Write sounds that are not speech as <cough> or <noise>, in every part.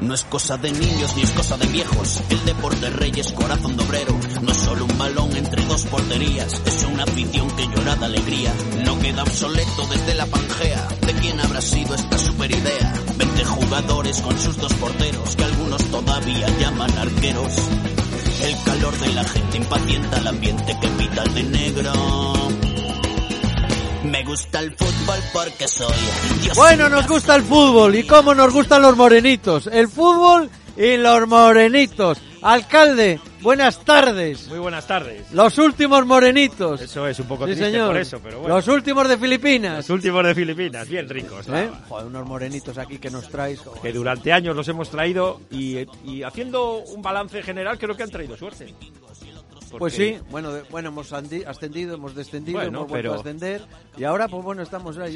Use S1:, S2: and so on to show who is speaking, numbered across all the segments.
S1: No es cosa de niños ni es cosa de viejos. El deporte rey es corazón de obrero. No es solo un balón entre dos porterías. Es una afición que llora de alegría. No queda obsoleto desde la pangea. ¿De quién habrá sido esta super idea? 20 jugadores con sus dos porteros que algunos todavía llaman arqueros. El calor de la gente impacienta el ambiente que pita el de negro. Me gusta el fútbol porque soy. Dios
S2: Bueno, nos gusta el fútbol y cómo nos gustan los morenitos. El fútbol y los morenitos. Alcalde, buenas tardes.
S3: Muy buenas tardes.
S2: Los últimos morenitos.
S3: Eso es un poco
S2: Sí,
S3: triste
S2: señor.
S3: por eso, pero bueno.
S2: Los últimos de Filipinas.
S3: Los últimos de Filipinas, bien ricos. nada
S2: ¿Eh?
S3: más.
S2: Joder, unos morenitos aquí que nos traes.
S3: Que durante años los hemos traído y, y haciendo un balance general creo que han traído suerte. Porque-
S2: Pues sí, bueno, de- bueno hemos andi- ascendido, hemos descendido,
S3: Bueno,
S2: hemos vuelto
S3: pero-
S2: a ascender y ahora pues bueno, estamos ahí.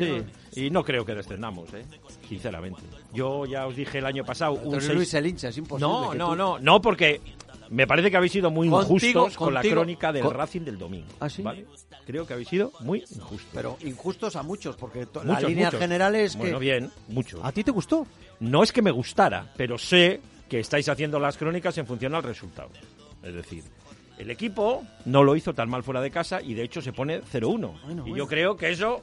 S3: Sí, y no creo que descendamos, ¿eh? sinceramente. Yo ya os dije el año pasado... un
S2: Entonces
S3: seis-
S2: Luis el hincha, es imposible.
S3: No,
S2: que
S3: no,
S2: tú-
S3: no, no, porque me parece que habéis sido muy
S2: Contigo,
S3: injustos con la
S2: contigo,
S3: crónica del
S2: con-
S3: Racing del domingo.
S2: ¿Ah, sí?
S3: ¿vale? Creo que habéis sido muy injustos.
S2: Pero injustos a muchos porque to- la
S3: Muchos,
S2: línea
S3: muchos.
S2: general es que
S3: Bueno, bien, mucho.
S2: a ti te gustó.
S3: No es que me gustara, pero sé que estáis haciendo las crónicas en función al resultado. Es decir, el equipo no lo hizo tan mal fuera de casa y de hecho se pone 0-1.
S2: Bueno,
S3: y
S2: bueno.
S3: yo creo que eso...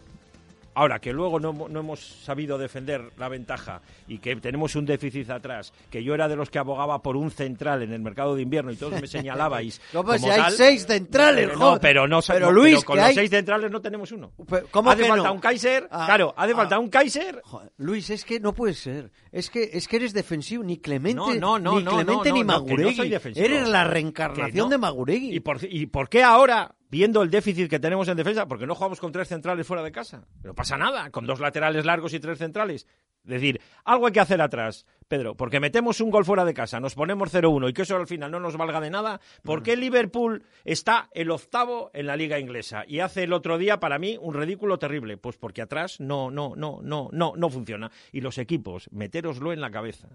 S3: Ahora, que luego no, hemo- no hemos sabido defender la ventaja y que tenemos un déficit atrás, que yo era de los que abogaba por un central en el mercado de invierno
S2: <laughs>
S3: y todos me señalabais.
S2: No, pues,
S3: como
S2: si hay
S3: tal.
S2: seis centrales,
S3: Pero
S2: joder.
S3: No, pero no,
S2: Pero,
S3: no,
S2: Luis,
S3: con
S2: que
S3: los
S2: hay-
S3: seis centrales no tenemos uno.
S2: Pero, ¿cómo
S3: hace
S2: que
S3: falta
S2: no?
S3: un Kaiser,
S2: Ah,
S3: claro, hace
S2: ah.
S3: falta un Kaiser
S2: Joder, Luis, es que no puede ser. Es que es que eres defensivo, ni Clemente,
S3: No, no, no,
S2: ni
S3: no,
S2: Clemente
S3: no,
S2: ni
S3: no, no, que no
S2: Maguregui.
S3: soy defensivo.
S2: eres la
S3: Que
S2: reencarnación
S3: no.
S2: de Maguregui.
S3: ¿Y por, ¿Y por qué ahora, viendo el déficit que tenemos en defensa, porque no jugamos con tres centrales fuera de casa? No pasa nada, con dos laterales largos y tres centrales. Es decir, algo hay que hacer atrás, Pedro, porque metemos un gol fuera de casa, nos ponemos 0-1 y que eso al final no nos valga de nada. ¿Por qué Liverpool está el octavo en la liga inglesa y hace el otro día para mí un ridículo terrible? Pues porque atrás no, no, no, no, no, no funciona. Y los equipos, metéroslo en la
S2: <laughs>
S3: cabeza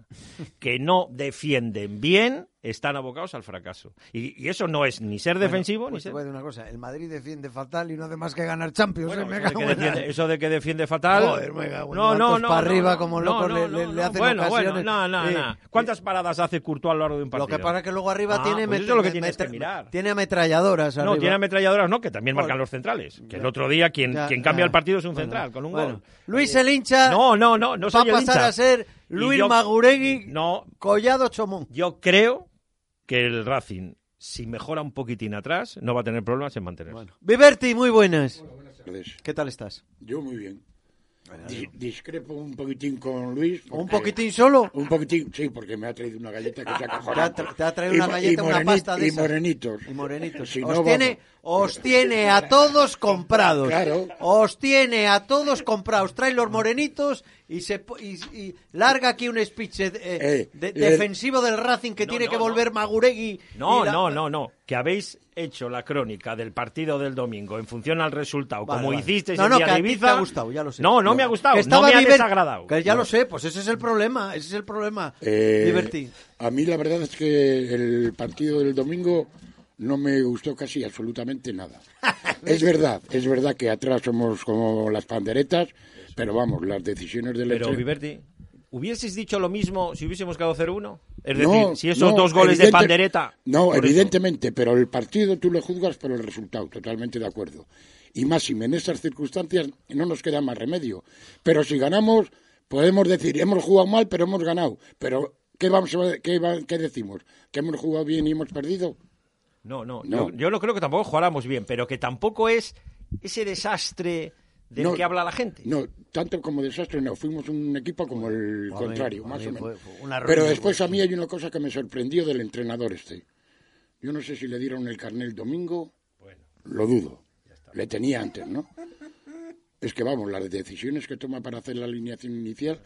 S3: que no defienden bien están abocados al fracaso. Y, y eso no es ni ser defensivo
S2: Bueno,
S3: ni
S2: pues te
S3: ser.
S2: voy a decir una cosa, el Madrid defiende fatal y no hace más que ganar Champions.
S3: Bueno,
S2: ¿eh? Me
S3: eso,
S2: cago
S3: de que
S2: en la-
S3: defiende, eso de que defiende fatal.
S2: Joder, me cago en datos pa' arriba como locos le- le- le hacen
S3: Bueno, bueno,
S2: ocasiones.
S3: no, no,
S2: Eh,
S3: no. ¿Cuántas paradas hace Courtois a lo largo de un
S2: Lo
S3: partido?
S2: que pasa es que luego arriba
S3: Ah,
S2: tiene,
S3: pues
S2: met-
S3: eso es lo que
S2: met-
S3: tienes que
S2: met-
S3: mirar.
S2: tiene ametralladoras
S3: No,
S2: arriba.
S3: tiene ametralladoras, no, que también
S2: Bueno.
S3: marcan los centrales. Que el
S2: Ya.
S3: otro día quien,
S2: Ya,
S3: quien cambia
S2: ya.
S3: el partido es un
S2: Bueno,
S3: central, con un
S2: bueno.
S3: gol.
S2: Luis el hincha
S3: No, no, no, no
S2: va
S3: soy
S2: a
S3: el
S2: pasar
S3: hincha.
S2: a ser
S3: Y
S2: Luis
S3: yo-
S2: Maguregui
S3: No,
S2: Collado Chomón.
S3: Yo creo que el Racing, si mejora un poquitín atrás, no va a tener problemas en mantenerse.
S2: Viverti, muy buenas.
S4: tardes.
S2: ¿Qué tal estás?
S4: Yo muy bien. Di- discrepo un poquitín con Luis.
S2: ¿Un
S4: porque-
S2: poquitín solo?
S4: Un poquitín, sí, porque me ha traído una galleta que se ha
S2: Te ha, tra- te ha traído una galleta, una pasta de
S4: Y
S2: esas.
S4: morenitos.
S2: Y morenitos.
S4: Si
S2: os,
S4: no, vamos.
S2: tiene, os tiene a todos comprados.
S4: Claro.
S2: Os tiene a todos comprados. Trae los morenitos y se po- y, y larga aquí un speech eh,
S4: Eh,
S2: de-
S4: eh.
S2: defensivo del Racing que
S3: No,
S2: tiene
S3: no,
S2: que
S3: no.
S2: volver Maguregui.
S3: No,
S2: y la-
S3: no, no, no. Que habéis hecho la crónica del partido del domingo en función al resultado,
S2: Vale,
S3: como
S2: vale.
S3: hicisteis
S2: no,
S3: el
S2: no,
S3: día
S2: que a
S3: de
S2: ti
S3: Ibiza.
S2: te ha gustado, ya lo sé.
S3: No, no
S2: Yo-
S3: me ha gustado,
S2: que
S3: no
S2: estaba
S3: me ha
S2: Viver-
S3: desagradado.
S2: Que ya
S3: No.
S2: lo sé, pues ese es el problema, ese es el problema.
S4: Eh,
S2: Divertí.
S4: A mí la verdad es que el partido del domingo no me gustó casi absolutamente
S2: <laughs>
S4: nada. es verdad, es verdad que atrás somos como las panderetas, pero vamos, las decisiones del
S3: Pero,
S4: entre-
S3: Viverti, ¿hubieses dicho lo mismo si hubiésemos quedado 0-1? Es
S4: No,
S3: decir, si esos
S4: no,
S3: dos goles de
S4: evidente-
S3: pandereta.
S4: No,
S3: Por eso.
S4: evidentemente, pero el partido tú lo juzgas por el resultado, totalmente de acuerdo. Y más si en estas circunstancias no nos queda más remedio. Pero si ganamos, podemos decir, hemos jugado mal, pero hemos ganado. Pero, ¿qué, vamos a- qué, va- qué decimos? ¿Que hemos jugado bien y hemos perdido?
S3: No, no,
S4: No.
S3: Yo, yo no creo que tampoco jugáramos bien, pero que tampoco es ese desastre del
S4: No,
S3: que habla la gente.
S2: Este,
S4: No, tanto como desastre no, fuimos un equipo como el
S2: Joder,
S4: contrario,
S2: joder,
S4: más o menos.
S2: fue- fue una ruina,
S4: Pero después
S2: fue.
S4: a mí hay una cosa que me sorprendió del entrenador este. Yo no sé si le dieron el carnet el domingo, lo dudo. Le tenía antes, ¿no? Es que vamos, las decisiones que toma para hacer la alineación inicial,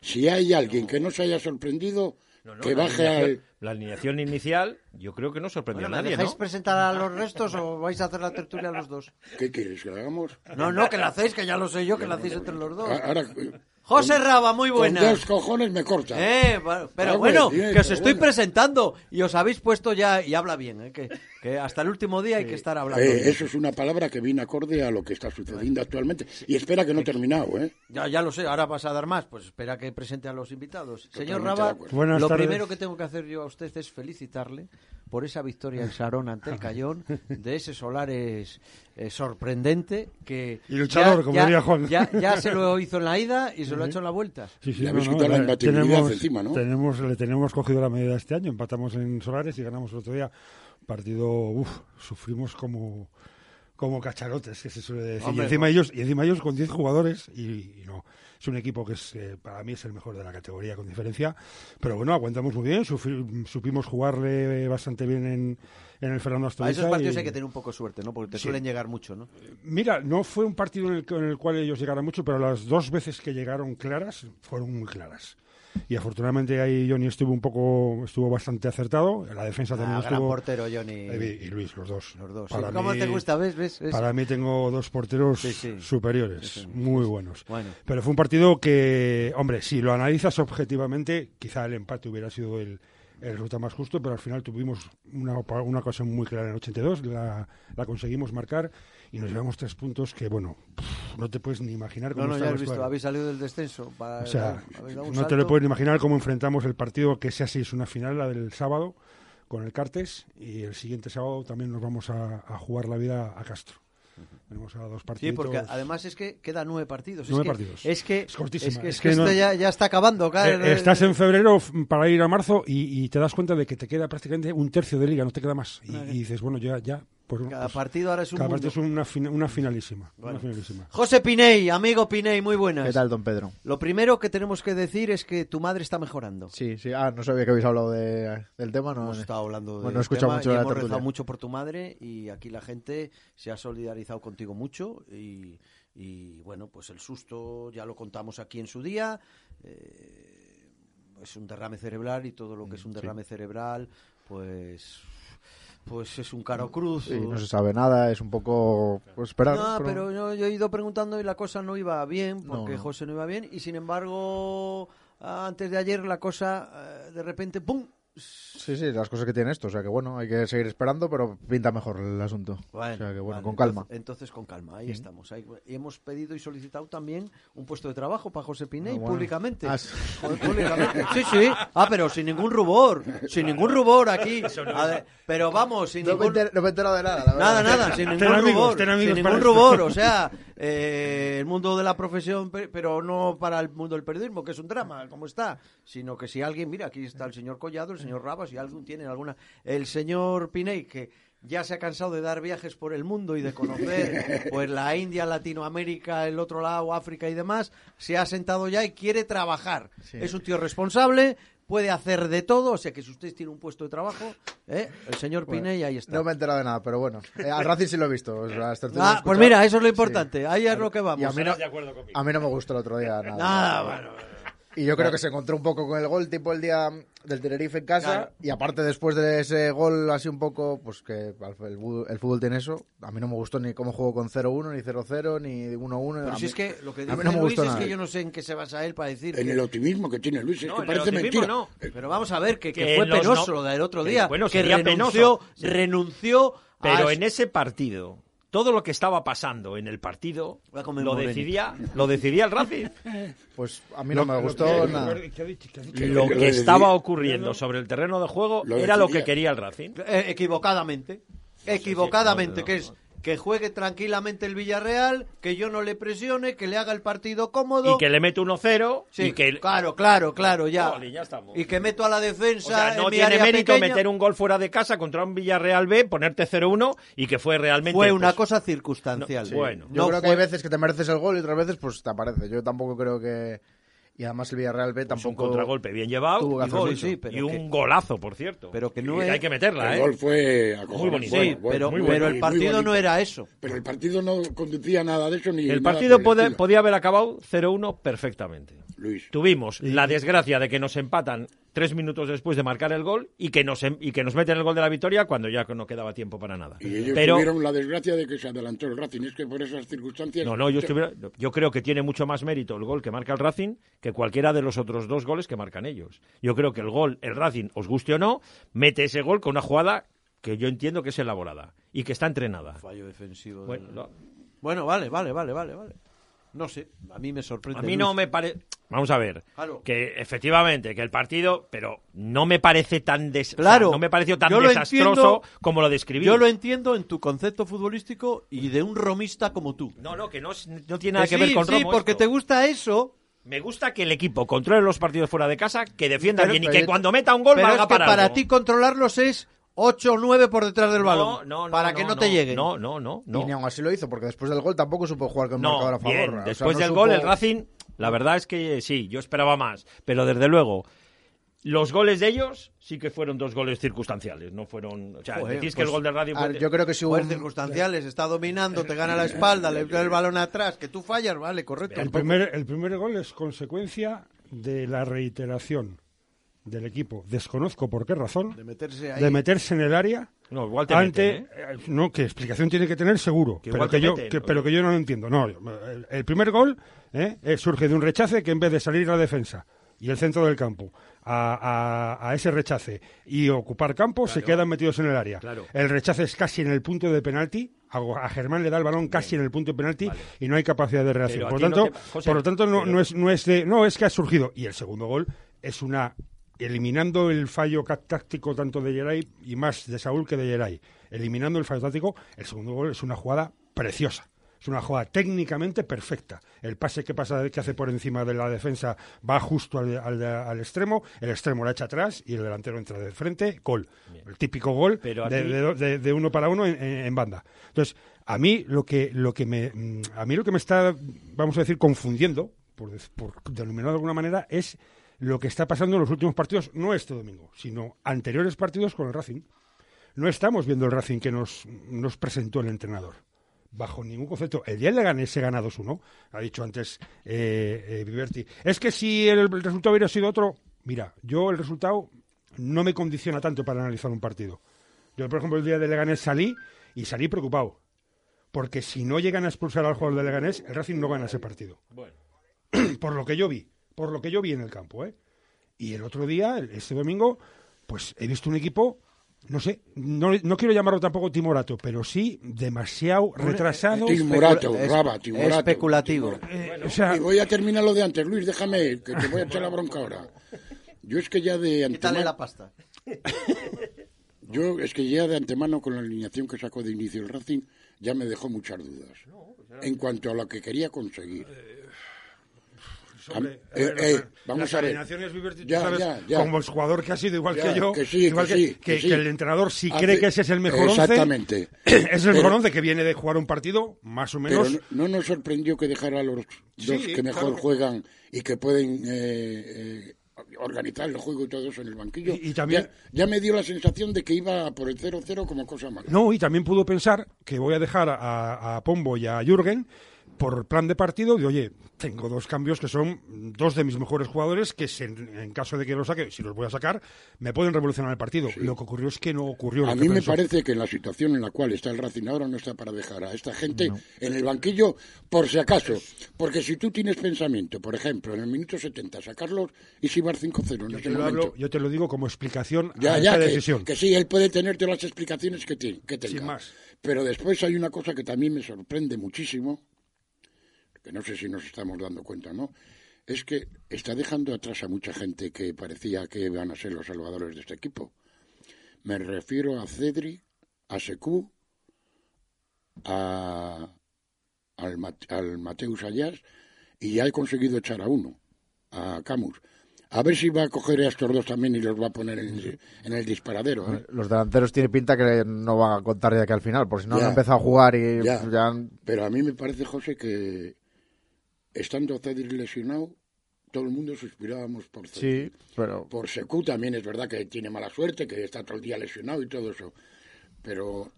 S4: si hay alguien que no se haya sorprendido,
S3: No, no,
S4: que
S3: la
S4: baje
S3: alineación-
S4: al...
S3: La alineación inicial, yo creo que no sorprendió
S2: Bueno, ¿Me
S3: a nadie,
S2: dejáis
S3: ¿no?
S2: presentar a los restos o vais a hacer la tertulia a los dos?
S4: ¿Qué quieres que hagamos?
S2: No, no, que la hacéis, que ya lo sé yo, que la hacéis entre los dos.
S4: A- Ahora, eh,
S2: José Raba, muy
S4: Con
S2: buena.
S4: dos cojones me corta.
S2: Eh, bueno, pero
S4: Hombre,
S2: bueno,
S4: bien,
S2: que os
S4: pero
S2: estoy
S4: bueno.
S2: presentando y os habéis puesto ya y habla bien, eh, que, que hasta el último día hay que estar hablando.
S4: Eh,
S2: bien.
S4: eso es una palabra que viene acorde a lo que está sucediendo actualmente. Y espera que no he terminado, ¿eh?
S2: Ya, ya lo sé, ahora vas a dar más, pues espera que presente a los invitados. Señor
S4: Totalmente de
S2: Raba,
S4: acuerdo.
S5: Buenas
S2: lo
S5: tardes.
S2: primero que tengo que hacer yo a usted es felicitarle por esa victoria en Sarón ante el Cayón, de ese Solares eh, sorprendente que...
S5: Y luchador, como diría Juan.
S2: Ya, ya se lo hizo en la ida y se lo ha hecho en la vuelta.
S5: Sí, sí,
S4: Le habéis quitado la
S5: eh,
S4: imbatibilidad encima, ¿no?
S5: tenemos- le tenemos cogido la medida este año. Empatamos en Solares y ganamos el otro día. Partido, uff, sufrimos como, como cacharotes, que se suele decir.
S2: Hombre,
S5: y, encima ellos, y encima ellos con 10 jugadores y, y no. Es un equipo que es, eh, para mí es el mejor de la categoría con diferencia. Pero bueno, aguantamos muy bien. sufri- supimos jugarle bastante bien en, en el
S2: A
S5: Fernando Asturias.
S2: esos partidos hay que tener un poco de suerte, ¿no? Porque te suelen llegar mucho, ¿no?
S5: Mira, no fue un partido en el, que- en el cual ellos llegaron mucho, pero las dos veces que llegaron claras fueron muy claras. Y afortunadamente ahí Johnny estuvo un poco, estuvo bastante acertado. La defensa también
S2: Ah, gran
S5: estuvo.
S2: portero, Johnny.
S5: Eh, y Luis, los dos.
S2: Los dos.
S5: Para
S2: Sí, ¿Cómo
S5: mí-
S2: te gusta? ¿Ves? ¿Ves? ¿Ves?
S5: Para mí tengo dos porteros
S2: Sí, sí.
S5: superiores,
S2: Sí, sí.
S5: muy buenos.
S2: Bueno.
S5: Pero fue un partido que, hombre, si lo analizas objetivamente, quizá el empate hubiera sido el, el ruta más justo, pero al final tuvimos una, opa- una cosa muy clara en el 82, la, la conseguimos marcar y nos llevamos tres puntos que, bueno, pff, no te puedes ni imaginar
S2: No,
S5: cómo
S2: no, ya
S5: está
S2: has
S5: el
S2: visto,
S5: cuadro.
S2: habéis salido del descenso. para-
S5: O sea,
S2: habéis dado un
S5: no te lo
S2: salto.
S5: puedes ni imaginar cómo enfrentamos el partido que sea así, es una final, la del sábado, con el Cartes, y el siguiente sábado también nos vamos a, a jugar la vida a Castro. Tenemos a dos
S2: Sí,
S5: partidos.
S2: porque además es que quedan nueve partidos. es
S5: Nueve
S2: que,
S5: partidos.
S2: Es que,
S5: Es cortísima,
S2: Es que,
S5: es
S2: es que
S5: que
S2: esto
S5: no- Eh,
S2: ya, ya está acabando, claro. eh.
S5: estás en febrero f- para ir a marzo y, y te das cuenta de que te queda prácticamente un tercio de liga, no te queda más. Y, y dices, bueno, ya, ya. Pues,
S2: Cada
S5: pues,
S2: partido ahora es un
S5: cada
S2: mundo.
S5: partido es una, fina- una finalísima. una finalísima.
S2: José Piney, amigo Piney, muy buenas.
S6: ¿Qué tal, don Pedro?
S2: Lo primero que tenemos que decir es que tu madre está mejorando.
S6: Sí, sí. Ah, no sabía que habéis hablado de- del tema. No,
S2: Hemos estado hablando de
S6: Bueno, he escuchado mucho
S2: y
S6: la
S2: hemos
S6: tertulia.
S2: rezado mucho por tu madre y aquí la gente se ha solidarizado contigo mucho y, y, bueno, pues el susto ya lo contamos aquí en su día. eh, es un derrame cerebral y todo lo que es
S6: Mm,
S2: un derrame cerebral, pues pues es un caro cruz.
S6: Sí, no se sabe nada. Es un poco. Pues esperar.
S2: No,
S6: pero-
S2: pero yo, yo he ido preguntando y la cosa no iba bien,
S6: No,
S2: porque
S6: no.
S2: José no iba bien, y sin embargo, antes de ayer la cosa eh, de repente, ¡pum!
S6: Sí, sí, las cosas que tiene esto. O sea que bueno, hay que seguir esperando, pero pinta mejor el asunto. o sea que bueno,
S2: vale,
S6: con calma.
S2: Entonces, entonces con calma, ahí estamos. Ahí, y hemos pedido y solicitado también un puesto de trabajo para José Piney
S6: Ah, bueno.
S2: públicamente. <laughs>
S6: Ah, sí.
S2: Joder,
S6: <laughs>
S2: públicamente. Sí, sí. Ah, pero sin ningún rubor, sin ningún rubor aquí. A ver, pero vamos, sin
S6: No me, he
S2: eh, ningún...
S6: enter- no me he enterado de nada, la verdad.
S2: Nada, nada, sin ningún
S5: Ten amigos,
S2: rubor.
S5: ten amigos
S2: sin
S5: para
S2: ningún
S5: esto.
S2: rubor, o sea, eh, el mundo de la profesión, pe- pero no para el mundo del periodismo, que es un drama, como está, sino que si alguien, mira, aquí está el señor Collado, el señor Rabas, si alguien tiene alguna. El señor Piney, que ya se ha cansado de dar viajes por el mundo y de conocer pues la India, Latinoamérica, el otro lado, África y demás, se ha sentado ya y quiere trabajar.
S6: Sí.
S2: Es un tío responsable. Puede hacer de todo, o sea que si usted tiene un puesto de trabajo, ¿eh? el señor
S6: Bueno,
S2: Piney ahí está.
S6: <laughs> No me he enterado de nada, pero bueno. Eh, al Racing sí lo he visto. o sea, las tertulias
S2: Ah,
S6: he
S2: pues
S6: escuchado.
S2: mira, eso es lo
S6: Sí.
S2: importante. Ahí es lo que
S6: Y a
S2: vamos. Ah,
S6: mí, no,
S3: de acuerdo conmigo.
S6: a mí no me gustó el otro día nada.
S2: Nada, bueno.
S6: Y yo creo que se encontró un poco con el gol tipo el día del Tenerife en casa.
S2: Claro.
S6: Y aparte después de ese gol así un poco, pues que el, fu- el fútbol tiene eso. A mí no me gustó ni cómo jugó con 0-1, ni 0-0, ni 1-1.
S2: Pero
S6: A
S2: si
S6: mí-
S2: es que lo que
S6: a
S2: dice
S6: mí no me
S2: Luis
S6: gustó
S2: es
S6: nada.
S2: que yo no sé en qué se basa él para decir.
S4: En
S2: que-
S4: el optimismo que tiene Luis, es
S3: No,
S4: que
S3: en el
S4: parece
S3: optimismo
S4: mentira.
S3: no.
S4: Eh,
S2: Pero vamos a ver, que, que
S3: Que
S2: fue
S3: los
S2: penoso
S3: no-
S2: lo del otro
S3: que,
S2: día.
S3: bueno,
S2: que
S3: sería
S2: renunció,
S3: penoso, sí.
S2: renunció
S3: Pero
S2: a.
S3: en ese partido, todo lo que estaba pasando en el partido
S2: Voy a comer
S3: lo
S2: moreno.
S3: decidía, lo decidía el Racing.
S6: Pues a mí no me gustó
S3: Lo
S6: nada.
S4: lo
S3: que
S4: decidí-
S3: estaba ocurriendo sobre el terreno de juego
S4: Lo
S3: era lo
S4: decidía.
S3: que quería el Racing.
S2: eh, equivocadamente. Equivocadamente, que es que juegue tranquilamente el Villarreal, que yo no le presione, que le haga el partido cómodo.
S3: Y que le mete 1-0
S2: Sí,
S3: y que
S2: Claro, claro, claro, ya.
S3: Jolín, ya estamos.
S2: Y que meto a la
S3: O
S2: defensa.
S3: sea,
S2: en
S3: no
S2: mi
S3: tiene
S2: área
S3: mérito
S2: pequeña.
S3: meter un gol fuera de casa contra un Villarreal B, ponerte 0-1 y que fue realmente.
S2: Fue una
S3: pues,
S2: cosa circunstancial.
S3: No, sí. Bueno.
S6: Yo
S2: No
S6: creo que
S2: fue-
S6: hay veces que te mereces el gol y otras veces pues te aparece. Yo tampoco creo que... Y además el Villarreal B
S3: pues, un
S6: tampoco...
S3: contragolpe bien llevado
S6: tuvo que
S3: y,
S6: hacer
S3: gol.
S6: mucho.
S2: Sí, pero
S3: Y un
S2: que-
S3: golazo, por cierto.
S2: pero que no
S3: Y
S2: es-
S3: Hay que meterla,
S4: El
S3: ¿eh?
S4: gol fue acojonante.
S3: bonito.
S2: Sí,
S3: Bueno, bueno,
S2: pero,
S3: muy bueno,
S2: pero el
S4: muy
S2: partido
S4: bonito.
S2: no era eso.
S4: Pero el partido no conducía nada de eso ni.
S3: El
S4: nada
S3: partido
S4: por
S3: puede-
S4: estilo.
S3: podía haber acabado 0-1 perfectamente.
S4: Luis.
S3: Tuvimos la desgracia de que nos empatan tres minutos después de marcar el gol y que nos, em- y que nos meten el gol de la victoria cuando ya no quedaba tiempo para nada.
S4: Y ellos
S3: Pero,
S4: tuvieron la desgracia de que se adelantó el Racing. Es que por esas circunstancias.
S3: no, no, yo, estuviera- yo creo que tiene mucho más mérito el gol que marca el Racing que cualquiera de los otros dos goles que marcan ellos. Yo creo que el gol, el Racing, os guste o no, mete ese gol con una jugada que yo entiendo que es elaborada y que está entrenada.
S2: Fallo defensivo.
S3: Bueno,
S2: del-
S3: lo-
S2: Bueno, vale, vale, vale, vale, vale. No sé, a mí me sorprende.
S3: A mí no
S2: Luis.
S3: me parece. Vamos a ver.
S2: Claro.
S3: Que efectivamente, que el partido. Pero no me parece tan. Des... o sea,
S2: Claro.
S3: no me pareció tan
S2: Yo lo
S3: desastroso
S2: entiendo.
S3: como lo describí.
S2: Yo lo entiendo en tu concepto futbolístico y de un romista como tú.
S3: No, no, que no, es- no tiene nada que,
S2: sí,
S3: ver con
S2: sí,
S3: Romo
S2: porque
S3: esto.
S2: te gusta eso.
S3: Me gusta que el equipo controle los partidos fuera de casa, que defienda
S6: Pero-
S3: bien y
S6: pero
S3: que
S6: yo-
S3: cuando meta un gol
S2: pero es
S3: valga
S2: que para,
S3: algo.
S2: ti controlarlos es 8 o 9 por detrás del
S3: No,
S2: balón.
S3: no, no,
S2: para que no, te lleguen.
S3: No, no, no. no.
S6: Y ni aun así lo hizo, porque después del gol tampoco supo jugar con
S3: No,
S6: marcador a favor.
S3: bien,
S6: O sea,
S3: después
S6: no
S3: del gol
S6: supo-
S3: el Racing, la verdad es que eh, sí, yo esperaba más, pero desde luego los goles de ellos sí que fueron dos goles circunstanciales, no fueron, o sea,
S2: Joder,
S3: decís que
S2: pues,
S3: el gol del Radio
S6: Ah,
S3: fue-
S6: Yo creo que si hubo
S2: Jugadores
S6: un-
S2: circunstanciales, está dominando, te gana la espalda, le da el balón atrás, que tú fallas, vale, correcto.
S5: El primer, el primer gol es consecuencia de la reiteración del equipo. Desconozco por qué razón.
S2: de meterse ahí.
S5: de meterse en el área
S3: No, igual te
S5: ante
S3: meten, ¿eh?
S5: eh, no que explicación tiene que tener seguro
S3: Que
S5: pero
S3: igual
S5: que
S3: te
S5: yo
S3: meten,
S5: que-
S3: ¿no?
S5: pero que yo no lo entiendo no el, el primer gol ¿eh? Eh, surge de un rechace que en vez de salir la defensa y el centro del campo a, a- a ese rechace y ocupar campo se quedan metidos en el área
S3: Claro.
S5: el rechace es casi en el punto de penalti a a Germán le da el balón casi en el punto de penalti y no hay capacidad de reacción.
S3: Pero
S5: Por
S3: a ti no
S5: tanto,
S3: te- José,
S5: por lo tanto no,
S3: pero-
S5: no es no es de no es que ha surgido y el segundo gol es una eliminando el fallo ca- táctico tanto de Geray y más de Saúl que de Geray eliminando el fallo táctico el segundo gol es una jugada preciosa es una jugada técnicamente perfecta el pase que pasa que hace por encima de la defensa va justo al, al- al extremo el extremo la echa atrás y el delantero entra de frente gol el típico gol
S3: Pero a
S5: de-
S3: ti-
S5: de do- de, de uno para uno en, en- en banda. Entonces, a mí lo que lo que me mm, a mí lo que me está vamos a decir confundiendo por, dec- por denominarlo de alguna manera es lo que está pasando en los últimos partidos, no este domingo, sino anteriores partidos con el Racing. No estamos viendo el Racing que nos, nos presentó el entrenador. Bajo ningún concepto. El día de Leganés se gana 2-1. Ha dicho antes eh, eh, Viverti. Es que si el resultado hubiera sido otro. Mira, yo el resultado no me condiciona tanto para analizar un partido. Yo, por ejemplo, el día de Leganés salí y salí preocupado. Porque si no llegan a expulsar al jugador de Leganés, el Racing no gana ese partido. <clears throat> por lo que yo vi. Por lo que yo vi en el campo, ¿eh? Y el otro día, el- este domingo, pues he visto un equipo, no sé, no, no quiero llamarlo tampoco timorato, pero sí demasiado retrasado.
S2: eh,
S4: Timorato,
S2: Especula-
S4: Raba,
S2: es-
S4: Timorato.
S2: especulativo.
S5: eh, o sea,
S4: Y voy a terminar lo de antes, Luis, déjame, que te voy a echar la bronca ahora. Yo es que ya de
S2: Quítale la
S4: antemano,
S2: pasta.
S4: yo es que ya de antemano con la alineación que sacó de inicio el Racing ya me dejó muchas dudas en cuanto a lo que quería conseguir.
S5: Pues, hombre,
S4: Eh,
S5: las-
S4: eh, vamos
S5: las
S4: a ver.
S5: alineaciones, Viverti, tú
S4: Ya,
S5: sabes,
S4: ya, ya.
S5: como el jugador que ha sido igual
S4: Ya,
S5: que yo,
S4: que sí,
S5: igual
S4: que
S5: que,
S4: sí,
S5: que-
S4: que sí.
S5: que el entrenador si
S4: Hace-
S5: cree que ese es el mejor once,
S4: Exactamente.
S5: <clears throat> es el mejor
S4: Pero-
S5: once que viene de jugar un partido más o
S4: Pero
S5: menos.
S4: no, no nos sorprendió que dejara a los
S5: Sí,
S4: dos que mejor
S5: claro que-
S4: juegan y que pueden eh, eh, organizar el juego y todo eso en el banquillo.
S5: Y- y también-
S4: ya, ya me dio la sensación de que iba por el 0-0 como cosa mala.
S5: No, y también pudo pensar que voy a dejar a, a Pombo y a Jürgen por plan de partido de, oye, tengo dos cambios que son dos de mis mejores jugadores que se- en caso de que los saque, si los voy a sacar, me pueden revolucionar el partido. Lo que ocurrió es que no ocurrió.
S4: A
S5: lo que
S4: mí me
S5: pensó.
S4: parece que en la situación en la cual está el Racing ahora no está para dejar a esta gente en el banquillo por si acaso. Porque si tú tienes pensamiento, por ejemplo, en el minuto 70 sacarlos y si vas 5-0 en
S5: Yo
S4: ese
S5: te, lo
S4: momento.
S5: hablo- yo te lo digo como explicación
S4: Ya,
S5: a
S4: ya,
S5: esta
S4: que,
S5: decisión.
S4: que sí, él puede tener todas las explicaciones que, te- que tenga.
S5: Sin más.
S4: Pero después hay una cosa que también me sorprende muchísimo, que no sé si nos estamos dando cuenta o no, es que está dejando atrás a mucha gente que parecía que iban a ser los salvadores de este equipo. Me refiero a Cedri, a Secu, a, al, Mat- al Mateus Ayas, y ya he conseguido echar a uno, a Camus. A ver si va a coger a estos dos también y los va a poner en, el- en el disparadero. ¿eh?
S6: Los delanteros tiene pinta que no van a contar ya que al final, por si no
S4: Ya.
S6: han empezado a jugar y
S4: Ya.
S6: ya,
S4: Pero a mí me parece, José, que estando Cedric lesionado, todo el mundo suspirábamos por Cedric.
S6: sí, pero
S4: Por Secu también es verdad que tiene mala suerte, que está todo el día lesionado y todo eso. Pero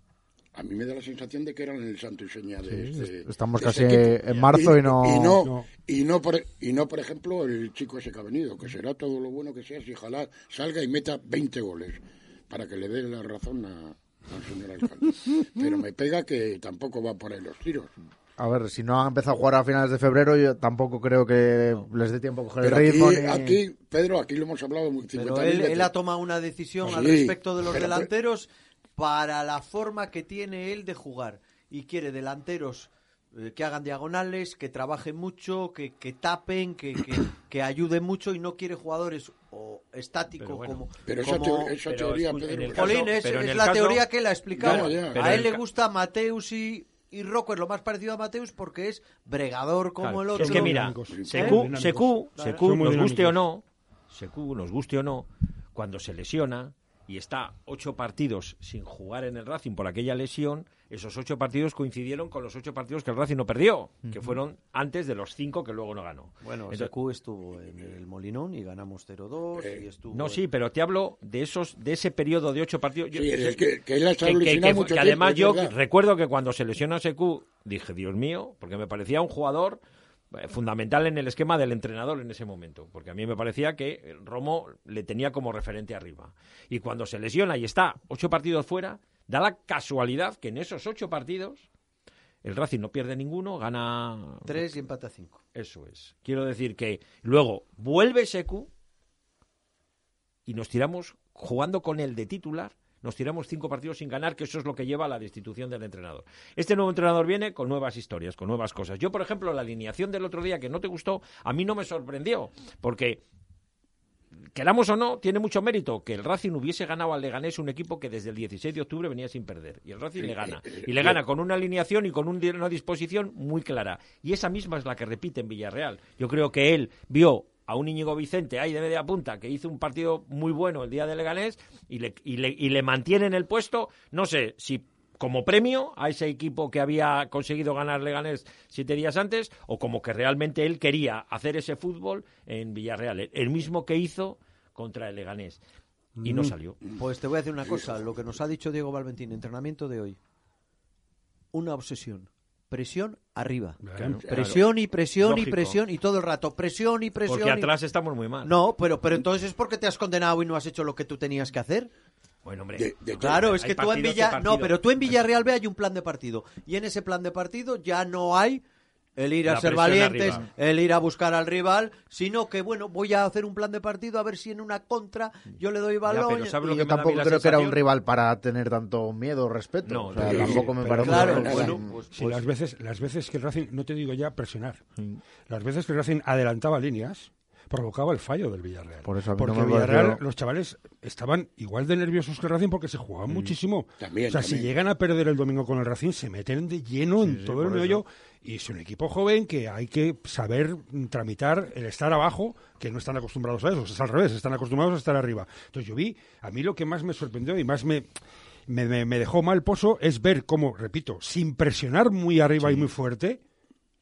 S4: a mí me da la sensación de que eran el santo y seña de
S6: Sí,
S4: este-
S6: estamos
S4: de este
S6: casi
S4: equipo.
S6: en marzo y no-
S4: y no,
S5: No.
S4: y no por, y no, por ejemplo el chico ese que ha venido que será todo lo bueno que sea si ojalá salga y meta 20 goles para que le dé la razón a- al señor alcalde
S6: <laughs>
S4: pero me pega que tampoco va por ahí los tiros
S6: A ver, si no han empezado a jugar a finales de febrero, yo tampoco creo que les dé tiempo a coger
S4: pero
S6: el
S4: aquí,
S6: ritmo. ni-
S4: aquí, Pedro aquí lo hemos hablado muy-
S2: Pero
S4: 50.000
S2: él,
S4: veces.
S2: él ha tomado una decisión
S4: Sí,
S2: al respecto de los
S4: pero-
S2: delanteros para la forma que tiene él de jugar. Y quiere delanteros eh, que hagan diagonales, que trabajen mucho, que, que tapen, que, que, que ayuden mucho y no quiere jugadores o estáticos
S3: Pero bueno.
S2: como...
S4: pero esa,
S2: como-
S4: teor- esa
S3: pero
S4: teoría
S3: escucha, en
S4: Pedro,
S3: el caso-
S2: Jolín, es,
S3: pero en
S2: es
S3: el
S2: la
S3: caso-
S2: teoría que él ha explicado.
S4: No, ya.
S3: Pero
S2: a él
S3: el
S2: le
S3: ca-
S2: gusta Mateus y, y Rocco, es lo más parecido a Mateus porque es bregador como
S3: Claro.
S2: el otro.
S3: Es que mira,
S5: Dinámicos.
S3: Secu,
S5: ¿Eh? Dinámicos.
S3: Secu,
S5: Claro.
S3: Secu,
S5: Son muy
S3: nos guste o
S5: dinámicos.
S3: no, Secu, nos guste o no, cuando se lesiona y está ocho partidos sin jugar en el Racing por aquella lesión, esos ocho partidos coincidieron con los ocho partidos que el Racing no perdió, que fueron antes de los cinco que luego no ganó.
S2: Bueno,
S3: Entonces-
S2: Secu estuvo en el Molinón y ganamos 0-2
S4: Eh,
S2: y estuvo...
S3: no,
S2: en-
S3: sí, pero te hablo de esos, de ese periodo de ocho partidos. Yo-
S4: Sí, es que- que él ha estado
S3: que- que-
S4: lesionado
S3: que-
S4: mucho
S3: que además
S4: tiempo,
S3: yo
S4: es verdad.
S3: recuerdo que cuando se lesionó Secu dije, Dios mío, porque me parecía un jugador eh, fundamental en el esquema del entrenador en ese momento, porque a mí me parecía que Romo le tenía como referente arriba. Y cuando se lesiona y está ocho partidos fuera, da la casualidad que en esos ocho partidos el Racing no pierde ninguno, gana
S2: 3 y empate a 5.
S3: eso es. Quiero decir que luego vuelve Secu y nos tiramos, jugando con el de titular, nos tiramos cinco partidos sin ganar, que eso es lo que lleva a la destitución del entrenador. Este nuevo entrenador viene con nuevas historias, con nuevas cosas. Yo, por ejemplo, la alineación del otro día que no te gustó, a mí no me sorprendió, porque queramos o no, tiene mucho mérito que el Racing hubiese ganado al Leganés, un equipo que desde el 16 de octubre venía sin perder. Y el Racing le gana. Y le gana con una alineación y con un- una disposición muy clara. Y esa misma es la que repite en Villarreal. Yo creo que él vio a un Íñigo Vicente ahí de media punta que hizo un partido muy bueno el día de Leganés y le, y le, y le mantiene en el puesto. No sé si como premio a ese equipo que había conseguido ganar Leganés siete días antes o como que realmente él quería hacer ese fútbol en Villarreal, el- el mismo que hizo contra el Leganés y no salió.
S2: Pues te voy a decir una cosa, lo que nos ha dicho Diego Valventín, entrenamiento de hoy. Una obsesión. Presión arriba.
S5: Claro.
S2: Presión y presión y
S3: Lógico.
S2: presión y todo el rato. Presión y presión.
S3: Porque
S2: y-
S3: atrás estamos muy mal.
S2: No, pero, pero entonces es porque te has condenado y no has hecho lo que tú tenías que hacer.
S3: Bueno, hombre.
S4: De- de-
S2: Claro, es
S3: hay
S2: que tú en
S3: partidos y
S2: Villa... No,
S3: partidos.
S2: pero tú en Villarreal ve hay un plan de partido. Y en ese plan de partido ya no hay el ir a
S3: La
S2: ser
S3: presión
S2: valientes,
S3: arriba.
S2: el ir a buscar al rival, sino que, bueno, voy a hacer un plan de partido a ver si en una contra yo le doy balón.
S3: pero ¿sabes
S6: y
S3: lo que
S6: yo
S3: me da a mí
S6: tampoco
S3: la
S6: creo que era un
S3: sensación?
S6: rival para tener tanto miedo o respeto.
S3: No,
S6: O sea,
S4: sí,
S6: tampoco me
S5: pero
S6: parece.
S2: Claro,
S6: una-
S2: bueno, pues,
S5: Sí,
S2: pues-
S5: las veces, las veces que el Racing, no te digo ya presionar, las veces que el Racing adelantaba líneas, provocaba el fallo del Villarreal.
S6: Por eso a mí no
S5: porque
S6: me
S5: el Villarreal,
S6: pareció-
S5: los chavales estaban igual de nerviosos que el Racing porque se jugaban muchísimo.
S4: Mm. También,
S5: o sea, si
S4: también.
S5: llegan a perder el domingo con el Racing, se meten de lleno en todo el meollo. Y es un equipo joven que hay que saber mm, tramitar el estar abajo, que no están acostumbrados a eso. Es al revés, están acostumbrados a estar arriba. Entonces yo vi, a mí lo que más me sorprendió y más me, me, me- me dejó mal pozo es ver cómo, repito, sin presionar muy arriba y muy fuerte,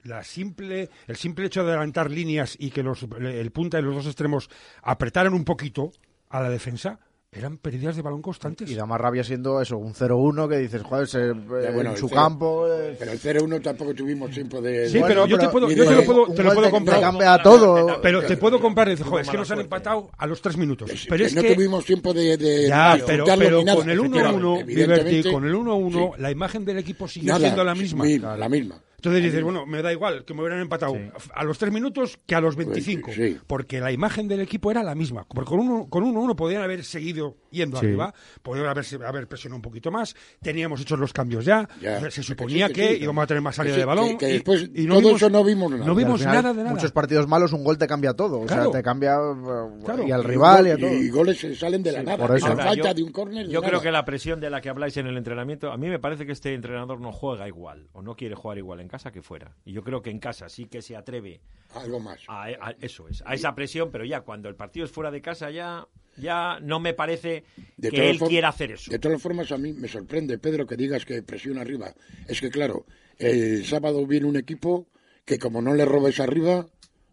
S5: la simple, el simple hecho de adelantar líneas y que los, el punta y los dos extremos apretaran un poquito a la defensa, eran pérdidas de balón constantes.
S6: Y da más rabia siendo eso, un 0-1 que dices, joder, se- eh,
S4: bueno,
S6: en
S4: el
S6: su
S4: cero-
S6: campo. eh,
S4: pero el 0-1 tampoco tuvimos tiempo de
S5: Sí,
S4: Bueno,
S5: pero yo te puedo-
S4: yo te lo
S5: puedo-
S6: un
S5: te lo
S6: gol
S5: puedo
S6: te-
S5: comprar.
S6: Te cambia todo.
S5: pero te puedo comprar, dices,
S3: Tuvo
S5: joder, es que
S3: mala
S5: nos han
S3: suerte.
S5: empatado a los tres minutos.
S4: Que sí,
S5: Pero
S4: que
S5: es
S4: no
S5: que...
S4: tuvimos tiempo de, de de
S5: Ya, pero,
S4: disfrutarlo
S5: pero
S4: ni nada.
S5: con el 1-1,
S4: Efectivamente,
S5: Viverti, con el 1-1,
S4: sí,
S5: la imagen del equipo sigue
S4: nada,
S5: siendo la misma.
S4: sí, la misma.
S5: Entonces dices, bueno, me da igual que me hubieran empatado a los 3 minutos que a los 25,
S4: Sí.
S5: porque la imagen del equipo era la misma. Porque con 1-1 uno, con uno, uno podían haber seguido yendo arriba, podían haberse, haber presionado un poquito más, teníamos hechos los cambios ya,
S4: Ya.
S5: se
S4: Que sí,
S5: suponía
S4: que
S5: que,
S4: sí.
S5: íbamos a tener más salida
S4: Que sí,
S5: de balón.
S4: que- que
S5: y-
S4: después
S5: y,
S4: todo eso no vimos nada.
S5: No
S4: Y
S6: Y al
S5: vimos
S6: final,
S5: nada de nada.
S6: Muchos partidos malos, un gol te cambia todo. O
S5: Claro.
S6: sea, te cambia eh,
S5: Claro.
S6: y al rival y a todo.
S4: Y goles se salen de la nada.
S6: por eso.
S4: Una
S6: Ahora,
S4: falta
S3: yo-
S4: de un córner. de
S3: Yo creo
S4: nada.
S3: que la presión de la que habláis en el entrenamiento, a mí me parece que este entrenador no juega igual o no quiere jugar igual en casa que fuera. Y yo creo que en casa sí que se atreve
S4: Algo más.
S3: a, a- eso es, a esa presión, pero ya cuando el partido es fuera de casa ya ya no me parece
S4: De
S3: que
S4: todas
S3: él
S4: for-
S3: quiera hacer eso.
S4: De todas formas, a mí me sorprende, Pedro, que digas que presión arriba. Es que, claro, el sábado viene un equipo que como no le robes arriba,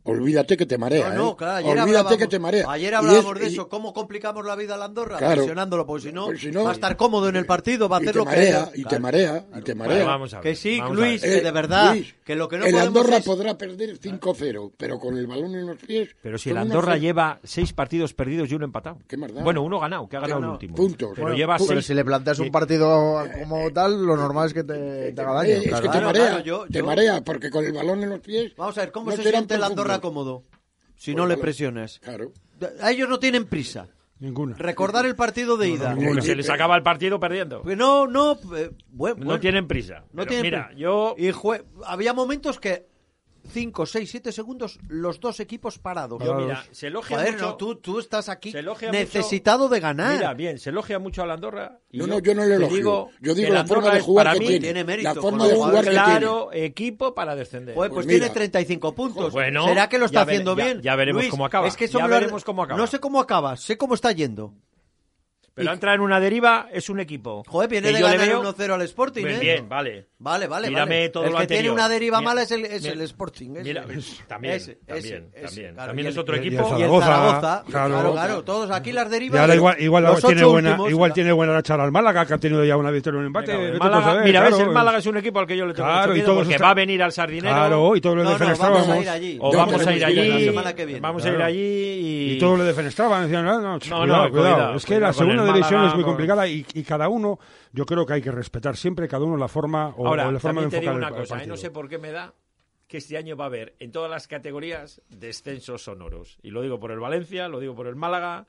S4: olvídate que te marea.
S2: No, no,
S4: ¿eh?
S2: claro, ayer
S4: olvídate
S2: hablábamos,
S4: que te marea.
S2: Ayer
S4: Y
S2: hablábamos
S4: es-
S2: de
S4: y-
S2: eso, cómo complicamos la vida a la Andorra,
S4: Claro.
S2: presionándolo, porque si no,
S4: Pues si no-
S2: va a estar cómodo en el partido, va a
S4: y
S2: hacer
S4: te
S2: lo que
S4: marea,
S2: quiera.
S4: y te
S2: Claro.
S4: marea, y te marea. Eh,
S3: Bueno, vamos a ver.
S2: Que sí,
S3: vamos a
S2: Luis,
S3: ver.
S2: que de verdad,
S4: Luis,
S2: que lo que no
S4: el
S2: podemos
S4: Andorra
S2: es-
S4: podrá perder 5-0, pero con el balón en los pies.
S3: Pero si el
S4: con una
S3: Andorra
S4: fe-
S3: lleva seis partidos perdidos y uno empatado.
S4: Qué más da.
S3: Bueno, uno ganado, que ha ganado el
S2: no,
S3: último.
S4: puntos.
S3: Pero
S4: Bueno,
S3: lleva
S4: pu-
S6: Pero
S3: seis.
S6: si le planteas un partido como tal, lo normal es que te, te haga daño.
S4: Eh, es
S6: claro.
S4: que te
S2: Claro,
S4: marea,
S2: claro, yo-
S4: te
S2: yo-
S4: marea, porque con el balón en los pies.
S2: Vamos a ver, ¿cómo
S4: no
S2: se
S4: te dan
S2: siente el
S4: por
S2: Andorra
S4: fútbol.
S2: cómodo si
S4: Pues
S2: no le
S4: vale.
S2: presionas?
S4: Claro.
S2: A ellos no tienen prisa.
S5: Ninguna.
S2: Recordar el partido de ida.
S5: no,
S3: Se
S4: eh.
S3: les acaba el partido perdiendo.
S2: Pues No, no, eh, buen-
S3: No
S2: buen-
S3: tienen prisa.
S2: no
S3: Pero
S2: tienen
S3: mira,
S2: pri-
S3: yo
S2: Y jue- había momentos que 5, 6, 7 segundos los dos equipos parados.
S5: Yo,
S3: mira, se elogia
S2: Joder,
S3: mucho-
S2: no, tú, tú estás aquí
S3: se elogia
S2: necesitado
S3: mucho-
S2: de ganar.
S3: Mira, bien, se elogia mucho a la Andorra. y
S4: No, no, yo no le
S3: te
S4: elogio. yo
S3: que
S4: digo
S3: el
S4: la forma
S3: Andorra
S4: de
S3: es,
S4: jugar
S3: para
S4: que
S3: mí,
S4: tiene.
S2: tiene mérito,
S4: la
S2: con
S4: forma
S2: lo
S4: de
S2: cual,
S4: jugar que
S3: claro equipo para descender.
S2: Joder, pues,
S4: Pues mira.
S2: tiene 35 puntos.
S3: Bueno,
S2: ¿Será que lo está
S3: ya vere-
S2: haciendo
S3: ya-
S2: bien?
S3: ya veremos
S2: Luis,
S3: cómo acaba.
S2: Es que eso
S3: Ya
S2: me lo-
S3: veremos cómo acaba.
S2: No sé cómo acaba, sé cómo está yendo.
S3: Pero entra en una deriva, es un equipo.
S2: Joder, viene
S3: que
S2: de
S3: yo le
S2: ganar
S3: veo-
S2: 1-0 al Sporting,
S3: Bien,
S2: ¿eh?
S3: bien, vale.
S2: Vale, vale,
S3: Mírame
S2: vale.
S3: todo
S2: el
S3: lo que
S2: tiene una deriva
S3: Mira-
S2: mala es el, es
S3: mira-
S2: el Sporting. ese.
S3: Mira, también,
S2: Ese,
S3: también,
S2: ese, ese,
S3: también.
S2: claro,
S3: También
S2: y
S3: es
S2: el-
S3: otro
S5: y el
S3: equipo.
S2: Y el
S5: Zaragoza,
S2: Zaragoza,
S5: claro.
S2: claro, claro, todos aquí las
S5: Y
S2: derivas.
S5: ahora
S2: los-
S5: igual, igual ahora
S2: los
S5: tiene
S2: ocho
S5: buena,
S2: últimos,
S5: igual
S2: la-
S5: tiene buena racha al Málaga, que ha tenido ya una victoria y un
S3: Me
S5: empate.
S3: cago en el
S5: vete tú a
S3: Málaga.
S5: saber,
S3: mira,
S5: claro.
S3: ves, el Málaga es un equipo al que yo le tengo
S5: Claro,
S3: mucho
S5: y
S3: miedo
S5: todos
S3: porque
S5: están-
S3: va a venir al sardinero.
S5: Claro, y todos lo
S2: No, no, vamos a
S5: defenestrábamos.
S2: ir allí.
S3: O
S4: No,
S3: vamos a
S4: tenemos
S3: ir
S4: que ir
S3: allí.
S4: la
S2: semana que viene,
S3: vamos a ir
S5: claro.
S3: allí y.
S5: Y todos lo defenestraban, decían, "Ah, no, no,
S3: No, no,
S5: cuidado,
S3: cuidado,
S5: cuidado. Es que
S3: cuidado
S5: la
S3: con el
S5: segunda división
S3: Málaga,
S5: es muy
S3: con-
S5: complicada y, y cada uno, yo creo que hay que respetar siempre cada uno la forma o,
S3: Ahora,
S5: o la forma de
S3: también te
S5: enfocar
S3: digo
S5: el-
S3: una
S5: el
S3: cosa, ¿eh? no
S5: partido.
S3: sé por qué me da que este año va a haber en todas las categorías descensos sonoros. Y lo digo por el Valencia, lo digo por el Málaga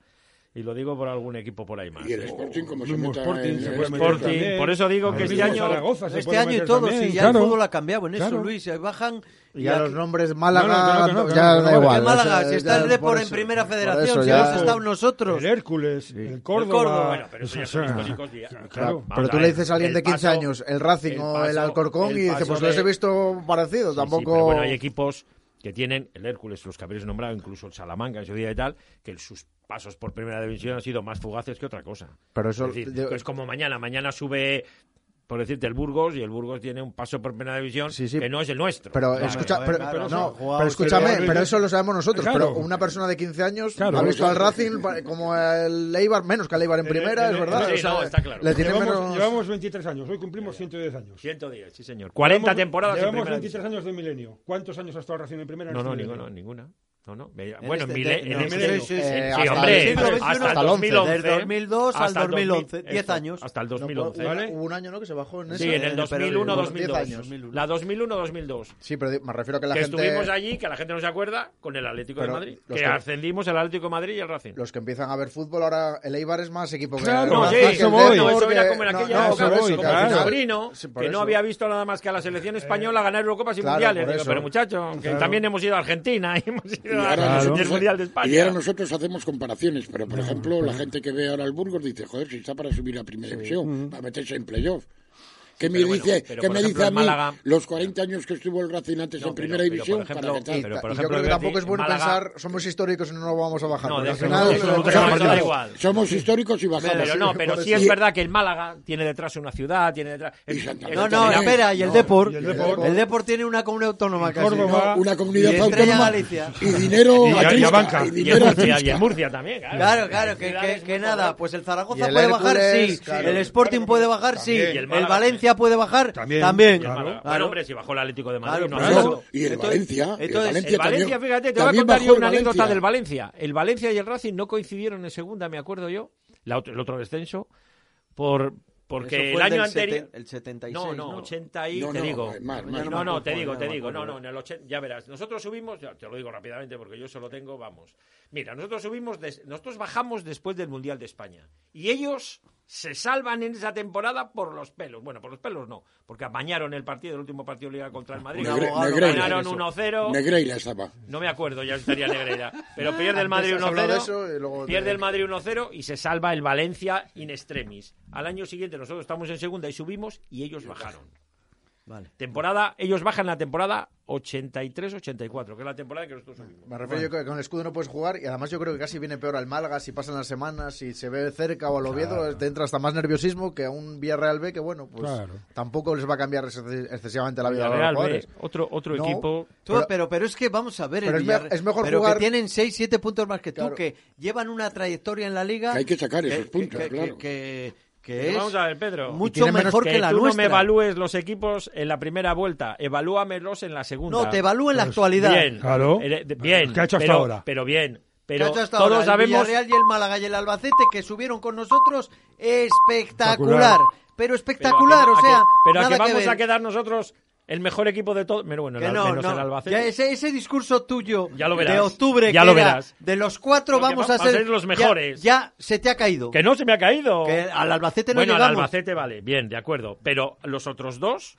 S3: y lo digo por algún equipo por ahí más.
S4: tiene. Y el
S3: ¿eh?
S4: Sporting, como se
S5: Mismo
S4: meta
S5: Sporting,
S4: en-
S5: se
S4: en-
S5: puede meter
S3: Sporting,
S5: también.
S3: por eso digo
S5: Al
S3: que este
S5: mismo
S3: año-
S5: Zaragoza se
S2: Este
S5: puede
S2: año y
S5: meter
S2: todo,
S5: también,
S2: sí, ya
S5: claro.
S2: el fútbol ha cambiado en eso,
S5: Claro.
S2: Luis. ahí Bajan
S6: Y ya
S2: aquí-
S6: los nombres Málaga,
S5: No, no, que no, que no,
S6: ya
S5: que no,
S6: da
S5: que no.
S6: igual.
S2: El Málaga,
S6: ese-
S5: eh,
S2: si está
S6: ya
S2: el Depor
S6: por
S2: en
S6: eso-
S2: Primera
S6: por
S2: Federación,
S6: eso
S2: si
S6: ya-
S2: hemos estado nosotros.
S5: El Hércules, el Córdoba. Pues
S2: Córdoba,
S3: bueno, pero eso ya
S5: <laughs>
S3: son históricos ya.
S5: Claro.
S3: Vamos
S6: Pero tú
S3: a
S6: le
S3: ver,
S6: dices a alguien
S3: el
S6: de 15
S3: paso-
S6: años el Racing o
S3: paso-
S6: el Alcorcón
S3: el
S6: y dice,
S3: paso
S6: pues
S3: de-
S6: los he visto parecidos,
S3: Sí, sí,
S6: tampoco...
S3: pero bueno, hay equipos que tienen el Hércules, los que habréis nombrado, incluso el Salamanca en su día y tal, que sus pasos por primera división han sido más fugaces que otra cosa.
S6: Pero eso-
S3: es, decir,
S6: yo-
S3: es como mañana, mañana sube, por decirte, el Burgos y el Burgos tiene un paso por primera división
S6: Sí, sí.
S3: que no es el nuestro.
S6: Pero,
S3: Claro,
S6: escucha,
S2: claro,
S6: pero,
S2: claro,
S6: pero
S2: eso
S6: no,
S2: ha jugado
S6: pero
S2: usted
S6: escúchame,
S5: bien.
S6: pero eso lo sabemos nosotros.
S5: Claro.
S6: Pero una persona de 15 años
S5: Claro.
S6: ha visto al Racing pa- como el Eibar, menos que al Eibar en primera,
S5: el-
S6: es verdad.
S3: sí,
S6: o sea,
S3: no, está claro.
S6: Le tiene
S5: Llevamos,
S6: menos-
S5: llevamos 23 años, hoy cumplimos 110 años.
S3: 110, sí señor. 40
S5: Llevamos-
S3: temporadas en
S5: Llevamos
S3: primera
S5: 23 años de milenio. ¿cuántos años ha estado el Racing en primera? en
S3: No, no,
S5: este
S3: ninguna,
S5: milenio?
S3: ninguna. No, no. me- Bueno, en
S2: este-
S3: Mile-
S2: de-
S3: en
S2: no,
S3: este-
S2: sí, sí,
S3: sí,
S2: sí.
S6: Eh,
S3: sí,
S6: hasta
S3: hombre,
S6: el
S2: siglo
S3: hasta
S2: XXI,
S3: el
S6: hasta el 11.
S3: 2011.
S2: Desde 2002 al
S3: Hasta el
S2: 2011,
S3: 2000,
S2: 10 años.
S3: Hasta el
S6: No,
S3: 2011.
S6: hubo-
S5: ¿vale?
S6: Hubo un año, ¿no? Que se bajó en eso.
S3: Sí, en el
S2: pero
S3: 2001,
S2: unos
S6: 10
S3: 2002.
S6: años.
S3: La 2001, 2002.
S6: Sí, pero di- me refiero a que la
S3: que
S6: gente...
S3: estuvimos allí, que la gente no se acuerda, con el Atlético
S6: Pero
S3: de Madrid. Que,
S6: los que-
S3: ascendimos el Atlético de Madrid y el Racing.
S6: Los que empiezan a ver fútbol, ahora el Eibar es más equipo que
S5: Claro,
S3: No,
S5: más
S3: sí,
S5: que
S3: eso
S5: el
S3: voy. No,
S5: Depor,
S3: eso era
S5: que-
S3: como en
S6: no,
S3: aquella
S6: no,
S3: época,
S5: eso voy,
S3: como
S5: claro.
S3: mi sobrino,
S6: Sí, por
S3: que no
S6: eso.
S3: había visto nada más que a la selección española ganar Eurocopas y
S6: claro,
S3: Mundiales.
S6: por
S3: Digo,
S6: eso.
S3: pero muchacho, que
S5: Claro.
S3: también hemos ido a Argentina, <laughs> y hemos
S4: Y
S3: ido a-
S4: ahora,
S3: y
S5: Claro.
S3: el
S4: nosotros,
S3: Mundial de
S4: y ahora
S3: España.
S4: nosotros hacemos comparaciones, pero por ejemplo, la gente que ve ahora al Burgos dice, joder, si está para subir a primera división, para meterse en playoff. ¿Qué me
S3: pero bueno,
S4: dice,
S3: pero
S4: que
S3: por
S4: me
S3: ejemplo,
S4: dice a
S3: en
S4: mí
S3: Málaga-
S4: los 40 años que estuvo el Racing antes
S3: No, pero-
S4: en primera
S3: pero, por
S4: división
S3: ejemplo,
S4: para meter?
S3: pero-
S6: Y
S3: por
S6: yo
S3: ejemplo,
S6: creo que
S3: en Berlín,
S6: tampoco es bueno
S3: en Málaga-
S6: pensar, somos históricos y no lo vamos a bajar.
S3: No,
S6: porque
S3: de
S6: al
S3: eso-
S6: final,
S3: de eso
S6: eh,
S3: no
S6: deja
S3: tenemos
S6: partido.
S3: nada igual.
S4: Somos históricos y bajamos.
S3: Pero no, pero sí
S4: Y-
S3: es verdad que el Málaga tiene detrás una ciudad, tiene detrás...
S4: Y Santa
S3: el-
S4: Fe
S2: No,
S3: el-
S2: no,
S4: también.
S2: espera, y el
S4: No,
S2: Depor.
S5: y el
S2: El
S5: Depor.
S2: Depor tiene una comuna autónoma casi.
S5: Córdoba.
S4: No, una comunidad
S2: Y Estrella
S4: autónoma
S2: Galicia.
S4: y dinero
S5: Y- y
S4: a Trisca,
S5: Abanca.
S4: y
S3: Y en
S4: dinero a
S3: Murcia, y
S4: Trisca.
S3: en Murcia también, claro.
S2: Claro, claro, que,
S3: Ciudades
S2: que,
S3: muy
S2: que nada,
S3: pobres.
S2: pues el
S6: Y
S2: Zaragoza
S6: el
S2: puede bajar,
S6: Hércules,
S2: sí.
S6: claro.
S2: el Sporting puede bajar,
S5: También.
S2: sí.
S5: Y
S3: el
S2: El,
S3: Málaga
S2: Valencia puede bajar,
S5: También.
S2: también.
S5: Y el Málaga.
S2: Claro.
S3: Bueno, hombre, si bajó el Atlético de Madrid,
S2: Claro,
S3: no
S2: por
S3: ha
S4: Claro,
S2: eso.
S3: bajado.
S4: y el
S2: Entonces-
S4: Valencia, y el
S2: entonces,
S4: Valencia
S3: El Valencia,
S4: también-
S3: fíjate, te voy a
S4: también
S3: contar
S4: bajó
S3: yo
S4: el
S3: una anécdota
S4: Valencia.
S3: del Valencia. El Valencia y el Racing no coincidieron en segunda, me acuerdo yo, la ot- el otro descenso, por porque
S2: Eso
S3: el
S2: fue
S3: año
S2: del seten-
S3: anterior...
S2: El 76.
S3: No, no, 80 y...
S4: No,
S3: te
S4: no, eh,
S3: digo.
S4: más, más,
S3: no,
S4: más.
S3: no, te
S2: Ya
S3: digo,
S2: me
S3: te
S2: acuerdo,
S3: digo.
S2: ya me
S3: No, no,
S2: acuerdo.
S3: en el 80... Ya verás, nosotros subimos... ya te lo digo rápidamente porque yo solo tengo... Vamos. Mira, nosotros subimos... des- Nosotros bajamos después del Mundial de España. Y ellos se salvan en esa temporada por los pelos. Bueno, por los pelos no, porque apañaron el partido, el último partido de Liga contra el Madrid.
S4: Negre- Negreira.
S3: Ganaron 1-0.
S4: Negreira estaba.
S3: No me acuerdo, ya estaría Negreira. Pero pierde el Madrid
S6: Ah, Antes has hablado de eso
S3: 1-0.
S6: y luego te-
S3: Pierde el Madrid 1-0 y se salva el Valencia in extremis. Al año siguiente nosotros estamos en segunda y subimos y ellos bajaron.
S2: Vale.
S3: Temporada, ellos bajan la temporada 83-84, que es la temporada que nosotros subimos.
S6: Me refiero yo que con el escudo no puedes jugar y además yo creo que casi viene peor al Málaga si pasan las semanas, si se ve cerca o al Oviedo, te entra hasta más nerviosismo que a un Villarreal B que bueno, pues
S5: Claro.
S6: tampoco les va a cambiar exces- excesivamente la vida a los
S3: Villarreal,
S6: jugadores.
S3: B, otro, otro
S6: No.
S3: equipo.
S2: Tú, pero,
S6: Pero-
S2: pero, es que vamos a ver,
S6: pero
S2: el
S6: es me-
S2: Villarreal-
S6: es mejor
S2: pero
S6: jugar-
S2: que tienen 6, 7 puntos más que tú,
S6: Claro.
S2: que llevan una trayectoria en la liga.
S4: Que hay que sacar esos puntos,
S2: que-
S4: claro.
S2: que- que
S3: Pero
S2: es
S3: vamos a ver, Pedro.
S6: Y
S2: mucho
S6: tiene menos
S2: mejor que,
S3: que
S2: la
S3: tú
S2: nuestra.
S3: no me evalúes los equipos en la primera vuelta, evalúamelos en la segunda. Pues
S2: No, te evalúa en la actualidad.
S3: Bien,
S5: Claro.
S3: Eh, de- bien.
S5: ¿Qué ha hecho hasta
S3: pero,
S5: ahora?
S3: Pero bien.
S2: Que ha
S3: Pero
S2: hecho hasta
S3: todos
S2: ahora el
S3: sabemos
S2: Villarreal y el Málaga y el Albacete que subieron con nosotros espectacular.
S5: Espectacular.
S2: Pero
S3: Pero a que-
S2: espectacular,
S3: a
S2: o
S3: que-
S2: sea,
S3: pero a
S2: nada
S3: que vamos
S2: ver.
S3: a quedar nosotros el mejor equipo de todos. Pero bueno, el
S2: Que
S3: Al-
S2: no,
S3: menos
S2: no.
S3: el Albacete.
S2: Ya ese, ese discurso tuyo
S3: Ya lo
S2: de
S3: verás.
S2: octubre
S3: Ya
S2: que
S3: lo
S2: era,
S3: verás.
S2: de los cuatro
S3: Porque
S2: vamos
S3: va-
S2: a
S3: va a
S2: ser,
S3: ser los
S2: ya-
S3: mejores.
S2: Ya, se te ha caído.
S3: Que no se me ha caído.
S2: Que al Albacete no
S3: bueno, al
S2: llegamos.
S3: Albacete vale, bien, de acuerdo. Pero los
S2: <laughs>
S3: otros dos,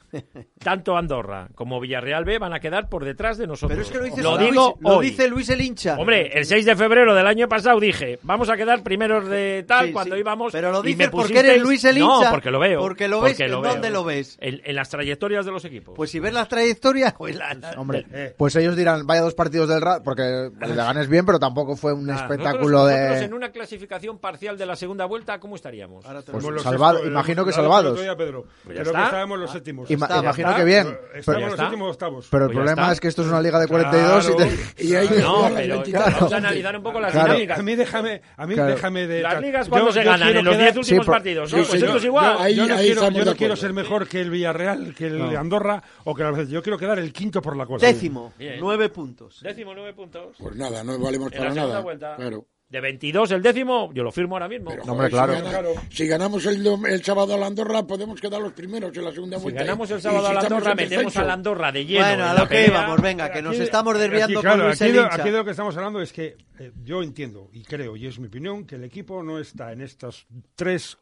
S3: tanto Andorra como Villarreal B, van a quedar por detrás de nosotros.
S2: Pero es que lo dice Luis,
S3: digo
S2: lo
S3: hoy.
S2: dice Luis el hincha.
S3: Hombre, el 6 de febrero del año pasado dije, vamos a quedar primeros de tal
S2: Sí,
S3: cuando
S2: sí.
S3: íbamos.
S2: Pero lo
S3: y
S2: dices
S3: me
S2: porque
S3: pusisteis-
S2: eres Luis el
S3: No,
S2: hincha,
S3: porque lo veo.
S2: porque lo ves, ¿en
S3: veo.
S2: dónde lo ves?
S3: En, en las trayectorias de los equipos.
S2: Pues si ves las <laughs> trayectorias, pues la- la-
S6: Hombre,
S5: Eh.
S6: pues ellos dirán, vaya dos partidos del Ra, porque le ganes bien, pero tampoco fue un
S3: Ah,
S6: espectáculo
S3: nosotros- nosotros
S6: de...
S3: en una clasificación parcial de la segunda vuelta, ¿cómo estaríamos?
S2: Ahora te lo-
S6: Pues
S5: Somos los
S6: salvado-
S5: sextos,
S6: imagino que
S5: lo- lo- lo-
S6: salvados.
S5: otro día, Pedro.
S3: Pues ya
S5: Creo
S3: está.
S5: que estábamos los séptimos.
S6: Ima-
S2: está, ya
S6: imagino
S3: está.
S6: que bien, pero,
S5: Estábamos los
S3: está.
S5: séptimos octavos.
S6: pero el
S3: Pues ya
S6: problema
S3: está.
S6: es que esto es una liga de 42 y
S5: Claro.
S6: te-
S4: Y
S6: <laughs>
S4: ahí
S3: No,
S4: juegan
S3: pero
S4: 23.
S3: vamos a analizar un poco las
S6: Claro.
S3: dinámicas.
S5: A mí déjame, a mí
S6: Claro.
S5: déjame de...
S3: Las ligas
S5: Yo-
S3: cuando se
S5: yo
S3: ganan,
S5: quiero
S3: en los
S5: quedar-
S3: 10 últimos
S6: Sí, por-
S3: partidos,
S4: Sí,
S3: ¿no? Pues
S4: señor.
S3: esto es igual.
S4: Yo ahí-
S5: yo no, quiero,
S4: estamos
S5: yo no
S4: de
S5: quiero
S4: acuerdo.
S5: ser mejor que el Villarreal, que el Andorra o que el Albacete. Yo quiero quedar el quinto por la cola.
S2: décimo,
S3: pues Bien.
S2: nueve puntos.
S3: Décimo, nueve puntos.
S4: Pues nada, no valemos
S3: En la
S4: para
S3: segunda
S4: nada.
S3: vuelta.
S4: Claro.
S3: De 22 el décimo, yo lo firmo ahora mismo.
S4: Pero,
S6: hombre,
S4: si
S6: claro.
S4: gana- Si, ganamos el, dom- el sábado a la Andorra, podemos quedar los primeros en la segunda
S3: si
S4: vuelta. ¿eh?
S3: ganamos
S4: Y-
S3: el
S4: y
S3: sábado
S4: si
S3: a la
S4: estamos
S3: Andorra,
S4: en
S3: metemos a
S4: descenso,
S3: la Andorra de lleno.
S2: Bueno,
S3: en
S2: a
S3: la
S2: lo que
S3: pelea.
S2: íbamos, venga, que nos
S5: Aquí-
S2: estamos desviando
S5: aquí, claro,
S2: con Luis
S5: aquí
S2: el
S5: lo-
S2: hincha.
S5: aquí de lo que estamos hablando es que eh, yo entiendo y creo, y es mi opinión, que el equipo no está en estas tres,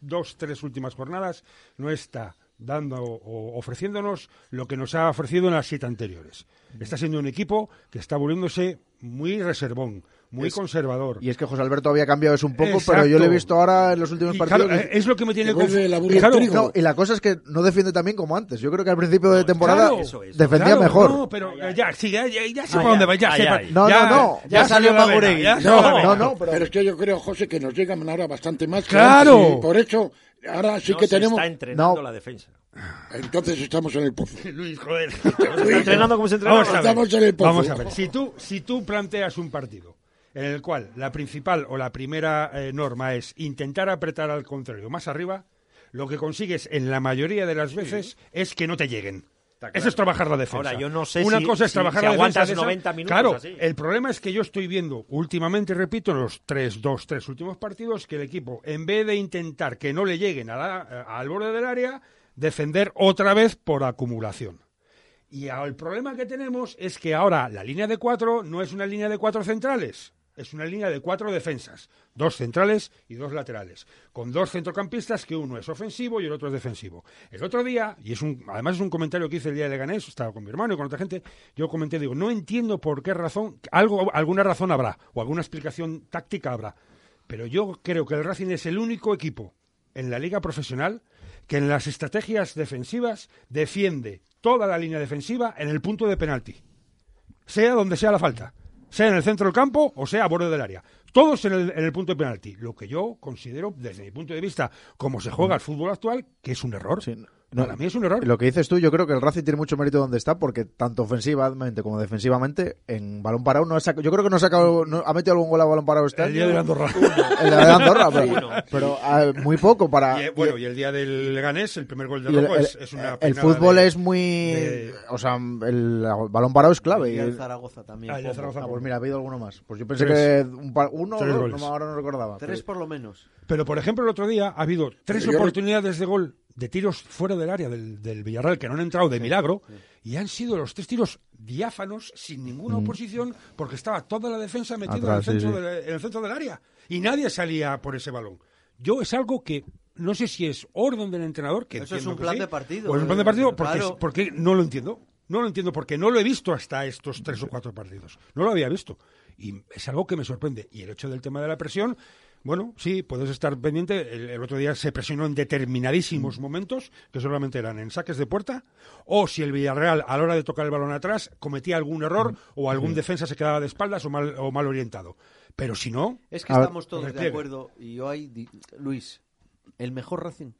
S5: dos, tres últimas jornadas, no está dando o ofreciéndonos lo que nos ha ofrecido en las siete anteriores. Está siendo un equipo que está volviéndose muy reservón, muy conservador.
S6: Y es que José Alberto había cambiado eso un poco, pero yo
S5: Exacto.
S6: le he visto ahora en los últimos
S5: Y
S6: partidos.
S5: claro, eh, es lo que me tiene
S4: Que vuelve
S5: confu-
S4: la burla
S5: Claro,
S4: del trigo.
S6: No, y la cosa es que no defiende tan bien como antes. Yo creo que al principio de temporada
S5: Claro,
S3: eso es.
S6: defendía
S5: Claro,
S6: mejor.
S5: No, pero eh, ya, sí, ya, ya, ya sé
S3: Ah,
S5: para
S3: ya,
S5: dónde va, ya
S3: ah,
S5: sé
S3: ya,
S5: pa-
S3: ya.
S6: No, no, no,
S2: ya salió
S5: la
S2: Maguregui.
S5: vena, ya salió
S6: No,
S5: la vena.
S6: no, no, pero,
S4: Pero es que yo creo, José, que nos llegan ahora bastante más. que
S5: ¡Claro!
S4: antes, y por eso, ahora sí
S3: No
S4: que
S3: se
S4: tenemos.
S3: está entrenando
S6: No.
S3: la defensa.
S4: Entonces estamos en el pozo.
S5: Luis, joder.
S3: Se está entrenando como se entrenaba.
S5: Vamos a
S4: Estamos en el
S5: ver.
S4: pozo.
S5: Vamos a ver. Si tú, si tú planteas un partido en el cual la principal o la primera eh, norma es intentar apretar al contrario más arriba, lo que consigues en la mayoría de las veces es que no te lleguen.
S3: claro.
S5: Eso es trabajar la defensa.
S3: Ahora, yo no sé
S5: Una
S3: si-
S5: cosa es
S3: si-
S5: trabajar
S3: si
S5: la
S3: aguantas
S5: defensa.
S3: 90 minutos
S5: Claro,
S3: así.
S5: el problema es que yo estoy viendo últimamente, repito, en los tres, dos, tres últimos partidos, que el equipo, en vez de intentar que no le lleguen a la- eh, al borde del área, defender otra vez por acumulación. Y ahora el problema que tenemos es que ahora la línea de cuatro no es una línea de cuatro centrales, es una línea de cuatro defensas, dos centrales y dos laterales, con dos centrocampistas que uno es ofensivo y el otro es defensivo. El otro día, y es un, además es un comentario que hice el día de Leganés, estaba con mi hermano y con otra gente, yo comenté, digo, no entiendo por qué razón, algo, alguna razón habrá, o alguna explicación táctica habrá, pero yo creo que el Racing es el único equipo en la liga profesional que en las estrategias defensivas defiende toda la línea defensiva en el punto de penalti, sea donde sea la falta, sea en el centro del campo o sea a borde del área. Todos en el, en el punto de penalti, lo que yo considero, desde mi punto de vista, como se juega el fútbol actual, que es un error.
S6: Sí, no-
S5: Para mí es un error.
S6: Lo que dices tú, yo creo que el Racing tiene mucho mérito donde está, porque tanto ofensivamente como defensivamente, en balón parado, no ha sacado- yo creo que no ha, sacado, no- ha metido algún gol a balón parado este
S5: El
S6: año.
S5: día de la Andorra.
S6: El
S5: <laughs>
S6: de la Andorra, pero, pero, ah, muy poco para...
S5: Y, eh, bueno, y el día del Leganés, el primer gol de
S6: y el,
S5: Rojo es,
S6: el-
S5: es una...
S6: el
S5: peinada
S6: fútbol
S5: de-
S6: es muy...
S5: de-
S6: o sea, el, balón parado es clave.
S2: Y
S6: y-
S2: el Zaragoza también.
S5: Ah, y el
S2: poco.
S5: Zaragoza.
S6: Ah, pues mira, ha habido alguno más. Pues yo pensé
S5: Tres.
S6: que un par- uno o
S5: Tres
S6: dos,
S5: goles.
S6: no, ahora no recordaba.
S2: Tres por lo menos.
S5: Pero, por ejemplo, el otro día ha habido tres
S4: Pero yo-
S5: oportunidades de gol de tiros fuera del área del, del Villarreal que no han entrado de milagro y han sido los tres tiros diáfanos sin ninguna oposición porque estaba toda la defensa metida
S6: Mm. Atrás,
S5: en, el
S6: sí,
S5: centro
S6: sí.
S5: del- en el centro del área y nadie salía por ese balón. Yo es algo que no sé si es orden del entrenador que
S2: Eso es
S5: entiendo
S2: un
S5: que
S2: plan
S5: sí,
S2: de partido. eh,
S5: o es un plan de partido porque,
S2: Claro.
S5: porque no lo entiendo. No lo entiendo porque no lo he visto hasta estos tres o cuatro partidos. No lo había visto. Y es algo que me sorprende. Y el hecho del tema de la presión, Bueno, sí, puedes estar pendiente. El, el otro día se presionó en determinadísimos momentos, que solamente eran en saques de puerta, o si el Villarreal, a la hora de tocar el balón atrás, cometía algún error o algún defensa se quedaba de espaldas o mal, o mal orientado. Pero si no,
S2: Es que
S5: A ver,
S2: estamos todos de
S5: repliegue.
S2: acuerdo y yo ahí, di- Luis, el mejor Racing,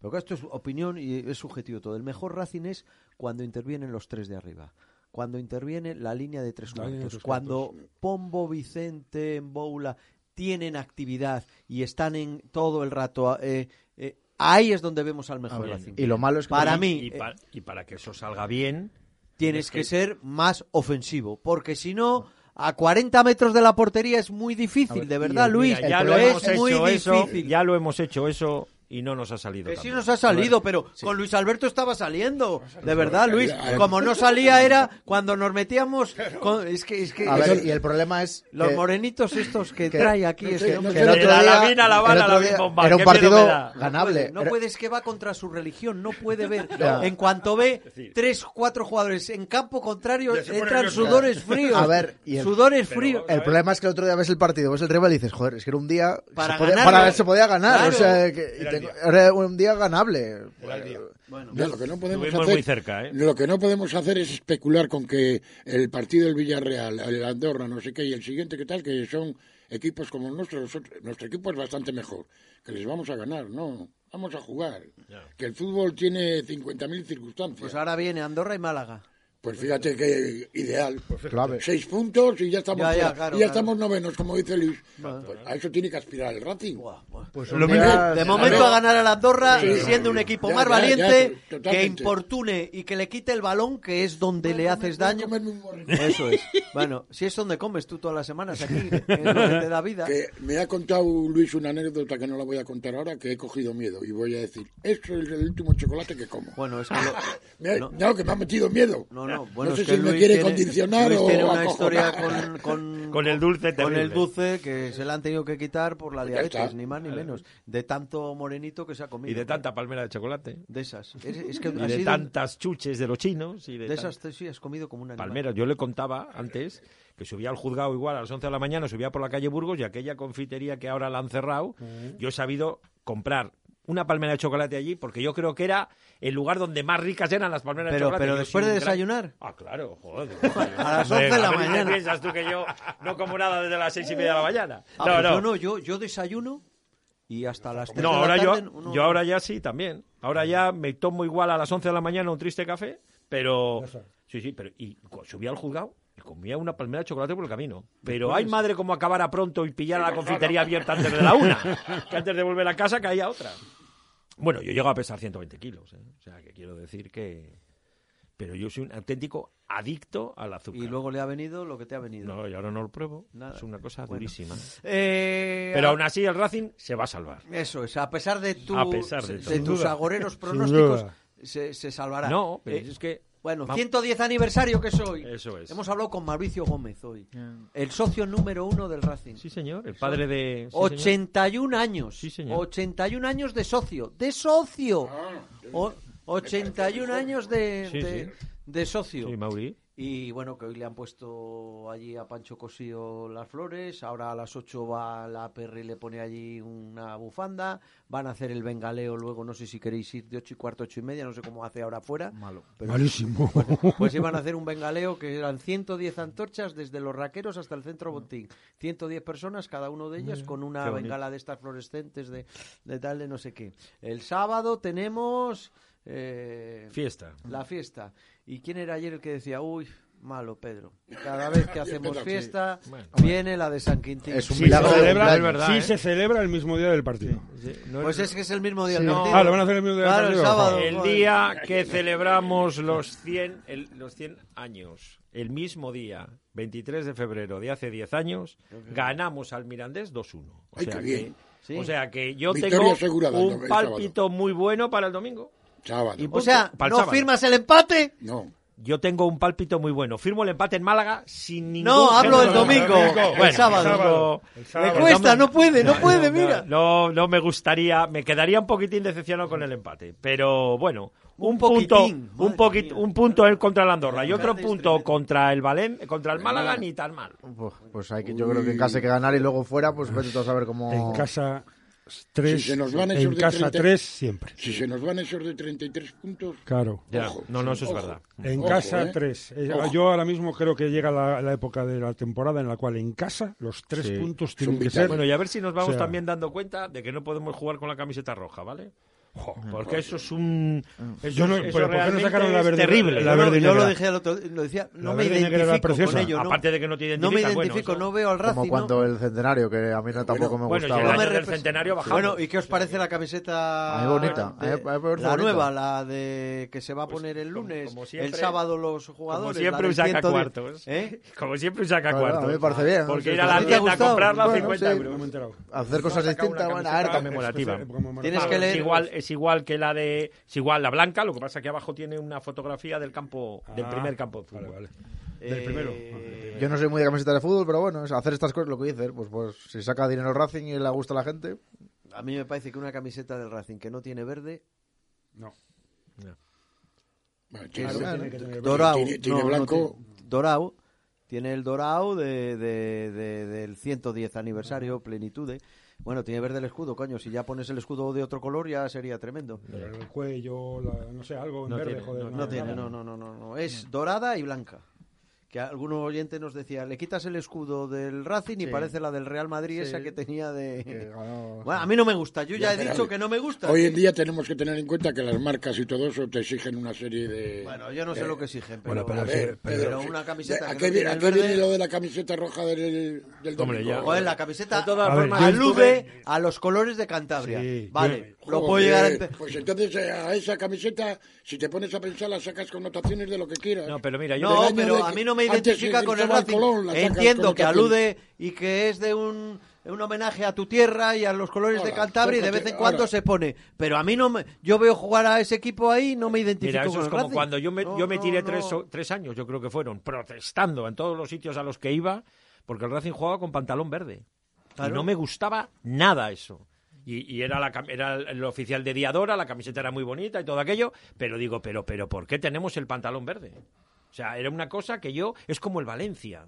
S2: pero claro, esto es opinión y es subjetivo todo, el mejor Racing es cuando intervienen los tres de arriba. Cuando interviene la línea de tres
S5: La línea de
S2: cuartos,
S5: tres
S2: cuando Pombo, Vicente, Boula tienen actividad y están en todo el rato, eh, eh, ahí es donde vemos al mejor
S6: ver,
S2: Racing.
S6: Ah, y lo malo es que-
S2: para
S6: y-
S2: mí
S3: y,
S2: eh,
S3: pa- y para que eso salga bien,
S2: tienes que
S3: que-
S2: ser más ofensivo, porque si no, a 40 metros de la portería es muy difícil, de verdad,
S6: el-
S2: Luis.
S3: Mira, ya
S6: el
S3: lo
S6: problema-
S3: hemos
S2: es muy
S3: hecho eso,
S2: difícil.
S3: ya lo hemos hecho eso y no nos ha salido.
S2: Que
S3: tan
S2: Eh, sí
S3: bien.
S2: nos ha salido, pero con Luis Alberto estaba saliendo. De verdad, Luis.
S4: A ver.
S2: Como no salía era cuando nos metíamos... con- es que, es que
S6: A
S2: es-
S6: ver, y el problema es.
S2: los
S6: que-
S2: morenitos estos que,
S6: que-
S2: trae aquí...
S4: no
S2: es
S4: sé,
S2: que
S4: no
S2: no,
S4: sé.
S6: que el otro
S3: De la
S6: día-
S3: Lamina a la
S6: el
S3: Habana,
S6: otro
S3: la
S6: día
S3: Bimbomba,
S6: Era
S3: qué
S6: un
S3: miedo me
S6: partido
S3: da.
S6: ganable.
S2: no
S6: era-
S2: puedes que va contra su religión, no puede ver.
S6: <laughs> Ya.
S2: En cuanto ve tres, cuatro jugadores en campo contrario,
S5: Ya se pone
S2: entran
S5: nervioso.
S2: sudores fríos.
S6: A ver, y el-
S2: sudores fríos.
S6: El problema es que el otro día ves el partido, ves el rival y dices, joder, es que era un día
S2: Para
S6: se podía,
S2: ganarlo.
S6: para- se podía ganar.
S2: Claro.
S6: o sea, que-
S5: Era
S6: y
S5: el día.
S6: tengo- era un día ganable.
S4: Ya, lo que no podemos
S3: Estuvimos
S4: hacer,
S3: muy cerca, ¿eh?
S4: Lo que no podemos hacer es especular con que el partido del Villarreal, el Andorra, no sé qué, y el siguiente, ¿qué tal? Que son equipos como el nuestro. nosotros- nuestro equipo es bastante mejor. Que les vamos a ganar, no. Vamos a jugar. Que el fútbol tiene 50.000 circunstancias.
S2: Pues
S4: Pues,
S2: ahora viene Andorra y Málaga.
S4: fíjate que ideal.
S6: Clave.
S4: Seis puntos y ya estamos,
S2: Ya, ya,
S4: fuera.
S2: claro,
S4: Y ya
S2: claro.
S4: estamos novenos, como dice Luis. Pues a eso tiene que aspirar el Racing.
S2: Buah, buah.
S6: Pues
S5: Lo mismo-
S2: De momento a ganar a la Andorra
S4: Sí.
S2: siendo un equipo
S4: Ya,
S2: más
S4: ya,
S2: valiente
S4: ya,
S2: que
S4: totalmente.
S2: importune y que le quite el balón que es donde le haces daño.
S4: Comerme un morrito.
S2: Eso es. Bueno, si es donde comes tú todas las semanas aquí, que es
S4: <laughs>
S2: donde te da vida.
S4: Que me ha contado Luis una anécdota que no la voy a contar ahora, que he cogido miedo y voy a decir, esto es el último chocolate que como.
S2: Bueno, es que lo-
S4: Me ha-
S2: no.
S4: no. que me ha metido miedo.
S2: no, no, bueno,
S4: No sé
S2: es que
S4: si
S2: Luis
S4: me quiere
S2: tiene,
S4: condicionar
S2: Luis
S4: o
S2: tiene una
S4: acojonar.
S2: historia con, con,
S3: Con el dulce
S2: con el
S3: terrible.
S2: dulce que se le han tenido que quitar por la diabetes,
S4: está.
S2: ni más ni menos, de tanto morenito que se ha comido.
S3: Y de tanta palmera de chocolate.
S2: de esas. Es, es que
S3: Y
S2: ha
S3: de
S2: sido-
S3: tantas chuches de los chinos. Y de,
S2: de esas
S3: tan-
S2: te- sí has comido como una
S3: palmeras. Yo le contaba antes que subía al juzgado igual a las 11 de la mañana, subía por la calle Burgos y aquella confitería que ahora la han cerrado,
S2: Mm.
S3: yo he sabido comprar una palmera de chocolate allí porque yo creo que era el lugar donde más ricas eran las palmeras de
S2: Pero,
S3: chocolate.
S2: pero
S3: Yo
S2: después
S3: soy
S2: de
S3: un gran-
S2: desayunar.
S3: Ah, claro, joder.
S2: <laughs> A las 11 de la
S3: A ver, ¿qué
S2: mañana.
S3: piensas tú que yo no como nada desde las 6 y media de la mañana?
S2: Ah,
S3: No,
S2: pues
S3: no.
S2: Yo no, yo, yo desayuno y hasta las 3
S3: No,
S2: de la
S3: ahora yo,
S2: tarde uno-
S3: yo ahora ya sí, también. Ahora ya me tomo igual a las 11 de la mañana un triste café, pero... Sí, sí, pero... Y co- subía al juzgado y comía una palmera de chocolate por el camino. Pero hay madre como acabara pronto y pillar a la confitería abierta antes de la
S2: <laughs>
S3: una. Que antes de volver a casa caía otra. Bueno, yo llego a pesar 120 kilos, ¿eh? O sea, que quiero decir que... Pero yo soy un auténtico adicto al azúcar.
S2: Y luego le ha venido lo que te ha venido.
S3: No, y ahora no lo pruebo.
S2: Nada.
S3: Es una cosa
S2: Bueno.
S3: durísima.
S2: Eh,
S3: Pero
S2: a-
S3: aún así el Racing se va a salvar.
S2: Eso es, a pesar de, tu,
S3: A pesar de todo. Sin
S2: tus
S5: duda.
S2: agoreros
S5: <laughs> Sin
S2: pronósticos,
S5: duda.
S2: se, se salvará.
S3: No, pero
S2: Eh,
S3: es que...
S2: Bueno,
S3: Va-
S2: 110 aniversario que soy.
S3: Eso es.
S2: Hemos hablado con Mauricio Gómez hoy, el socio número uno del Racing.
S3: Sí, señor. El padre de... sí, señor.
S2: 81 años.
S3: Sí, señor.
S2: 81 años de socio. ¡De socio! O- 81 años de,
S3: Sí,
S2: de- de socio.
S3: Sí, Mauri.
S2: Y bueno, que hoy le han puesto allí a Pancho Cosío las flores, ahora a las 8 va la Perry y le pone allí una bufanda, van a hacer el bengaleo luego, no sé si queréis ir de 8 y cuarto, 8 y media, no sé cómo hace ahora afuera. Malo.
S5: malísimo.
S2: Pues iban
S3: <laughs>
S2: a hacer un bengaleo que eran 110 antorchas desde los raqueros hasta el centro Bontín. 110 personas, cada uno de ellas con una
S3: qué bonito.
S2: bengala de estas fluorescentes de, de tal de no sé qué. El sábado tenemos eh,
S3: Fiesta.
S2: la fiesta. ¿Y quién era ayer el que decía, uy, malo Pedro? Cada vez que hacemos fiesta
S3: Bueno.
S2: viene la de San Quintín.
S6: Es un
S5: Sí,
S6: milagro
S5: se
S6: de
S5: celebra,
S6: cumpleaños.
S3: es verdad,
S5: sí
S3: ¿eh?
S5: se celebra el mismo día del partido.
S2: Pues es que es el mismo día. del
S5: Sí.
S2: partido.
S5: Ah, lo van a hacer el mismo día del
S2: Claro,
S5: partido.
S2: sábado.
S3: El
S2: joder.
S3: día que celebramos los 100, el- los 100 años, el mismo día, 23 de febrero de hace 10 años, ganamos al Mirandés 2-1. O,
S4: Ay,
S3: sea
S4: qué
S3: que-
S4: bien.
S2: Sí.
S3: o sea que yo
S4: Victoria
S3: tengo
S4: asegurada el
S3: un
S4: domingo- el
S3: pálpito muy bueno para el domingo.
S4: Sábado.
S3: Y-
S2: pues, O sea,
S3: Para el
S2: ¿no
S3: sábado.
S2: firmas el empate?
S4: No.
S3: Yo tengo un pálpito muy bueno. Firmo el empate en Málaga sin ningún
S2: No, hablo el
S3: género de
S2: domingo,
S3: duda.
S2: el
S3: Bueno,
S2: sábado.
S5: el
S2: Me
S5: sábado.
S2: cuesta, no puede, no puede,
S3: no,
S2: mira.
S3: No, no me gustaría, me quedaría un poquitín decepcionado con el empate, pero bueno,
S2: Un
S3: un, punto,
S2: poquitín, madre
S3: un poquito,
S2: mía.
S3: un punto él contra el Andorra y otro
S2: Empate es
S3: punto
S2: tremendo.
S3: contra el Valen, contra el Málaga ni tan mal.
S6: Pues, pues hay que, yo creo que en casa hay que ganar y luego fuera, pues vete tú a saber cómo.
S5: En casa tres,
S4: Si Oh. se nos van esos
S5: en
S4: de
S5: casa
S4: 30.
S5: tres siempre.
S4: Si se nos van esos de 33 puntos,
S5: Claro.
S3: Ya,
S4: Ojo,
S3: no, no, eso es
S4: ojo.
S3: verdad.
S5: En
S4: Ojo,
S5: casa
S4: ¿eh?
S5: tres. Eh,
S4: Ojo.
S5: Yo ahora mismo creo que llega la, la época de la temporada en la cual en casa los tres
S3: Sí.
S5: puntos
S4: Son
S5: tienen que
S4: vitales.
S5: ser.
S3: Bueno, y a ver si nos vamos
S5: O sea-
S3: también dando cuenta de que no podemos jugar con la camiseta roja, ¿vale? Porque eso es un. Eso,
S5: Yo no-
S3: eso
S5: pero ¿por qué no
S3: realmente
S5: sacaron la
S3: es
S5: verde-
S3: terrible.
S5: la
S2: Yo lo-
S5: verde y
S2: yo lo
S5: negra.
S2: dejé el otro día, lo decía, no
S5: La
S2: me
S5: verde y negra era
S2: identifico con
S5: preciosa.
S2: ello, no.
S3: Aparte de que no te
S2: No me
S3: identificas, bueno,
S2: identifico,
S3: eso-
S2: no veo al Racing.
S6: como cuando
S2: no.
S6: el centenario, que a mí no tampoco me
S3: Bueno, y
S6: gustaba.
S3: el año del
S2: representa.
S3: centenario bajamos.
S2: Bueno, ¿y qué os parece la camiseta?
S6: A mí bonita,
S2: de-
S6: a mí- a mí me parece
S2: la
S6: bonita.
S2: nueva, la de que se va a poner el
S3: Pues como-
S2: lunes,
S3: como siempre-
S2: el sábado los jugadores.
S3: como siempre
S2: la
S3: un
S2: del
S3: saca
S2: 110.
S3: cuartos.
S2: ¿Eh?
S3: Como siempre un saca
S6: Claro,
S3: cuartos.
S6: a mí me parece bien, ¿no?
S3: Porque
S6: Sí,
S3: ir a
S6: ¿te ha
S3: la tienda a
S2: gustado?
S3: comprarla a
S6: Bueno,
S3: 50
S6: sí.
S5: No me he
S3: euros.
S5: enterado.
S6: Hacer cosas
S3: saca una
S6: distintas, bueno, a ver,
S3: camiseta
S6: también mola.
S3: conmemorativa.
S5: Esto fue como
S2: Tienes
S5: marcado.
S2: que
S3: Es
S2: leer-
S3: igual, es igual que la de. Es igual la blanca, lo que pasa que abajo tiene una fotografía del campo, del
S5: Ah,
S3: primer campo de fútbol.
S5: Vale, vale. Del primero.
S2: Eh,
S5: Ah, del primero.
S6: Yo no soy muy de camisetas de fútbol, pero bueno, es hacer estas cosas lo que dices. Pues, pues si saca dinero el Racing y le gusta a la gente,
S2: A mí me parece que una camiseta del Racing que no tiene verde,
S5: No.
S4: bueno,
S2: que
S4: tiene-
S2: es
S5: tiene que tener verde.
S2: dorado,
S4: Tiene- tiene
S2: no, no
S4: blanco.
S2: tiene- dorado, tiene el dorado de, de- de- del 110 aniversario, plenitude. Bueno, tiene verde el escudo, coño. Si ya pones el escudo de otro color ya sería tremendo.
S5: Pero El cuello, la- no sé, algo en
S3: No
S5: verde,
S3: tiene,
S5: joder.
S3: no
S5: nada,
S2: No tiene,
S5: nada.
S2: no, no, no, no, no. Es dorada y blanca. Que algún oyente nos decía, le quitas el escudo del Racing y parece la del Real Madrid, esa que tenía
S6: que
S2: de...
S6: ganó-
S2: Bueno, a mí no me gusta, yo ya, he
S4: pero
S2: dicho
S4: hoy-
S2: que no me gusta.
S4: Hoy en día tenemos que tener en cuenta que las marcas y todo eso te exigen una serie de...
S2: Bueno, yo no sé lo que exigen, pero,
S5: Bueno, pero
S4: Eh, A ver,
S2: pero
S4: Pedro,
S2: una
S4: sí.
S2: camiseta...
S4: ¿A
S2: que
S4: qué,
S2: no
S4: vi-
S2: tiene
S4: a
S2: el
S4: qué
S2: verde-
S4: viene lo de la camiseta roja del, del
S3: Hombre,
S4: domingo?
S3: ya.
S2: Joder, la camiseta
S3: De todas
S5: A ver,
S3: formas,
S5: yo-
S2: alude a los colores de Cantabria.
S5: Sí.
S2: vale, lo
S4: Joder,
S2: puedo llegar a... ente-
S4: Pues entonces eh, a esa camiseta, si te pones a pensar, la sacas connotaciones de lo que quieras.
S3: No, pero mira, yo
S4: Del
S2: No,
S4: año de
S2: pero a
S4: que-
S2: mí no me
S4: antes de
S2: identifica
S4: que
S2: con el
S4: Cristóbal
S2: Racing.
S4: Colón la sacas
S2: Entiendo que
S4: connotaciones.
S2: alude y que es de un, un homenaje a tu tierra y a los colores de
S4: Ahora,
S2: Cantabria y de vez en
S4: ahora.
S2: cuando se pone. Pero a mí no me, yo veo jugar a ese equipo ahí y no me identifico
S3: Mira, eso
S2: con
S3: es
S2: el
S3: como
S2: Racing.
S3: cuando yo me,
S2: No,
S3: yo me
S2: no,
S3: tiré
S2: no.
S3: tres, o- tres años, yo creo que fueron, protestando en todos los sitios a los que iba, porque el Racing jugaba con pantalón verde. Y
S2: Claro.
S3: no me gustaba nada eso. Y, y era, la, cam- era el oficial de Diadora, la camiseta era muy bonita y todo aquello, pero digo, pero, pero, ¿por qué tenemos el pantalón verde? O sea, era una cosa que yo, es como el Valencia.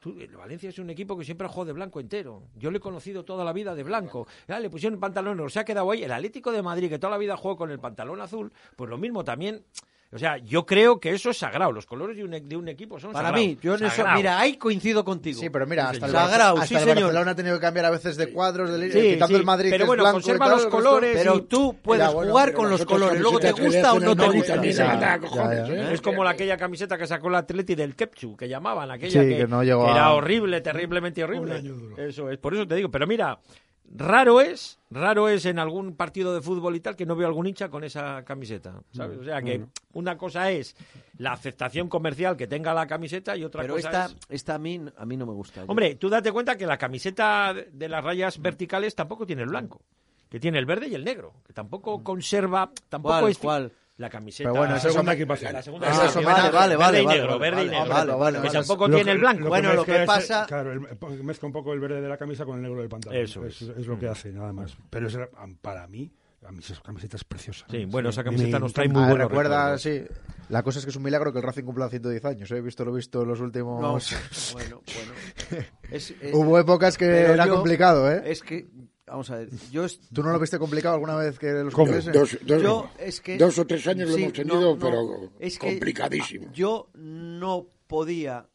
S3: Tú, el Valencia es un equipo que siempre ha jugado de blanco entero. Yo le he conocido toda la vida de blanco. Ya, le pusieron el pantalón negro, se ha quedado ahí. El Atlético de Madrid, que toda la vida jugó con el pantalón azul, pues lo mismo también. O sea, yo creo que eso es sagrado. Los colores de un, e- de un equipo son
S2: Para
S3: sagrados.
S2: mí, yo en eso,
S3: Sagrados.
S2: mira, ahí coincido contigo.
S6: Sí, pero mira, hasta el,
S2: señor.
S6: Barce-
S2: Sagrado,
S6: hasta
S2: sí,
S6: el
S2: señor.
S6: Barcelona ha tenido que cambiar a veces de cuadros, de líneas,
S3: Sí,
S6: quitando
S3: sí,
S6: el Madrid,
S3: pero
S6: que es
S3: bueno,
S6: blanco y
S3: conserva
S6: tal,
S3: los
S6: el resto-
S3: colores.
S2: Pero
S3: sí.
S2: tú puedes
S6: Ya, bueno,
S2: jugar
S4: Pero
S2: con los
S4: otras
S2: colores. Luego te
S4: camisetas que le
S2: gusta o
S4: hacen
S2: no
S4: al
S2: te
S4: Madrid
S2: gusta.
S4: también,
S6: Ya,
S4: anda,
S6: ya,
S4: cojones,
S6: ya.
S4: ¿eh?
S3: Es como la- aquella camiseta que sacó el Atleti del Kepchu, que llamaban, aquella
S6: Sí,
S3: que,
S6: que no llegó a-
S3: era horrible, terriblemente horrible. Eso es, por eso te digo, pero mira, raro es, raro es en algún partido de fútbol y tal que no veo algún hincha con esa camiseta, ¿sabes?
S6: Mm.
S3: O sea que una cosa es la aceptación comercial que tenga la camiseta y otra
S2: Pero
S3: cosa
S2: esta,
S3: es...
S2: esta a mí, a mí no me gusta.
S3: Hombre, tú date cuenta que la camiseta de las rayas verticales tampoco tiene el blanco, que tiene el verde y el negro, que tampoco conserva, tampoco
S2: ¿Cuál,
S3: es...
S2: cuál?
S3: La camiseta...
S6: Pero bueno,
S3: la
S6: eso es
S3: segunda
S6: homenaje.
S3: equipación. La segunda
S2: Ah,
S3: equipación.
S2: vale, vale, vale,
S3: Verde y
S2: vale,
S3: negro,
S2: vale,
S3: verde y
S2: vale,
S3: negro.
S2: vale, vale,
S3: que
S2: vale.
S3: tampoco
S5: Lo
S3: tiene
S5: que-
S3: el blanco.
S2: Bueno, lo que
S5: mezcla es-
S2: pasa-
S5: claro, el- pon- mezcla un poco el verde de la camisa con el negro del pantalón.
S3: Eso
S5: es,
S3: es. Mm.
S5: es lo que hace, nada más. Pero es, la- para mí, a mí esa camiseta es preciosa.
S3: Sí, bueno, esa
S5: me
S3: camiseta nos trae
S5: encanta.
S3: muy
S6: Ah,
S3: buenos
S6: recuerda,
S3: recuerdos.
S6: sí. La cosa es que es un milagro que el Racing cumpla 110 años. ¿eh? He visto lo visto en los últimos.
S2: No,
S3: <laughs>
S2: bueno, bueno. <laughs> Es- es-
S6: <laughs> Hubo épocas que
S2: pero
S6: era
S2: yo-
S6: complicado, ¿eh?
S2: Es que, vamos a ver, yo es-
S6: ¿Tú no lo viste complicado alguna vez que los
S5: ¿Cómo?
S6: cumpliese?
S4: Dos, dos-
S2: Yo, es que-
S4: dos o tres años lo
S2: sí,
S4: hemos tenido,
S2: no, no,
S4: pero
S2: es que
S4: complicadísimo.
S2: Yo no podía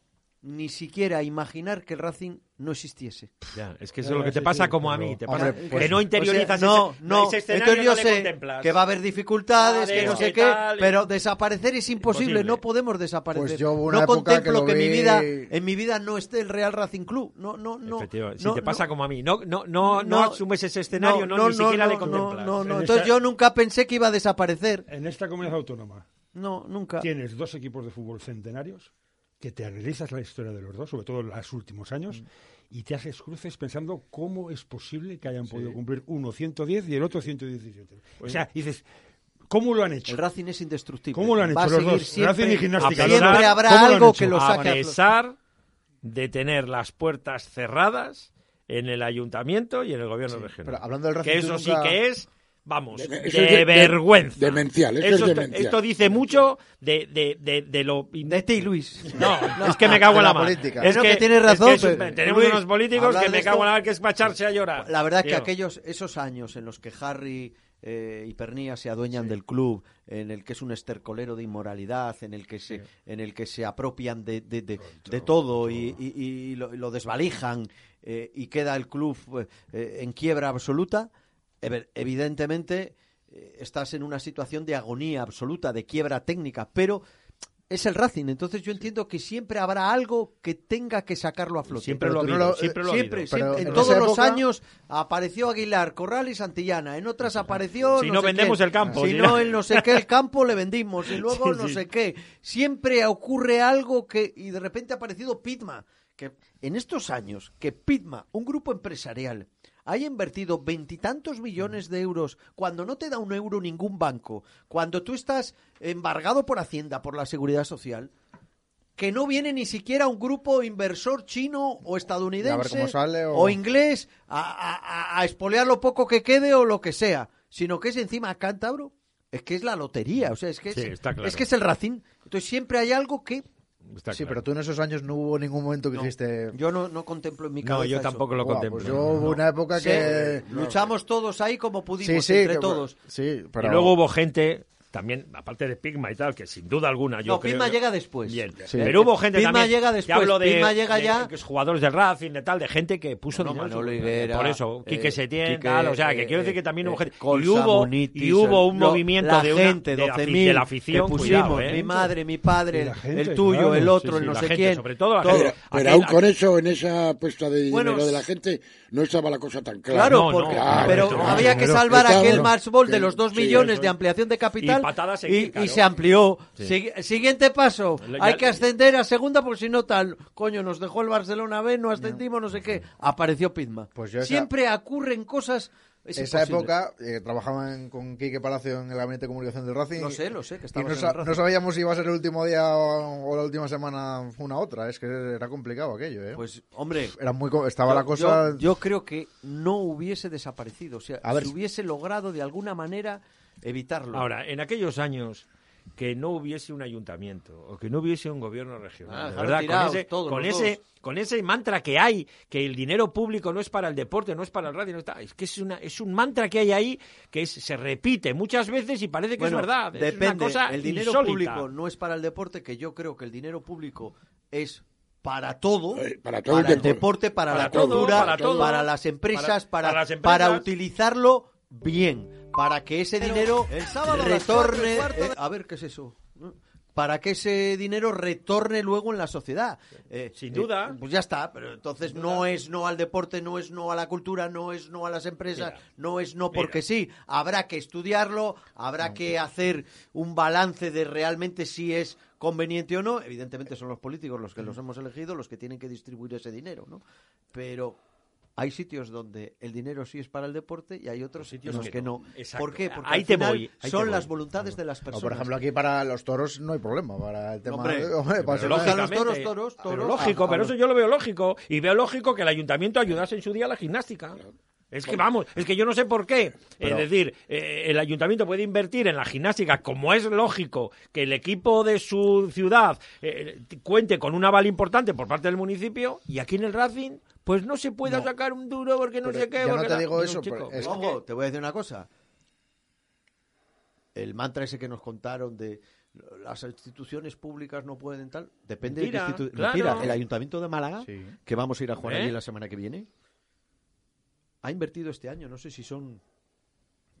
S2: ni siquiera imaginar que el Racing no existiese.
S3: Ya, es que eso es lo que te pasa como a mí. Te pasa,
S6: Hombre, pues-
S3: que no interiorizas
S2: O sea, eh, no,
S3: ese,
S2: no.
S3: ese escenario,
S2: Entonces yo
S3: no le
S2: sé
S3: contemplas.
S2: que va a haber dificultades,
S3: Claro,
S2: que no sé
S3: y
S2: qué,
S3: tal, y-
S2: pero desaparecer es imposible,
S3: Imposible.
S2: no podemos desaparecer.
S6: Pues yo hubo una
S2: no
S6: época que
S2: contemplo
S6: lo
S2: que, en mi
S6: vi-
S2: vida, en mi vida no esté el Real Racing Club. No, no, no.
S3: Efectivamente,
S2: no,
S3: si te
S2: no.
S3: pasa como a mí, no, no, no, no, asumes ese escenario, no, ni siquiera le contemplas. eh,
S2: No, no, no.
S5: En
S2: Entonces
S5: esa-
S2: yo nunca pensé que iba a desaparecer.
S5: En esta comunidad autónoma
S2: No, nunca.
S5: tienes dos equipos de fútbol centenarios que te analizas la historia de los dos, sobre todo los últimos años,
S3: Mm.
S5: y te haces cruces pensando
S3: Pues
S5: cómo es posible que hayan podido cumplir uno 110 y el otro 117. o sea, dices, ¿Cómo lo han hecho?
S2: El Racing es indestructible.
S5: ¿Cómo lo han
S2: Va a
S5: hecho los
S2: seguir
S5: dos?
S2: siempre-
S5: Racing y Gimnástica.
S3: A
S5: los
S3: pesar-
S5: dos.
S2: Siempre habrá
S5: ¿Cómo han
S2: algo
S5: hecho?
S2: que lo
S3: a
S2: saque a
S3: pesar de tener las puertas cerradas en el ayuntamiento y en el gobierno regional.
S6: pero hablando del Racing,
S3: que
S6: tú
S3: eso sí
S6: nunca-
S3: que es, vamos, de,
S4: Eso es de- de-
S3: vergüenza.
S4: demencial, eso es
S3: esto,
S4: demencial.
S3: esto dice mucho de, de, de, de lo...
S2: <laughs> De ti, Luis.
S3: No, es que me cago
S6: De
S3: en la,
S6: la
S3: mano.
S6: política.
S3: Es
S2: Creo que tienes razón,
S3: es un-
S2: pero-
S3: tenemos
S2: Luis,
S3: unos políticos
S2: hablar
S3: que
S2: de
S3: me cago
S2: esto-
S3: en la mano que es para echarse a llorar.
S2: La verdad es que
S3: tío.
S2: aquellos, esos años en los que Harry eh, y Pernía se adueñan del club, en el que es un estercolero de inmoralidad, en el que se, en el que se apropian de, de- de- de todo y, y- y lo, lo desvalijan eh, y queda el club eh, eh, en quiebra absoluta, ev- evidentemente eh, estás en una situación de agonía absoluta, de quiebra técnica, pero es el Racing, entonces yo entiendo que siempre habrá algo que tenga que sacarlo a flote.
S3: Siempre
S6: Pero
S3: lo ha
S6: tú no
S3: habido,
S6: lo-
S3: siempre lo ha
S2: Siempre,
S3: habido.
S6: Pero
S2: siempre. en,
S6: en
S2: todos
S6: esa
S2: los
S6: época-
S2: años apareció Aguilar, Corral y Santillana. En otras apareció.
S3: Si
S2: no,
S3: no
S2: sé
S3: vendemos
S2: quién.
S3: el campo,
S2: Si
S3: si
S2: no,
S3: no-
S2: el no sé qué, el campo le vendimos. Y luego
S3: Sí,
S2: no
S3: sí.
S2: sé qué. Siempre ocurre algo que. Y de repente ha aparecido Pitma. Que en estos años, que Pitma, un grupo empresarial, haya invertido veintitantos millones de euros cuando no te da un euro ningún banco, cuando tú estás embargado por Hacienda, por la Seguridad Social, que no viene ni siquiera un grupo inversor chino o estadounidense
S6: A ver cómo sale, o-
S2: inglés a, a- a- a espolear lo poco que quede o lo que sea, sino que es encima cántabro, es que es la lotería, o sea, es que es,
S3: Sí, está claro.
S2: es que es el Racing. Entonces siempre hay algo que
S3: Está
S6: Sí,
S3: claro.
S6: pero tú en esos años no hubo ningún momento que dijiste.
S2: yo no, no contemplo en mi cabeza.
S3: No, yo
S2: eso.
S3: tampoco lo
S6: "Buah,
S3: contemplo.
S6: pues yo hubo una época
S2: Sí,
S6: que.
S2: luchamos todos ahí como
S6: Sí,
S2: pudimos
S6: sí,
S2: entre
S6: que-
S2: todos.
S6: Sí,
S3: Y
S6: pero.
S3: luego hubo gente, también, aparte de Pigma y tal, que sin duda alguna yo
S2: no,
S3: creo
S2: Pitma
S3: que-
S2: llega después.
S3: Bien.
S6: Sí.
S3: Pero hubo gente
S2: Pitma
S3: también.
S2: llega
S3: te
S2: después,
S3: hablo de,
S2: Pitma llega
S3: de-
S2: ya-
S3: de jugadores del Racing, de tal, de gente que puso
S2: No,
S3: dinero.
S2: Manolo
S3: en su-
S2: Higuera,
S3: por eso, Quique
S2: eh,
S3: Setién,
S2: Quique,
S3: tal, o sea,
S2: eh,
S3: que quiero decir que también
S2: eh,
S3: hubo gente.
S2: Colsa,
S3: y hubo,
S2: Munitis,
S3: y hubo un
S2: lo-
S3: movimiento
S2: la
S3: de, una,
S2: gente,
S3: de, la, afi-
S2: 12.000
S3: de la afición.
S2: que pusimos,
S3: cuidado, eh.
S2: mi madre, mi padre,
S5: Y la
S2: el-
S5: gente,
S2: el tuyo,
S5: claro.
S2: el otro,
S3: Sí, sí,
S2: el no
S3: la
S2: sé
S3: gente,
S2: quién.
S3: sobre todo la
S2: Todo.
S3: gente.
S4: Pero,
S3: Aquel-
S4: pero aún con
S3: aquel-
S4: eso, en esa apuesta de
S2: Bueno,
S4: dinero de la
S2: s-
S4: gente, no estaba la cosa tan clara.
S2: Claro,
S3: No, no,
S2: porque-
S4: claro,
S2: pero
S5: claro,
S2: había que
S5: claro.
S2: salvar
S4: Claro,
S2: aquel
S4: no.
S2: match ball de
S4: Sí,
S2: los 2
S4: sí,
S2: millones
S4: eso
S2: de
S4: es.
S2: ampliación de capital
S3: Y patada a
S2: y,
S3: seguir,
S2: y
S3: claro.
S2: se amplió.
S3: Sí.
S2: Sigui- Siguiente paso,
S3: Le-
S2: hay
S3: ya-
S2: que ascender a segunda porque si no tal, coño, nos dejó el Barcelona B, no ascendimos, no sé qué. Apareció Pizma.
S6: Pues yo esa-
S2: Siempre ocurren cosas... es
S6: esa
S2: imposible.
S6: época eh, trabajaban con Quique Palacio en el gabinete de comunicación del Racing.
S2: Lo sé, lo sé, que
S6: Y
S2: estabas
S6: no,
S2: en
S6: sa-
S2: el Racing.
S6: no sabíamos si iba a ser el último día o, o la última semana una otra. Es que era complicado aquello, ¿eh?
S2: Pues, hombre...
S6: era muy, co- estaba la
S2: yo-
S6: cosa.
S2: yo, yo creo que no hubiese desaparecido, o sea,
S6: A ver.
S2: si hubiese logrado de alguna manera evitarlo.
S3: Ahora, en aquellos años que no hubiese un ayuntamiento o que no hubiese un gobierno
S2: Ah,
S3: regional, de
S2: dejaron
S3: ¿verdad?
S2: tirados
S3: con ese,
S2: todos,
S3: con,
S2: los
S3: ese,
S2: dos.
S3: con ese mantra que hay, que el dinero público no es para el deporte, no es para el radio, no está, es que es, una, es un mantra que hay ahí que es- se repite muchas veces y parece que
S2: Bueno,
S3: es verdad. Es una
S2: Depende.
S3: cosa
S2: el dinero
S3: insólita.
S2: público no es para el deporte, que yo creo que el dinero público es para todo,
S4: Eh, para todo el
S2: el deporte, para,
S3: Para
S2: la
S3: todo,
S2: cultura, para,
S3: para todo.
S2: las empresas,
S3: Para-
S2: para,
S3: para
S2: para,
S3: las empresas.
S2: utilizarlo bien, para que ese dinero retorne. eh, a ver, ¿qué es eso? Para que ese dinero retorne luego en la sociedad. Eh,
S3: Sin
S2: eh,
S3: duda.
S2: pues ya está, pero entonces no es no al deporte, no es no a la cultura, no es no a las empresas,
S3: Mira.
S2: no es no porque
S3: Mira.
S2: sí. Habrá que estudiarlo, habrá que hacer un balance de realmente si es conveniente o no. Evidentemente son los políticos los que
S3: Mm.
S2: los hemos elegido, los que tienen que distribuir ese dinero, ¿no? Pero hay sitios donde el dinero sí es para el deporte y hay otros sitios en los que no.
S3: Exacto.
S2: ¿Por qué? Porque
S3: Ahí
S2: al
S3: te
S2: final
S3: voy, ahí te
S2: son
S3: voy.
S2: las voluntades de las
S6: No,
S2: personas.
S6: por ejemplo, aquí para los toros no hay problema. Para el tema.
S2: hombre,
S6: hombre,
S2: pero
S6: para ser-
S2: lógica-
S3: lógicamente.
S2: toros, toros,
S3: Pero
S2: toros.
S3: lógico,
S2: Ah,
S3: pero
S2: ah,
S3: eso yo lo veo lógico. Y veo lógico que el ayuntamiento ayudase en su día a la gimnástica. Es que vamos, es que yo no sé por qué.
S6: Pero-
S3: es decir, eh, el ayuntamiento puede invertir en la gimnástica, como es lógico que el equipo de su ciudad eh, cuente con un aval importante por parte del municipio, y aquí en el Racing, pues no se puede sacar un duro porque no
S6: Pero
S3: sé qué.
S6: ya no
S3: porque
S6: te
S3: la-
S6: digo
S3: Mira,
S6: eso, pues,
S3: chico,
S6: pero es-
S2: Ojo, te voy a decir una cosa. El mantra ese que nos contaron de las instituciones públicas no pueden tal, depende
S3: Mentira,
S2: de qué institu-
S3: claro.
S2: Mentira, el Ayuntamiento de Málaga,
S6: Sí.
S2: que vamos a ir a jugar
S3: ¿Eh?
S2: allí la semana que viene, ha invertido este año, no sé si son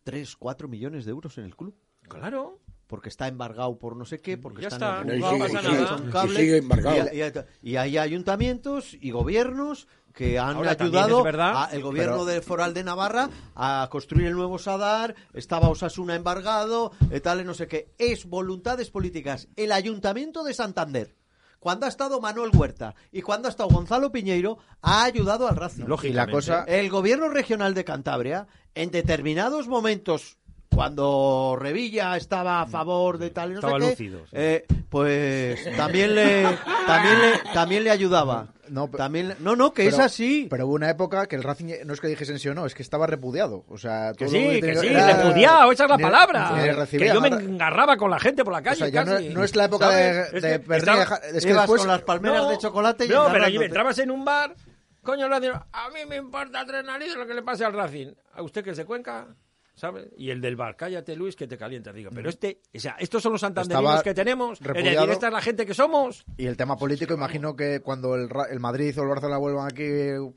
S2: 3, 4 millones de euros en el club,
S3: Claro.
S2: porque está embargado por no sé qué, porque
S3: Ya
S2: está,
S3: está,
S2: en
S4: no
S2: algún
S4: pasa
S2: lado,
S4: nada.
S2: porque son
S4: Y
S2: cables,
S4: sigue embargado.
S2: y hay- Y, hay ayuntamientos y gobiernos que han
S3: Ahora, también
S2: ayudado
S3: es verdad,
S2: a- el gobierno
S6: pero-
S2: de foral de Navarra a construir el nuevo Sadar, estaba Osasuna embargado, eh, tal, no sé qué. Es voluntades políticas. El ayuntamiento de Santander, cuando ha estado Manuel Huerta y cuando ha estado Gonzalo Piñeiro, ha ayudado al Racing. Eh,
S3: Lógicamente.
S6: Y la cosa-
S2: El gobierno regional de Cantabria, en determinados momentos cuando Revilla estaba a favor de tal y no sé
S3: Estaba
S2: qué,
S3: lúcido, sí.
S2: eh, pues también le también le también le ayudaba.
S6: No, pero-
S2: también le- no, no, que es
S6: Pero-
S2: así.
S6: Pero hubo una época que el Racing no es que dijesen sí o no, es que estaba repudiado. O sea,
S3: Que
S6: todo
S3: sí,
S6: lo
S3: que
S6: tenía-
S3: sí,
S6: era-
S3: repudiado, esa es la
S6: ni-
S3: palabra.
S6: ni
S3: que
S6: recibía
S3: yo me
S6: nada.
S3: engarraba con la gente por la
S6: O
S3: calle.
S6: sea, ya no,
S3: casi.
S6: no es la época
S3: ¿Sabes?
S6: de,
S3: Es
S6: de
S3: que
S6: Bernie
S3: estaba-
S6: Deja- Es que
S2: Ibas
S6: después.
S2: con las palmeras
S3: No,
S2: de chocolate y
S3: No, pero allí
S2: agarrándote.
S3: entrabas en un bar, coño, le hacían, a mí me importa tres narices lo que le pase al Racing. A usted que es de Cuenca, ¿sabe? Y el del bar, cállate Luis, que te calientas. Digo, pero este, o sea, estos son los santanderinos
S6: Mm. Estaba
S3: que tenemos. Es
S6: repudiado.
S3: decir, esta es la gente que somos.
S6: Y el tema político, imagino que cuando el, Ra- el Madrid o el Barcelona vuelvan aquí,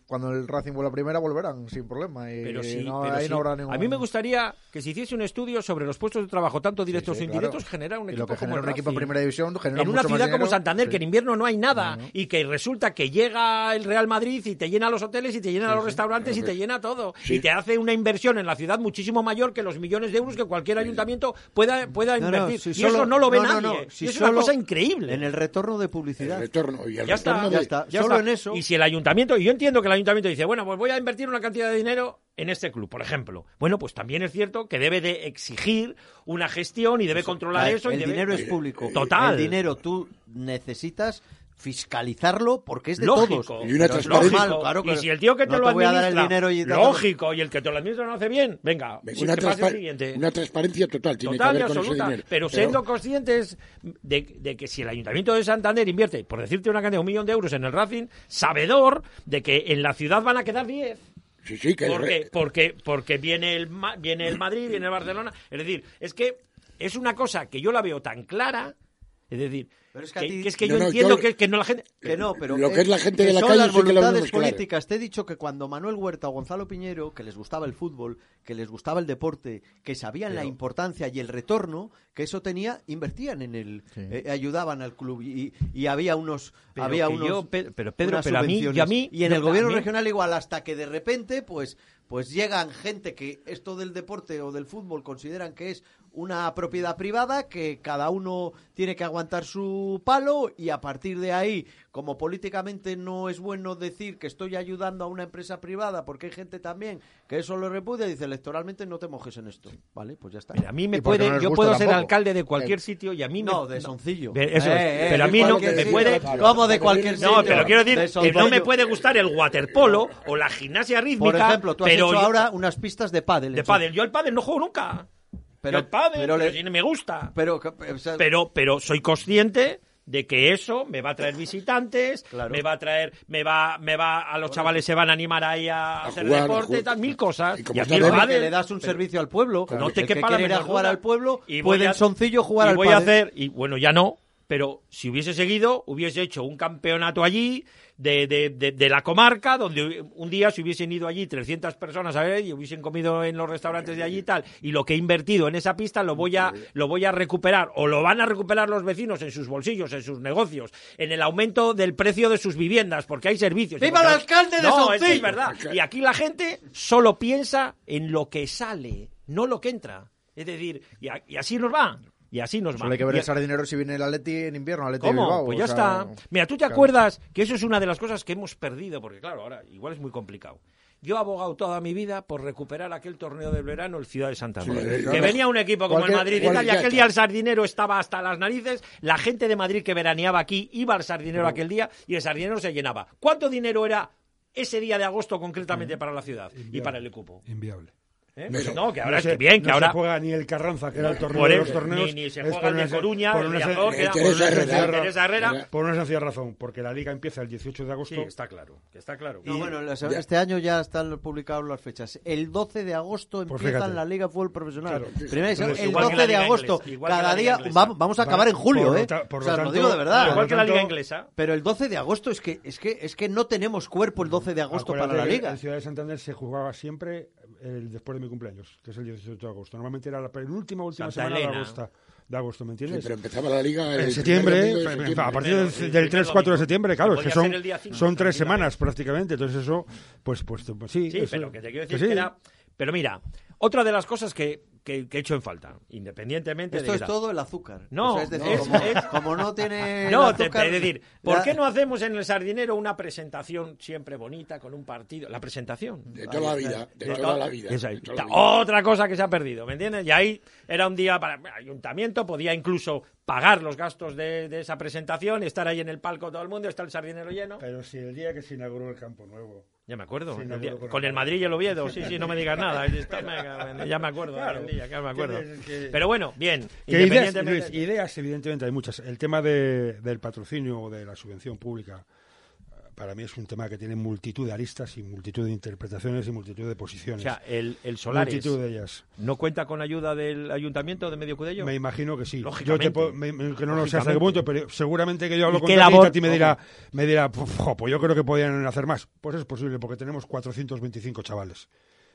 S6: cuando el Racing vuelva a primera, volverán sin problema. Y
S3: Pero sí,
S6: no,
S3: pero
S6: ahí
S3: sí.
S6: no habrá ningún...
S3: A mí me gustaría que se hiciese un estudio sobre los puestos de trabajo, tanto directos
S6: Sí,
S3: o
S6: claro.
S3: indirectos, que genera un
S6: Y
S3: equipo
S6: lo que
S3: como
S6: genera
S3: el
S6: un equipo
S3: Racing.
S6: de primera división genera
S3: en una
S6: mucho más
S3: ciudad como
S6: dinero.
S3: Santander,
S6: Sí.
S3: que en invierno no hay nada, y que resulta que llega el Real Madrid y te llena los hoteles y te llena los restaurantes y te llena todo. Y te hace una inversión en la ciudad muchísimo mayor que los millones de euros que cualquier ayuntamiento pueda, pueda
S2: No, no,
S3: invertir.
S2: si
S3: y
S2: solo-
S3: eso no lo ve
S2: no,
S3: nadie.
S2: no, si
S3: y es
S2: solo-
S3: una cosa increíble.
S2: En el retorno de publicidad.
S4: El retorno. Y el
S3: Ya
S4: retorno
S3: está,
S4: de-
S2: ya está. Solo en eso.
S3: Y si el ayuntamiento, y yo entiendo que el ayuntamiento dice, bueno, pues voy a invertir una cantidad de dinero en este club, por ejemplo. Bueno, pues también es cierto que debe de exigir una gestión y debe controlar
S2: Claro,
S3: eso. y
S2: Ah, El
S3: debe-
S2: dinero es público.
S3: Total.
S2: El dinero tú necesitas fiscalizarlo porque es de
S3: Lógico.
S2: todos.
S4: Y una
S2: Pero es
S4: transparencia.
S2: normal, claro que
S3: y si el tío que te
S2: no
S3: lo
S2: voy a
S3: administra,
S2: dar el dinero y tal-
S3: lógico, y el que te lo administra no hace bien, venga,
S4: Venga,
S3: sí,
S4: una,
S3: que pase
S4: transpa-
S3: el siguiente.
S4: una transparencia total tiene
S3: Total
S4: que
S3: y
S4: haber con ese
S3: absoluta.
S4: dinero.
S3: Pero siendo conscientes de, de que si el Ayuntamiento de Santander invierte, por decirte una cantidad, un millón de euros en el Racing, sabedor de que en la ciudad van a quedar 10.
S4: Sí, sí, que el
S3: Porque,
S4: re-
S3: porque, porque viene, el, Ma- viene el Madrid, viene el Barcelona. Es decir, es que es una cosa que yo la veo tan clara. Es decir,
S2: Pero es que
S3: que,
S2: a ti-
S3: que es que
S4: No,
S3: yo
S4: no,
S3: entiendo
S4: yo-
S3: Que, que no la gente.
S2: Que no, pero
S4: Lo que es la gente
S2: que
S4: de la
S2: son
S4: calle
S2: las
S4: sí que la
S2: voluntades
S4: vemos clara.
S2: políticas. Te he dicho que cuando Manuel Huerta o Gonzalo Piñero, que les gustaba el fútbol, que les gustaba el deporte, que sabían la importancia y el retorno que eso tenía, invertían en el, eh, ayudaban al club y, y había unos,
S3: Pero
S2: había
S3: que
S2: unos,
S3: yo, Pe- pero Pedro,
S2: unas
S3: pero a mí-
S2: subvenciones.
S3: y a mí-
S2: en
S3: no,
S2: el gobierno
S3: a mí-
S2: regional igual hasta que de repente, pues, pues llegan gente que esto del deporte o del fútbol consideran que es una propiedad privada que cada uno tiene que aguantar su palo y a partir de ahí, como políticamente no es bueno decir que estoy ayudando a una empresa privada porque hay gente también que eso lo repudia, dice electoralmente no te mojes en esto, ¿vale? Pues ya está.
S3: Mira, a mí
S6: Y
S3: me
S6: porque
S3: puede,
S6: no les
S3: yo
S6: gusta
S3: puedo ser
S6: tampoco.
S3: alcalde de cualquier
S6: Eh,
S3: sitio y a mí
S2: no,
S3: me,
S2: de Soncillo.
S3: Eso es.
S2: Eh, eh,
S3: pero a
S2: de
S3: mí no
S2: cualquier
S3: me
S2: sitio.
S3: puede.
S4: claro.
S2: ¿Cómo de cualquier sitio?
S3: No, pero quiero decir
S2: De
S3: que no me
S2: Soncillo.
S3: puede gustar el waterpolo o la gimnasia rítmica.
S2: Por ejemplo, tú has
S3: pero
S2: hecho
S3: yo-
S2: ahora unas pistas de pádel.
S3: de
S2: en Soncillo.
S3: pádel. Yo al pádel no juego nunca.
S2: Pero-
S3: Pero al pádel,
S2: pero le-
S3: pero sí me gusta.
S2: Pero, que- o sea,
S3: pero pero soy consciente de que eso me va a traer visitantes,
S2: Claro.
S3: me va a traer, me va, me va, a los chavales se van a animar ahí a,
S4: A
S3: hacer
S4: jugar, a
S3: deporte,
S4: jugar.
S3: tal, mil cosas.
S4: Y
S3: Y,
S4: como
S3: a mí
S4: está
S3: el
S4: Claro,
S2: Claro, que
S3: pádel-
S2: le das un servicio al pueblo.
S3: No te
S2: El que
S3: quepa la
S2: quiere ir a
S3: menor
S2: jugar
S3: duda.
S2: al pueblo
S3: Y voy
S2: puede
S3: a-
S2: en Soncillo jugar
S3: y
S2: al
S3: voy a
S2: pádel.
S3: hacer y bueno ya no pero si hubiese seguido hubiese hecho un campeonato allí de, de- de- de la comarca donde un día se hubiesen ido allí 300 personas a ver y hubiesen comido en los restaurantes de allí y tal y lo que he invertido en esa pista lo voy a lo voy a recuperar o lo van a recuperar los vecinos en sus bolsillos en sus negocios en el aumento del precio de sus viviendas porque hay servicios
S2: ¡Viva
S3: Y porque-
S2: el alcalde de
S3: no, es, que
S2: Soncillo!
S3: es
S6: <laughs>
S3: verdad y aquí la gente solo piensa en lo que sale no lo que entra es decir, y, a- y así nos va. Y así nos va.
S6: Solo hay que ver
S3: Y-
S6: el dinero si viene el Atleti en invierno, Atleti
S3: ¿Cómo?
S6: Bilbao,
S3: pues
S6: o
S3: ya
S6: sea,
S3: está. Mira, tú te
S6: claro.
S3: acuerdas que eso es una de las cosas que hemos perdido, porque claro, ahora igual es muy complicado. Yo he abogado toda mi vida por recuperar aquel torneo del verano, el Ciudad de Santander.
S4: Sí, claro.
S3: que venía un equipo como el
S6: Cualquier-
S3: Madrid y tal, y
S4: cualquier-
S3: aquel día el sardinero estaba hasta las narices. La gente de Madrid que veraneaba aquí iba al sardinero aquel día y el sardinero se llenaba. ¿Cuánto dinero era ese día de agosto concretamente para la ciudad y para el ecupo?
S5: Inviable.
S3: ¿eh?
S4: Pero
S3: no, que ahora
S5: No
S3: es
S5: se-
S3: que bien, que
S5: no
S3: ahora
S5: se juega ni el Carranza, que era el torneo
S3: Por
S5: de
S3: eso,
S5: los torneos.
S3: ni- ni se
S5: es
S3: juega
S5: por
S3: el
S5: una
S3: de
S5: sen-
S3: Coruña,
S5: por
S3: el
S5: una
S3: de
S5: sen-
S3: Azor, que era-
S5: por una
S4: Teresa
S5: sencilla
S4: Herrera.
S5: ra-
S3: Teresa Herrera.
S5: Por una sencilla razón, porque la liga empieza el 18 de agosto.
S3: Sí, está claro, que está claro.
S2: No,
S3: Y-
S2: bueno, las- este año ya están publicadas las fechas. El 12 de agosto
S5: Pues
S2: empiezan
S5: fíjate.
S2: la Liga de Fútbol Profesional.
S5: Claro.
S2: Primera división,
S5: Entonces,
S2: el
S3: igual que
S2: 12
S3: la
S2: de
S3: Liga
S2: agosto.
S3: inglesa, igual que
S2: Cada
S3: la Liga
S2: día
S3: inglesa.
S2: vamos, vamos a acabar
S5: Va-
S2: en julio,
S5: por lo
S2: ¿eh?
S5: ta- por
S2: o
S5: lo
S2: sea, lo
S5: tanto-
S2: digo de verdad. ¿eh?
S5: por
S3: igual
S5: lo
S3: que la liga
S5: tanto-
S3: inglesa.
S2: Pero el 12 de agosto es que es que es que no tenemos cuerpo el 12 de agosto
S5: Acuérdate
S2: para la
S5: que
S2: liga.
S5: En Ciudad de Santander se jugaba siempre eh, el, después de mi cumpleaños, que es el 18 de agosto. Normalmente era la penúltima última
S3: Santa
S5: semana
S3: Elena.
S5: de agosto. De agosto, ¿me
S4: Sí,
S5: entiendes?
S4: pero empezaba la liga el
S5: en
S4: primer
S5: septiembre,
S4: domingo de septiembre.
S5: a partir del,
S3: Pero, sí,
S5: del
S3: primer
S5: 3 4 de
S3: domingo.
S5: septiembre,
S3: Se
S5: claro, es que
S3: podía
S5: son,
S3: hacer el día cinco,
S5: son tres
S3: tranquilamente.
S5: semanas prácticamente, entonces eso pues pues, te- pues sí,
S3: Sí, Pues
S5: eso- pues
S3: pero que te quiero decir
S5: sí.
S3: que era- Pero mira, otra de las cosas que, que que, que echo en falta, independientemente
S2: Esto
S3: de
S2: es
S3: la-
S2: todo el azúcar.
S3: No,
S2: O sea, es decir,
S3: es-
S2: como,
S3: es-
S2: como no tiene.
S3: No,
S2: el
S3: te,
S2: azúcar,
S3: es decir, ¿por
S2: ya-
S3: qué no hacemos en el sardinero una presentación siempre bonita con un partido? La presentación.
S4: De toda la vida, de toda la vida.
S3: Esa-
S4: de toda la
S3: ta-
S4: vida.
S3: Otra cosa que se ha perdido, ¿me entiendes? Y ahí era un día para el ayuntamiento, podía incluso pagar los gastos de, de esa presentación, estar ahí en el palco todo el mundo, está el sardinero lleno.
S5: Pero si el día que se inauguró el Campo Nuevo.
S3: Ya me acuerdo.
S5: Sí,
S3: el
S5: me
S3: día-
S5: acuerdo con
S3: con
S5: el
S3: el Madrid y el Oviedo. Sí, sí, no me digas
S5: <laughs>
S3: nada. Está- me- me- Ya me acuerdo.
S5: Claro.
S3: del día, claro, me acuerdo.
S5: Que- que-
S3: Pero bueno, bien.
S5: Que ideas,
S3: independientemente-
S5: Luis, ideas, evidentemente, hay muchas. El tema de- del patrocinio o de la subvención pública, eh, para mí es un tema que tiene multitud de aristas y multitud de interpretaciones y multitud de
S3: O
S5: posiciones.
S3: sea, eh, el, el Solares
S5: multitud de ellas.
S3: no cuenta con ayuda del ayuntamiento de Medio Cudello.
S5: Me imagino que sí. Yo
S3: Lógicamente.
S5: te puedo- me- me- que no lo sé hasta
S3: Lógicamente.
S5: qué punto, pero seguramente que yo hablo
S3: ¿Y
S5: con
S3: qué
S5: Tati y
S3: labor-
S5: Tati me dirá, me dirá "Puf, jo, pues yo creo que podían hacer más. Pues es posible, porque tenemos 425 chavales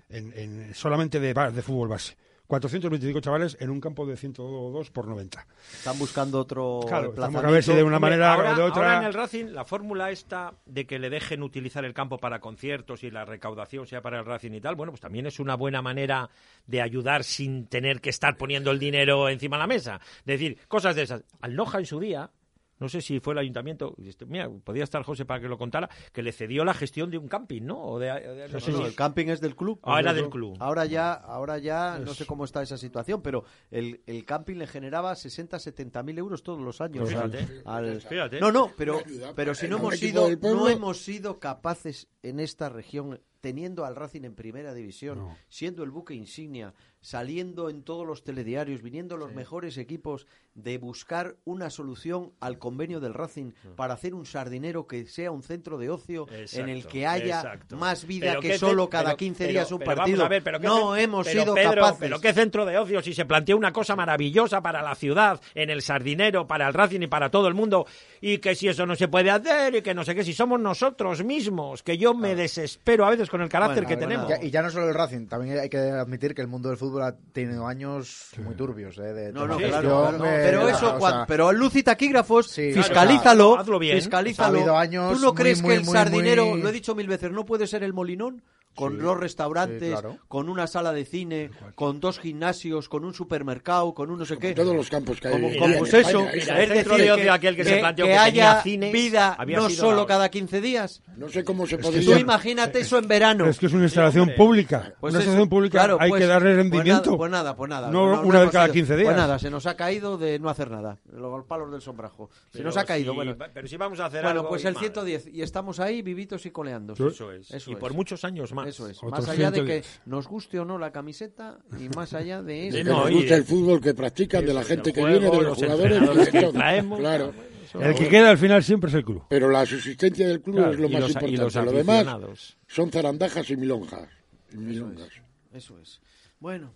S5: en, en- solamente de, ba- de fútbol base. 425 chavales en un campo de 102 por 90.
S2: Están buscando otro.
S5: Claro, estamos
S2: emplazamiento.
S5: a ver si de una
S3: Hombre,
S5: manera
S3: ahora,
S5: o de
S3: ahora
S5: otra.
S3: en el Racing, la fórmula esta de que le dejen utilizar el campo para conciertos y la recaudación sea para el Racing y tal, bueno, pues también es una buena manera de ayudar sin tener que estar poniendo el dinero encima de la mesa. Es decir, cosas de esas. Alnoja en su día. No sé si fue el ayuntamiento, este, mira, podía estar José para que lo contara, que le cedió la gestión de un camping, ¿no? O de- de- no
S2: No,
S3: sé
S2: no,
S3: si-
S2: el camping es del club. pues
S3: Ah, era del club.
S2: Ahora ya, ahora ya no sé cómo está esa situación, pero el, el camping le generaba 60, 70 mil euros todos los años.
S3: Pues
S2: al-
S3: fíjate,
S2: al-
S3: fíjate.
S2: No, no, pero,
S4: Ayuda,
S2: pero si no
S4: era un
S2: hemos,
S4: equipo
S2: sido,
S4: del pueblo.
S2: no hemos sido capaces en esta región, teniendo al Racing en primera división, siendo el buque insignia, saliendo en todos los telediarios, viniendo los mejores equipos, de buscar una solución al convenio del Racing para hacer un sardinero que sea un centro de ocio en el
S3: Exacto,
S2: que haya
S3: exacto.
S2: más vida
S3: Pero
S2: que
S3: qué
S2: solo
S3: ce-
S2: cada
S3: pero-
S2: 15
S3: pero-
S2: días un
S3: pero vamos
S2: partido.
S3: a ver, pero qué
S2: no
S3: ce-
S2: hemos
S3: pero,
S2: sido
S3: Pedro,
S2: capaces.
S3: Pero qué centro de ocio, si se plantea una cosa maravillosa para la ciudad, en el Sardinero, para el Racing y para todo el mundo, y que si eso no se puede hacer y que no sé qué, si somos nosotros mismos, que yo me desespero a veces con el carácter
S2: Bueno,
S3: que
S2: bueno,
S3: tenemos.
S2: ya-
S6: Y ya no solo el Racing, también hay que admitir que el mundo del fútbol ha tenido años muy turbios. ¿eh? de-
S2: No,
S6: de
S2: no,
S3: Sí,
S6: gestión,
S2: claro, claro, no,
S6: de-
S2: pero
S6: de-
S2: eso,
S6: o
S2: cuan-
S6: sea,
S2: pero luz y taquígrafos,
S6: Sí, claro,
S2: fiscalízalo,
S3: o sea, hazlo bien.
S2: fiscalízalo.
S6: Ha habido años
S2: ¿Tú no
S6: muy,
S2: crees
S6: muy,
S2: que el
S6: muy,
S2: sardinero,
S6: muy-
S2: lo he dicho mil veces, no puede ser el molinón? Con
S6: Sí,
S2: dos restaurantes,
S6: sí, claro.
S2: con una sala de cine, con dos gimnasios, con un supermercado, con un no sé qué.
S4: todos los campos que hay
S2: Como-
S4: hoy en
S2: como
S4: día en
S2: pues eso,
S4: España,
S3: mira,
S4: eso.
S3: el
S2: es
S3: centro
S2: decir,
S3: de ocio aquel que se planteó que tenía
S2: haya
S3: cines,
S2: vida
S3: había
S2: no
S3: sido
S2: solo
S3: la-
S2: cada 15 días.
S4: No sé cómo se
S5: que
S2: Tú
S5: ya-
S4: podría...
S2: imagínate eso en verano.
S5: Es que es una instalación pública.
S2: Pues
S5: una
S2: eso,
S5: instalación pública
S2: claro,
S5: hay
S2: pues-
S5: que darle rendimiento.
S2: Pues nada, pues nada. Pues nada
S5: No,
S2: no
S5: una vez
S2: hemos
S5: cada
S2: ido.
S5: 15 días.
S2: Pues nada, se nos ha caído de no hacer nada. Los palos del sombrajo. Se
S3: Pero
S2: nos ha caído,
S3: si-
S2: bueno.
S3: Pero si vamos a hacer
S2: Bueno,
S3: algo,
S2: pues
S3: y
S2: el
S3: mal.
S2: 110. Y estamos ahí vivitos y coleando.
S3: Eso es.
S2: Eso
S3: y
S2: es.
S3: por muchos años más.
S2: Eso es.
S5: Otros
S2: Más allá de que
S5: 110.
S2: nos guste o no la camiseta y más allá
S3: <laughs>
S2: de
S4: De
S2: eso.
S4: que
S3: No,
S4: nos
S3: y-
S4: gusta el fútbol que practican, de la
S3: Eso,
S4: gente
S3: el
S4: que
S3: juego,
S4: viene, de los jugadores, y
S3: entrenadores
S4: de
S3: que
S4: todo.
S3: traemos.
S4: Claro.
S5: El que queda al final siempre es el club.
S4: Pero la subsistencia del club
S2: uh,
S3: Claro,
S4: es lo
S3: y
S4: más
S3: los- y
S4: importante.
S3: los
S4: lo demás
S3: aficionados.
S4: son zarandajas y milonjas. Y milongas.
S2: Eso es. Bueno.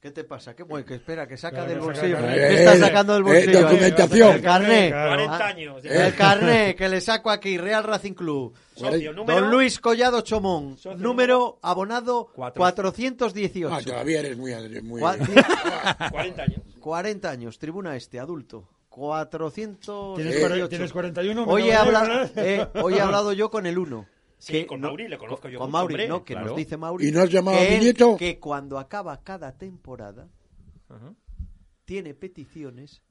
S2: ¿Qué te pasa? ¿Qué, bueno, que espera, que saca
S5: Claro,
S2: del
S5: que saca
S2: bolsillo.
S5: el
S4: carnet.
S2: ¿Qué estás
S4: Eh,
S2: sacando del
S4: eh,
S2: bolsillo?
S4: documentación.
S2: El carnet.
S3: 40
S2: Ah,
S3: años.
S2: El carnet que le saco aquí, Real Racing Club.
S3: Socio número-
S2: Don Luis Collado Chomón,
S3: Socio
S2: número abonado
S3: Cuatro.
S2: 418.
S4: Ah, todavía eres muy... muy
S2: Cua- <laughs>
S3: 40 años.
S2: 40 años, tribuna este, adulto. 400.
S5: ¿Tienes,
S4: Eh,
S5: cuare- tienes 41?
S2: Hoy he,
S5: menos de-
S2: hablado, eh, hoy
S5: <laughs>
S2: he hablado yo con el 1.
S3: Sí, con Mauri le conozco yo
S2: Con
S3: mucho,
S2: Mauri,
S3: hombre,
S2: ¿no? Que
S3: claro.
S2: nos dice Mauri.
S4: ¿Y no has llamado
S2: que
S4: a mi
S2: él-
S4: nieto?
S2: Que cuando acaba cada temporada, tiene peticiones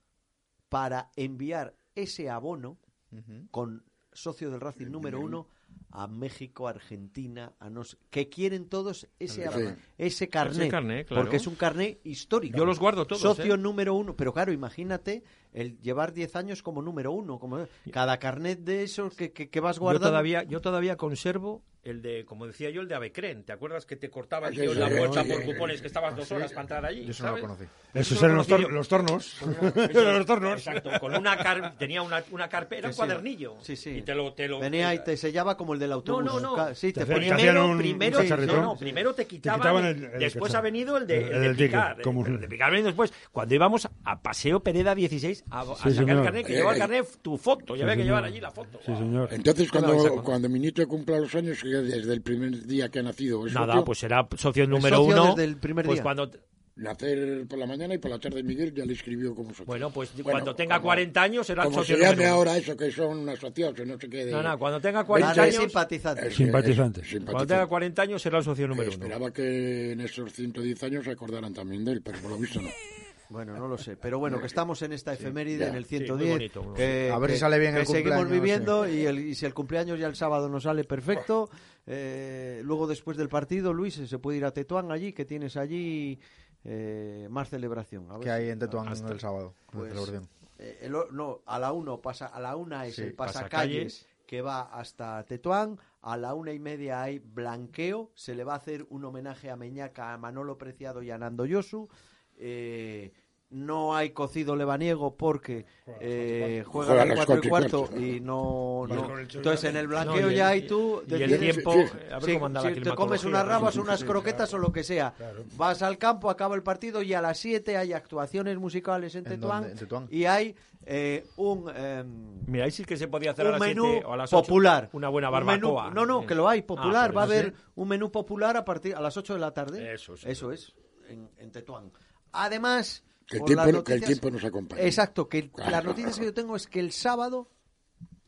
S2: para enviar ese abono con socio del Racing número uno a México, Argentina, a no sé- que quieren todos ese abono, ese carnet,
S3: Ese carné, claro.
S2: porque es un carnet histórico.
S3: Yo los guardo todos,
S2: Socio
S3: ¿eh?
S2: número uno, pero claro, imagínate el llevar 10 años como número uno, como cada carnet de esos que, que, que vas
S3: Yo
S2: guardando.
S3: todavía, yo todavía conservo el de, como decía yo, el de Avecren. ¿Te acuerdas que te cortaban
S4: Ah, Sí,
S3: yo
S4: sí,
S3: la
S4: sí,
S3: puerta
S4: sí,
S3: por
S4: sí.
S3: cupones que estabas dos horas para entrar allí?
S6: Yo eso no lo
S3: ¿sabes? <laughs>
S6: conocí.
S5: Esos
S3: Eso
S5: eran
S3: lo
S5: los,
S3: conocí
S5: tor-
S3: yo.
S5: los <laughs> tornos.
S3: Eso- <laughs>
S5: los tornos.
S3: Exacto, con una car- tenía una, una carpeta, era un
S2: Sí, sí.
S3: cuadernillo.
S2: Sí, sí.
S3: Y te lo, te lo- eh,
S2: Venía y te sellaba como el del
S3: No,
S2: autobús.
S3: no, no.
S2: Ca- Sí, te
S5: Te hacían-
S2: ponía-
S5: te hacían-
S3: primero,
S5: un-
S3: primero,
S5: un
S3: no,
S5: chicharrón.
S3: no, primero te quitaban,
S5: quitaban el-
S3: el-
S5: el
S3: después
S5: cacharro.
S3: ha venido el de, el
S5: El-
S3: de
S5: el ticket,
S3: picar,
S5: como
S3: el,
S5: un-
S3: de picar venido después, cuando íbamos a Paseo Pereda 16 a, a sacar el
S5: señor.
S3: carnet, que
S4: Eh,
S3: llevaba el
S4: eh.
S3: carnet tu foto, ya había que llevar allí la foto.
S5: Sí,
S3: Guau.
S5: señor.
S4: Entonces,
S3: Claro,
S4: cuando,
S3: exacto.
S4: cuando mi nieto cumpla los años, que desde el primer día que ha nacido... ¿es
S3: Nada,
S4: socio?
S3: pues será socio número
S2: socio
S3: uno.
S2: desde el primer
S3: pues
S2: día.
S3: cuando
S4: nacer por la mañana y por la tarde Miguel ya le escribió como socio.
S3: Bueno, pues
S4: Bueno,
S3: cuando tenga
S4: como-
S3: 40 años será el
S4: Como
S3: socio
S4: se llame
S3: número uno.
S4: ahora eso, que son asociados, no sé qué. De...
S3: No,
S2: eh,
S3: no, cuando tenga
S2: Vale,
S3: 40 años,
S2: simpatizante.
S4: Eh,
S5: Simpatizante.
S4: eh,
S3: cuando tenga 40 años será el socio número uno.
S4: Esperaba que en esos 110 años se acordaran también de él, pero por lo visto no.
S2: Bueno, no lo sé, pero bueno, que estamos en esta efeméride,
S4: ya.
S2: en el
S3: muy
S2: 110.
S3: bonito, muy
S2: que-
S6: A ver
S2: que-
S6: si sale bien
S2: que
S6: el
S2: seguimos
S6: cumpleaños,
S2: viviendo y, el- y si el cumpleaños ya el sábado no sale, perfecto. Eh, luego, después del partido, Luis, se puede ir a Tetuán allí, que tienes allí eh, más celebración. A ver
S6: que
S2: si-
S6: hay en Tetuán
S3: Hasta-
S6: el sábado. en la
S2: pues,
S6: celebración.
S2: eh, el o- no, a la 1 pasa, a la una es
S6: Sí,
S2: el pasacalles
S3: pasacalles.
S2: que va hasta Tetuán, a la una y media hay blanqueo, se le va a hacer un homenaje a Meñaca, a Manolo Preciado y a Nando Yosu. Eh, no hay cocido lebaniego porque eh, juegan
S4: Juega
S2: a
S4: a las
S2: las 4 y
S4: cuatro y
S2: cuarto
S4: cuarto.
S2: y no,
S5: Vale,
S2: no.
S5: con el chorizo.
S2: Entonces en el blanqueo
S3: No, y el-
S2: ya hay tú
S3: Y el
S2: decides-
S3: tiempo,
S4: Sí,
S3: eh, a ver
S2: Sí,
S3: cómo anda la
S2: si te
S3: climatología.
S2: comes unas rabas,
S3: Sí,
S2: unas
S5: sí,
S2: croquetas
S5: claro.
S2: o lo que sea,
S5: Claro.
S2: vas al campo, acaba el partido y a las 7 hay actuaciones musicales en
S6: ¿En
S2: Tetuán,
S6: dónde? ¿En Tetuán?
S2: y hay eh, un, em,
S3: Mira, ahí sí que se podía hacer a
S2: un
S3: las
S2: menú
S3: 7 o a las 8.
S2: popular.
S3: Una buena
S2: Un menú-
S3: barbacoa.
S2: no, no,
S3: Eh.
S2: que lo hay,
S3: Ah,
S2: popular.
S3: pues
S2: Va a
S3: sí.
S2: haber un menú popular a partir a las 8 de la tarde.
S3: Eso es.
S2: es, en, en Tetuán. Además,
S4: Que el,
S2: por
S4: tiempo,
S2: las
S4: que el
S2: noticias-
S4: tiempo nos acompañe.
S2: Exacto, que el-
S4: Claro.
S2: las noticias que yo tengo es que el sábado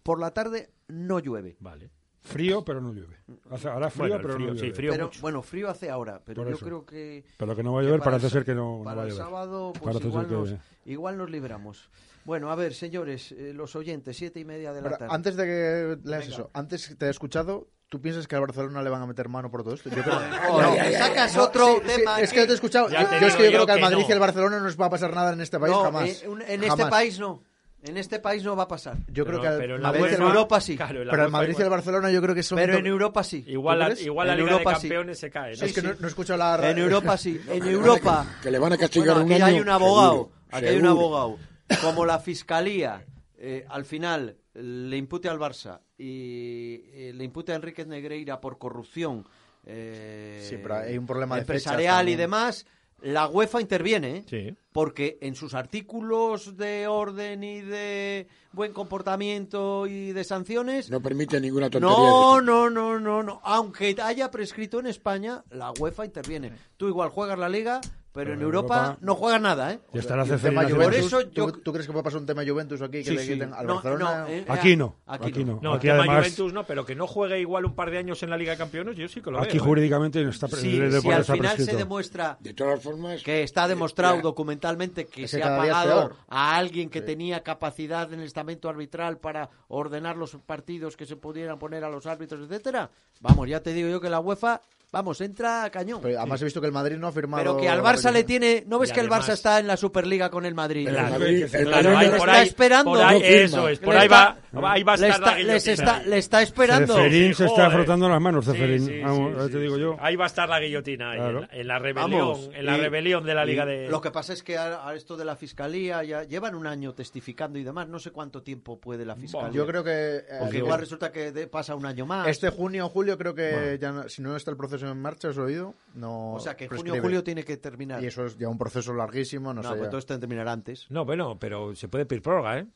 S2: por la tarde no llueve.
S3: Vale.
S5: Frío, pero no llueve. Hace- hará frío,
S3: Bueno, el
S5: pero
S3: frío,
S5: no
S3: sí,
S5: llueve.
S3: frío.
S2: Pero
S3: mucho.
S2: bueno, frío hace ahora, pero
S5: Por
S2: yo
S5: eso.
S2: creo que
S5: Pero que no va a llover,
S2: para
S5: parece
S2: el-
S5: ser que no, no
S2: para
S5: va a
S2: el
S5: llover.
S2: sábado, pues
S5: Parece
S2: igual,
S5: ser que-
S2: nos, igual nos libramos. Bueno, a ver, señores, eh, los oyentes, siete y media de la
S6: Pero
S2: tarde.
S6: antes de que leas eso, antes te he escuchado, ¿tú piensas que al Barcelona le van a meter mano por todo esto? Yo creo-
S2: Joder, sacas otro
S6: sí, sí,
S2: tema
S6: es que
S2: aquí.
S6: te he escuchado.
S3: Ya te
S6: yo es que
S3: digo
S6: yo
S3: yo
S6: creo que al
S3: que
S6: Madrid
S3: no.
S6: y al Barcelona no les va a pasar nada en este país
S2: No,
S6: jamás.
S2: eh, un- en este
S6: Jamás.
S2: país no. En este país no va a pasar.
S6: Yo
S3: Pero-
S6: creo que al
S3: pero en la
S2: Madrid,
S6: Madrid,
S2: en
S3: UEFA-
S2: Europa sí.
S3: Claro, en la
S6: pero al
S3: UEFA
S6: Madrid y al
S3: igual.
S6: Barcelona yo creo que son
S2: Pero
S6: dos-
S2: en Europa sí.
S3: Igual,
S6: ¿Tú
S3: la-
S6: crees?
S3: igual la
S2: En
S3: Liga
S2: Europa
S3: de
S2: sí.
S3: Campeones se cae. ¿no?
S6: Es que
S2: sí.
S6: no, no he escuchado la ra-
S2: En Europa
S6: <laughs>
S2: sí. En Europa.
S4: que le van a castigar
S2: Bueno,
S4: un
S2: aquí
S4: año,
S2: hay un abogado.
S4: seguro,
S2: aquí hay un
S4: seguro.
S2: abogado. Como la fiscalía eh, al final le impute al Barça y eh, le impute a Enriquez Negreira por corrupción eh,
S6: Sí, pero hay un problema de fechas
S2: empresarial y
S6: también.
S2: demás, la UEFA interviene. ¿eh?
S3: Sí.
S2: Porque en sus artículos de orden y de buen comportamiento y de sanciones
S4: No permite ninguna tontería.
S2: no,
S4: de-
S2: no, no, no, no. Aunque haya prescrito en España, la UEFA interviene. Tú igual juegas la liga, pero en
S5: en
S2: Europa,
S5: Europa
S2: no juegas nada, ¿eh?
S5: Ya está la
S6: Y el
S5: CFE.
S6: tema
S2: Por
S6: Juventus,
S2: eso yo-
S6: ¿tú, tú crees que puede pasar un tema Juventus aquí que
S2: Sí,
S6: le
S2: sí.
S6: quiten al
S2: No,
S6: Barcelona?
S2: no, eh,
S5: Aquí no,
S2: Aquí
S5: aquí
S2: no.
S5: no.
S3: No, el
S5: aquí
S3: tema
S5: además,
S3: Juventus no, pero que no juegue igual un par de años en la Liga de Campeones, yo sí que lo
S5: aquí
S3: veo. ¿eh?
S5: jurídicamente no está pre-
S2: Si,
S5: el
S2: si
S5: deporte
S2: al
S5: está
S2: final se
S5: prescrito.
S2: demuestra
S4: De todas formas.
S2: que está demostrado
S4: ya.
S2: documentalmente que
S6: Es que
S2: se ha
S6: cada día es
S2: pagado
S6: peor.
S2: a alguien que tenía capacidad en el estamento arbitral para ordenar los partidos que se pudieran poner a los árbitros, etcétera. Vamos, ya te digo yo que la UEFA, vamos, entra a cañón.
S6: Pero además he visto que el Madrid no ha firmado.
S2: Pero que al Barça le tiene. ¿No ves
S3: Y
S2: que el Barça
S3: además-
S2: está en la Superliga con el Madrid?
S4: El
S3: Claro,
S4: Madrid-
S5: que se-
S4: el
S5: claro,
S3: Claro,
S4: Madrid-
S3: ahí
S2: le
S3: por
S2: está
S3: ahí-
S2: esperando.
S3: por ahí-
S4: No firma.
S3: eso es, por
S2: Le
S3: ahí
S2: está-
S3: va, ahí va a
S2: Le
S3: estar la
S2: está, les
S3: guillotina.
S2: está, le está esperando.
S5: Ceferín se está
S3: Joder.
S5: frotando las manos,
S3: Sí,
S5: Ceferín.
S3: sí,
S5: Vamos,
S3: sí,
S5: ahora te
S3: sí,
S5: digo
S3: sí.
S5: yo.
S3: Ahí va a estar la guillotina, ahí,
S5: Claro.
S3: en, la, en la rebelión,
S2: Vamos,
S3: en la
S2: y-
S3: rebelión de la Liga de...
S2: Lo que pasa es que a, a esto de la fiscalía ya llevan un año testificando y demás. No sé cuánto tiempo puede la fiscalía.
S6: Yo creo que. eh,
S2: Porque igual resulta que de- pasa un año
S3: Ah.
S2: más.
S6: Este junio o julio creo que ya no- si no está el proceso en marcha, ¿has oído? No
S2: o sea que junio
S6: prescribe.
S2: o julio tiene que terminar.
S6: Y eso es ya un proceso larguísimo, no,
S2: no,
S6: sé.
S2: pues
S6: ya.
S2: entonces tiene que terminar antes.
S3: No, bueno, pero se puede pedir prórroga, ¿eh?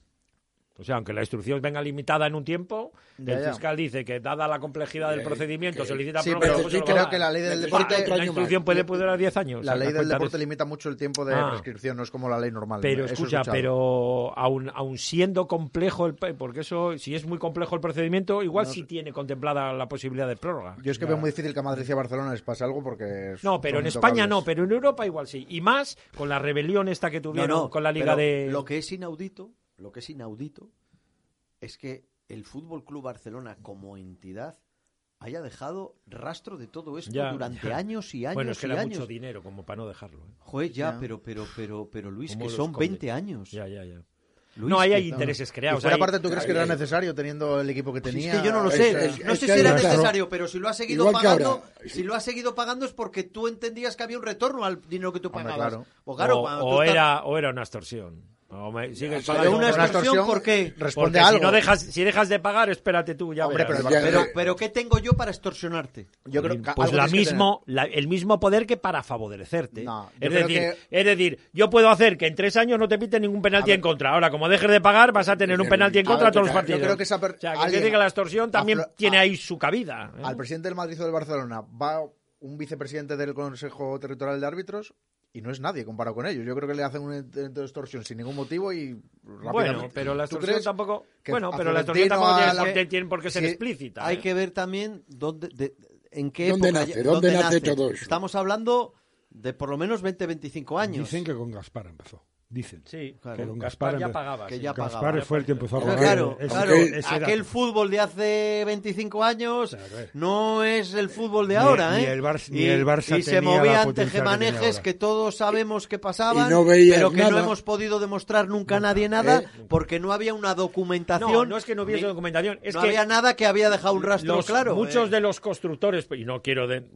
S3: O sea, aunque la instrucción venga limitada en un tiempo,
S6: Ya,
S3: el
S6: ya.
S3: fiscal dice que dada la complejidad del
S4: Que-
S3: procedimiento
S4: que-
S3: solicita
S6: Sí,
S3: prórroga.
S6: pero
S3: pues se lo
S6: creo
S3: va a
S6: que
S3: dar.
S6: la ley del
S3: Necesita
S6: deporte-
S3: otro La
S4: año
S3: instrucción
S4: más.
S3: puede durar 10 años.
S6: La
S3: o sea,
S6: ley del
S3: cuenta de-
S6: deporte limita mucho el tiempo de
S3: Ah.
S6: prescripción, no es como la ley normal.
S3: Pero
S6: Eso he
S3: escucha,
S6: escuchado.
S3: pero aun, aun siendo complejo, el, pe- porque eso, si es muy complejo el procedimiento, igual sí tiene contemplada la posibilidad de prórroga.
S6: Yo es que veo muy difícil que a Madrid y a Barcelona les pase algo porque.
S3: No, pero en España no, pero en Europa igual sí. Y más con la rebelión esta que
S2: No,
S3: tuvieron
S2: no,
S3: con la Liga
S2: pero
S3: de...
S2: Lo que es inaudito, lo que es inaudito, es que el Fútbol Club Barcelona como entidad haya dejado rastro de todo esto
S3: Ya,
S2: durante
S3: ya.
S2: años y años
S3: bueno, es que
S2: y
S3: era
S2: años.
S3: mucho dinero como para no dejarlo. ¿eh?
S2: Joder, ya,
S6: Ya.
S2: pero, pero, pero, pero Luis,
S3: Cómo
S2: que
S3: los
S2: son
S3: esconde.
S2: 20 años.
S3: Ya, ya, ya.
S2: Luis,
S3: no, ahí
S2: que-
S3: hay intereses
S6: Y
S3: creados.
S6: fuera
S3: ahí-
S6: aparte, ¿tú crees que era necesario teniendo el equipo que
S2: Sí,
S6: tenía?
S2: es que yo no lo
S4: Es-
S2: sé.
S4: es-
S2: no
S4: es
S2: sé
S4: que
S2: si
S4: hay
S2: era
S4: rastro.
S2: necesario, pero si lo ha seguido
S4: Igual que
S2: pagando,
S4: ahora.
S2: si lo ha seguido pagando es porque tú entendías que había un retorno al dinero que tú
S6: Hombre,
S2: pagabas.
S6: claro.
S2: Pues claro,
S3: o,
S2: cuando
S3: o
S2: tú estás-
S3: era, o era una extorsión. O me- sigues
S4: Pero
S3: pagando
S2: una
S3: por-
S6: Una
S2: extorsión, ¿por qué?
S6: Responde
S3: porque
S6: a algo.
S3: Si, no dejas, si dejas de pagar, espérate tú, ya
S6: Hombre,
S3: verás.
S6: pero,
S4: Ya, eh,
S6: el
S2: Pero,
S6: Barcelona-
S2: pero ¿qué tengo yo para extorsionarte?
S6: yo creo que
S3: pues
S6: algo
S3: la
S6: tienes que
S3: mismo, la- el mismo poder que para favorecerte.
S6: No, yo
S3: es,
S6: creo
S3: decir,
S6: que-
S3: es decir, yo puedo hacer que en tres años no te piten ningún penalti en contra. Ahora, como dejes de pagar, vas a tener un
S4: A
S3: penalti en
S4: ver,
S3: contra a todos los
S4: yo
S3: partidos.
S6: creo que esa per-
S3: o sea, que
S6: alguien-
S3: quiere decir que la extorsión también
S6: aflo-
S3: tiene
S6: a-
S3: ahí su cabida. ¿eh?
S6: Al presidente del Madrid o del Barcelona va un vicepresidente del Consejo Territorial de Árbitros y no es nadie comparado con ellos. Yo creo que le hacen un intento de extorsión sin ningún motivo y
S3: Bueno,
S6: rápidamente.
S3: pero la
S6: ¿Tú
S3: extorsión
S6: crees
S3: tampoco.
S6: que
S3: Bueno,
S6: a
S3: pero la
S6: Florentino,
S3: extorsión tampoco
S6: a
S3: tiene,
S6: la-
S3: por qué- tiene por qué ser
S2: Sí,
S3: explícita.
S2: Hay
S3: ¿eh?
S2: que ver también dónde, de- en qué
S4: ¿Dónde
S2: época
S4: nace?
S2: ya-
S4: ¿Dónde nace todo eso?
S2: Estamos hablando de por lo menos 20, 25 años.
S5: Dicen que con Gaspar empezó. Dicen.
S3: Sí,
S2: Claro.
S5: que con
S3: Gaspar
S5: Gaspar,
S3: ya
S5: empe-
S3: pagaba.
S2: que
S3: sí.
S2: ya
S5: Gaspar
S2: pagaba.
S5: fue el que empezó a
S2: Pero
S5: robar.
S2: claro,
S5: ese-
S2: claro,
S5: ese dato.
S2: aquel fútbol de hace 25 años
S5: Claro, eh.
S2: no es el fútbol de
S5: Ni-
S2: ahora,
S5: ni
S2: ¿eh?
S5: el Barça-
S2: y,
S5: ni el Barça
S2: y se
S5: tenía la
S2: movían
S5: potencia que tenía
S2: tejemanejes
S5: ahora.
S2: que, todos sabemos que pasaban,
S4: Y no veías
S2: pero que no
S4: nada.
S2: hemos podido demostrar nunca a nadie nada
S4: ¿eh?
S2: porque no había una documentación.
S3: No, no es que no hubiese
S2: ni-
S3: documentación. Es
S2: no
S3: que
S2: había nada que había dejado un rastro
S3: los-
S2: claro.
S3: Muchos
S2: eh.
S3: de los constructores, y no quiero de-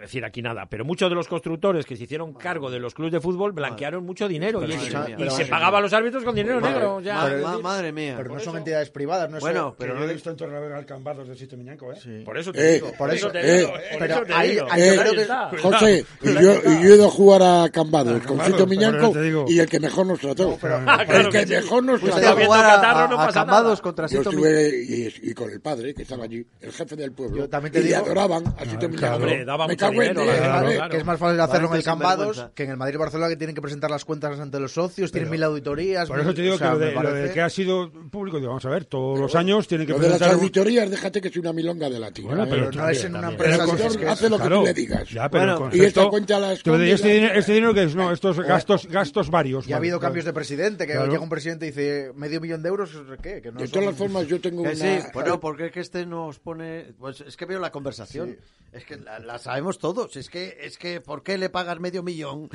S3: decir aquí nada, pero muchos de los constructores que se hicieron cargo de los clubes de fútbol blanquearon mucho dinero y,
S2: Pero
S3: y-
S2: madre
S3: y
S2: mía, pero
S3: se
S6: madre
S3: pagaba
S6: mía.
S3: a los árbitros con dinero
S4: Madre-
S3: negro. ya.
S2: Ma-
S3: Es
S2: ma-
S3: decir,
S2: madre mía.
S6: Pero no son entidades privadas, no es-
S2: Bueno,
S5: Pero
S2: pero
S5: yo
S2: no
S5: he visto en Torrelavega alcambados del sitio Miñanco, ¿eh?
S6: Sí.
S3: Por eso
S4: Eh,
S3: te digo.
S4: por
S3: Por eso
S6: eso,
S3: te
S4: eh,
S3: digo. por
S6: pero
S3: eso te
S6: ahí-
S3: digo.
S6: ahí
S4: yo
S3: Ahí
S4: creo
S6: que-
S3: está.
S4: José, y
S3: Claro
S4: yo,
S3: que está.
S4: y yo he ido a jugar a Cambados con
S5: Cambados,
S4: Sito
S5: pero
S4: Miñanco
S5: te digo-
S4: y el que mejor nos trató.
S3: Ah, claro
S4: el que,
S3: que sí.
S4: mejor nos
S2: Fuiste
S3: Está
S2: a
S4: trató.
S3: viendo
S2: jugar a,
S3: Catarro, no
S2: a- a
S3: pasa
S2: Cambados
S3: nada.
S2: contra
S4: Yo
S2: Sito
S4: estuve y, y con el padre que estaba allí, el jefe del pueblo.
S6: Yo también te
S4: y le
S6: digo-
S4: adoraban a Sito Miñanco.
S3: Hombre, daba
S4: Me
S3: mucho
S4: cago en
S3: dinero,
S4: diez,
S5: la verdad,
S4: ¿vale?
S3: claro.
S6: Que es más fácil hacerlo en el
S2: Parece
S6: Cambados
S2: sinvergüenza.
S6: que en el Madrid y Barcelona, que tienen que presentar las cuentas ante los socios, tienen mil auditorías.
S5: Por
S6: mil-
S5: eso te digo
S6: o sea,
S5: que lo de,
S6: me
S5: lo de
S6: parece-
S5: que ha sido público, digo, vamos a ver, todos los años tienen que
S4: Lo de las
S5: presentar un-
S4: auditorías, déjate que es una milonga de la tía.
S5: Bueno,
S4: ¿eh?
S5: pero
S6: Pero no es en una
S5: también.
S4: Pero el
S6: empresa.
S5: Pero
S6: si es
S4: control
S6: que-
S4: hace lo que
S5: Claro,
S4: tú le digas.
S5: Ya, pero
S2: Bueno,
S5: el
S2: y
S5: concepto-
S4: esta cuenta la
S5: Pero de este
S4: esconde-
S5: dinero, este dinero que es,
S4: <laughs>
S5: no, estos gastos, gastos varios.
S6: Ya ha
S5: vale,
S6: habido
S5: claro.
S6: cambios de presidente, que
S5: Claro.
S6: llega un presidente y dice medio millón de euros, ¿qué? Que no
S4: De
S6: son-
S4: todas las formas, yo tengo
S2: Que
S4: una...
S2: sí, bueno, porque es que este nos pone... Pues es que veo la conversación. Es que la, la sabemos todos. Es que, es que, ¿por qué le pagas medio millón?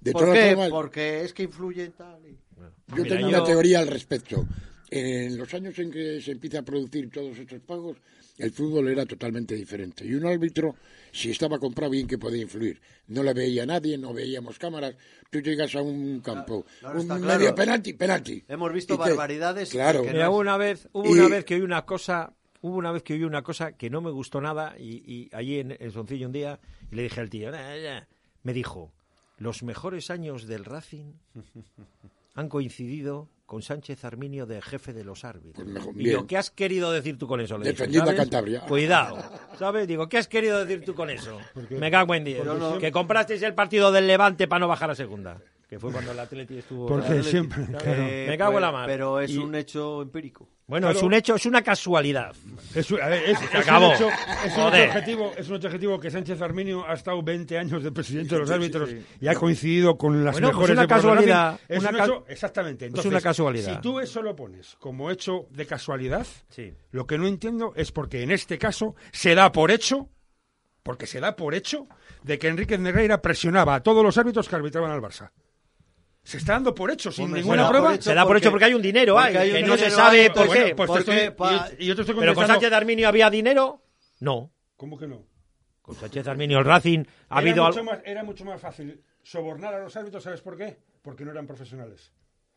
S4: De
S2: ¿Por
S4: todas
S2: qué?
S4: formas-
S2: Porque es que influye en tal. y-
S4: Yo
S3: Mira,
S4: tengo
S3: yo-
S4: una teoría al respecto. En los años en que se empieza a producir todos estos pagos, el fútbol era totalmente diferente. Y un árbitro, si estaba comprado, bien que podía influir. No le veía a nadie, no veíamos cámaras. Tú llegas a un campo,
S2: claro,
S4: un
S2: está
S4: medio
S2: claro.
S4: penalti, penalti.
S2: Hemos visto
S4: Y te-
S2: barbaridades
S4: Claro.
S2: que
S3: Mira, hubo Eh, una vez, hubo
S4: Y-
S3: una vez que oí una cosa, hubo una vez que oí una cosa que no me gustó nada y, y allí en el Soncillo un día y le dije al tío, "Nah, nah". me dijo, los mejores años del
S4: <laughs>
S3: Racing han coincidido con Sánchez Arminio de jefe de los árbitros.
S4: Pues mejor-
S3: y yo,
S4: bien.
S3: ¿qué has querido decir tú con eso? Le dije,
S4: Defendiendo a
S3: "¿Sabes?
S4: Cantabria".
S3: Cuidado, ¿sabes? Digo, ¿qué has querido decir tú con
S5: <laughs>
S3: eso? Me cago en 10.
S2: Porque no-
S3: Que comprasteis el partido del Levante para no bajar a segunda. Que fue cuando el Atleti estuvo...
S5: Porque
S3: Atleti,
S5: siempre.
S3: ¿sabes?
S5: claro.
S2: Eh,
S3: Me cago en la
S2: pues,
S3: mar.
S2: Pero es
S3: Y-
S2: un hecho empírico.
S3: bueno,
S5: Claro.
S3: es un hecho, es una casualidad.
S5: Es, un- a ver,
S3: <laughs>
S5: es- es
S3: acabó.
S5: un hecho, es un
S3: Joder.
S5: hecho objetivo, es un hecho objetivo que Sánchez Arminio ha estado 20 años de presidente de los árbitros y ha coincidido con las
S3: Bueno, pues
S5: mejores
S3: una
S5: de Portugal.
S3: casualidad,
S5: Es
S3: una
S5: un
S3: ca-
S5: hecho- exactamente. Entonces,
S3: una casualidad.
S5: Si tú eso lo pones como hecho de casualidad,
S3: Sí.
S5: lo que no entiendo es porque en este caso se da por hecho, porque se da por hecho, de que Enriquez Negreira presionaba a todos los árbitros que arbitraban al Barça. Se está dando por hecho, sin
S2: Hombre, se
S5: ninguna
S2: da por
S5: prueba.
S2: hecho
S3: se da por hecho porque hay un dinero,
S2: porque hay
S3: hay,
S2: un
S3: que no se
S2: dinero,
S3: sabe
S2: hay,
S3: por
S2: pues,
S3: qué.
S5: pues
S2: ¿Por
S5: te
S2: qué?
S5: estoy- y yo- y yo te
S3: Pero con
S5: estoy contestando-
S3: Sánchez de Arminio había dinero. No.
S5: ¿Cómo que no?
S3: Con Sánchez de Arminio el Racing ha
S5: era,
S3: habido
S5: mucho
S3: algo.
S5: más, era mucho más fácil sobornar a los árbitros, ¿sabes por qué? Porque no eran profesionales.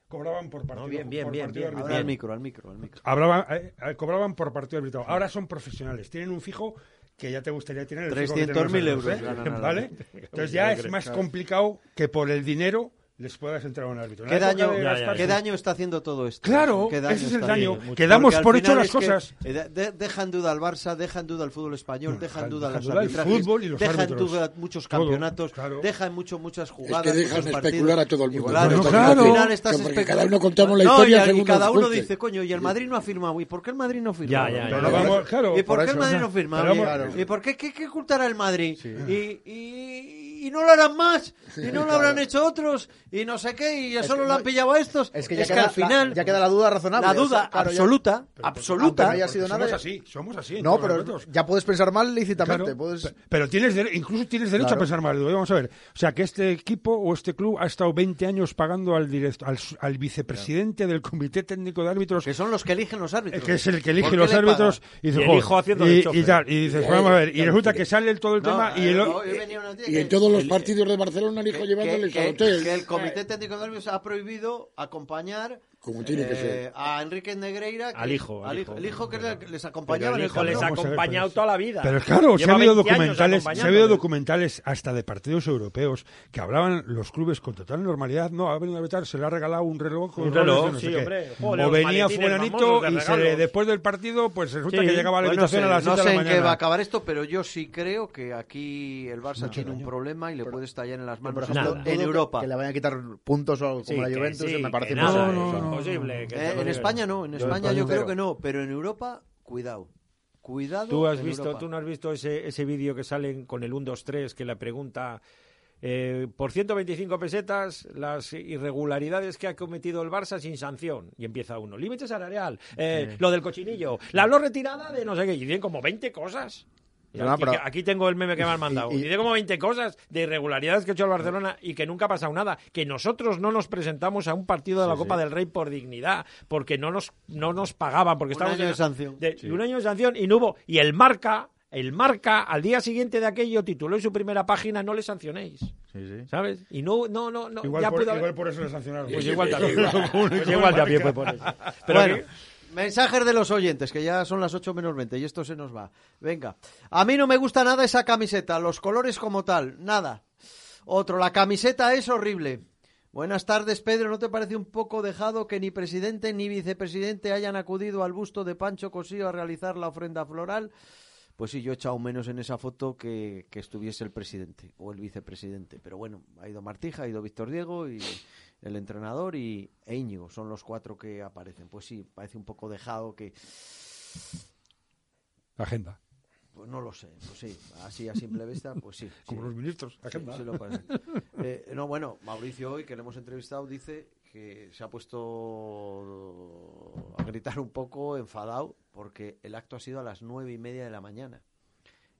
S5: Cobraban por partido,
S3: bien, bien,
S5: por
S3: bien,
S5: partido
S3: bien.
S2: Ahora
S5: arbitrado.
S2: al micro, al micro, al micro.
S5: Hablaba- eh, eh, cobraban por partido arbitrado. Ahora son profesionales. Tienen un fijo que ya te gustaría tener. el fijo que tenemos
S2: 300.000
S5: nosotros,
S2: euros
S5: ¿eh?
S2: ganan al
S5: ¿Vale?
S2: año.
S5: Entonces ya es más complicado que por el dinero les puedas entrar a un árbitro. En
S2: ¿Qué
S5: la época
S2: daño,
S5: de
S3: Ya,
S5: Gaspar
S3: ya,
S2: ¿Qué
S3: sí.
S2: daño está haciendo todo esto?
S5: Claro,
S2: ¿Qué
S5: ese es el
S2: está
S5: daño,
S2: haciendo?
S5: que damos
S2: Porque al
S5: por hecho
S2: final
S5: las
S2: es que,
S5: cosas.
S2: eh, de- de- deja en duda al Barça, deja en duda al fútbol español, deja en duda
S5: deja
S2: los
S5: en duda el
S2: arbitrajes,
S5: fútbol y los
S2: deja en
S5: árbitros.
S2: duda muchos
S5: Todo,
S2: campeonatos,
S5: claro.
S2: deja en mucho, muchas
S4: Es
S2: jugadas.
S4: que dejan
S2: muchos
S4: especular
S2: partidos.
S4: a todo el mundo.
S2: Claro,
S5: No,
S4: Porque
S5: claro.
S2: al final estás
S4: porque
S2: especulando.
S4: cada uno contamos la
S2: No,
S4: historia
S2: y- y,
S4: según nos
S2: cada uno
S4: guste.
S2: dice, coño, y el Madrid no ha firmado. ¿Y por qué el Madrid no firma?
S3: Ya, ya,
S5: Pero
S3: ya.
S5: vamos, claro,
S2: ¿Y por,
S6: por
S2: qué el
S6: eso.
S2: Madrid no firma?
S5: Pero
S2: Oye,
S5: vamos-
S2: ¿Y por qué qué, qué ocultará el Madrid? Y, y, y no lo harán más, y no lo habrán hecho otros, y no sé qué, y ya solo lo han pillado a estos.
S6: Es que ya queda-
S2: al final
S6: la- ya queda la duda razonable,
S2: La
S6: o sea,
S2: duda
S6: claro, ya-
S2: absoluta,
S6: aunque
S2: absoluta.
S6: no haya sido
S5: Porque
S6: nada-
S5: Somos así, somos así. en
S6: No,
S5: todos
S6: pero
S5: los árbitros.
S6: ya puedes pensar mal lícitamente.
S5: Claro,
S6: puedes...
S5: pe- Pero tienes dere- incluso tienes derecho a
S6: Claro.
S5: pensar mal. Digo, Vamos a ver. O sea, que este equipo o este club ha estado 20 años pagando al directo, al, s- al vicepresidente del Comité Técnico de Árbitros,
S2: que son los que eligen los árbitros.
S5: eh, que es el que
S2: ¿Por
S5: elige
S2: qué
S5: los
S2: le pagan?
S5: árbitros. Y,
S3: Y el
S5: "Joder",
S3: hijo haciendo de
S5: y,
S3: chofer.
S5: y tal, y dices, vamos a ver. Y resulta que sale el- todo el
S2: No,
S5: tema y
S2: eh,
S5: el-
S2: no, hoy venía una tía
S4: Y
S2: que-
S4: en todos los partidos de Barcelona el hijo
S2: que-
S4: llevándoles
S2: que-
S4: al
S2: que
S4: hotel.
S2: el Comité Técnico de Árbitros ha prohibido acompañar
S4: como tiene que
S2: Eh,
S4: ser.
S2: a Enrique Negreira. que-
S3: Al hijo, al
S2: al
S3: hijo.
S2: hijo. El hijo que le- les
S3: Pero
S2: acompañaba
S3: el
S2: en el
S3: hijo les ha
S2: camino.
S5: Vamos a ver,
S3: acompañado
S5: pero-
S3: toda la vida.
S5: Pero claro, se
S3: Lleva
S5: ha
S3: 20
S5: habido
S3: años
S5: documentales, se ha habido
S3: acompañándoles.
S5: documentales hasta de partidos europeos que hablaban los clubes con total normalidad. No, ha venido a vetar, se le ha regalado un reloj con
S3: Un
S5: roles de
S3: reloj,
S5: no
S3: sí,
S5: sé qué.
S3: hombre. Joder,
S5: o
S3: los
S5: venía
S3: maletines
S5: fulanito
S3: mamosos de
S5: y se
S3: regalos.
S5: le- después del partido, pues resulta
S3: Sí.
S5: que llegaba la
S2: Bueno,
S5: invitación
S2: no sé,
S5: a las
S2: Eh, no
S5: 7
S2: sé
S5: de la
S2: en qué va a
S5: mañana.
S2: acabar esto, pero yo sí creo que aquí el Barça tiene un problema y le puede estallar en las
S6: Por
S2: manos
S6: ejemplo,
S3: Nada.
S2: en
S6: dudo que-
S2: Europa.
S6: Que le vayan a quitar puntos o algo
S3: Sí,
S6: como la
S3: que
S6: Juventus,
S3: sí,
S6: me parece pues,
S3: que nada,
S6: imposible.
S5: No, no,
S3: es
S5: no.
S3: imposible. que
S2: Eh,
S3: te lo
S2: en
S3: digan.
S2: España no, en
S6: Yo
S2: España
S6: España
S2: yo creo
S6: cero.
S2: que no, pero en Europa, cuidado. Cuidado.
S3: Tú has
S2: en
S3: visto,
S2: Europa.
S3: tú no has visto ese, ese vídeo que salen con el 1, 2, 3 que la pregunta eh, por 125 pesetas las irregularidades que ha cometido el Barça sin sanción y empieza uno límite salarial eh, lo del cochinillo la no retirada de no sé qué y dicen como 20 cosas Y
S6: No,
S3: aquí,
S6: pero-
S3: aquí tengo el meme que me han mandado.
S6: y-
S3: Y, como 20 cosas de irregularidades que ha hecho el Barcelona y que nunca ha pasado nada. Que nosotros no nos presentamos a un partido de la Copa del Rey por dignidad, porque no nos, no nos pagaban, porque
S2: Un
S3: estábamos
S2: año
S3: en-
S2: de sanción.
S3: de- Un año de sanción y no hubo. Y el marca, el marca, al día siguiente de aquello tituló en su primera página No le sancionéis. ¿Sabes? Y no, no, no, no,
S5: Igual,
S3: ya
S5: por,
S3: pudo haber-
S5: igual por eso le sancionaron.
S3: Pues igual también. Pues igual también fue por eso. Pero
S2: bueno,
S3: que-
S2: mensajes de los oyentes, que ya son las 8 menos 20 y esto se nos va. Venga. A mí no me gusta nada esa camiseta, los colores como tal, nada. Otro, la camiseta es horrible. Buenas tardes, Pedro. ¿No te parece un poco dejado que ni presidente ni vicepresidente hayan acudido al busto de Pancho Cosío a realizar la ofrenda floral? Pues sí, yo he echado menos en esa foto que, que estuviese el presidente o el vicepresidente. Pero bueno, ha ido Martija, ha ido Víctor Diego y el entrenador y e Íñigo. Son los cuatro que aparecen. Pues sí, parece un poco dejado que...
S5: Agenda.
S2: Pues no lo sé, pues sí. Así a simple vista, pues sí. sí.
S5: <laughs> Como los ministros,
S2: Sí,
S5: agenda.
S2: sí lo parece. Eh, no, bueno, Mauricio hoy, que le hemos entrevistado, dice que se ha puesto a gritar un poco enfadado porque el acto ha sido a las nueve y media de la mañana.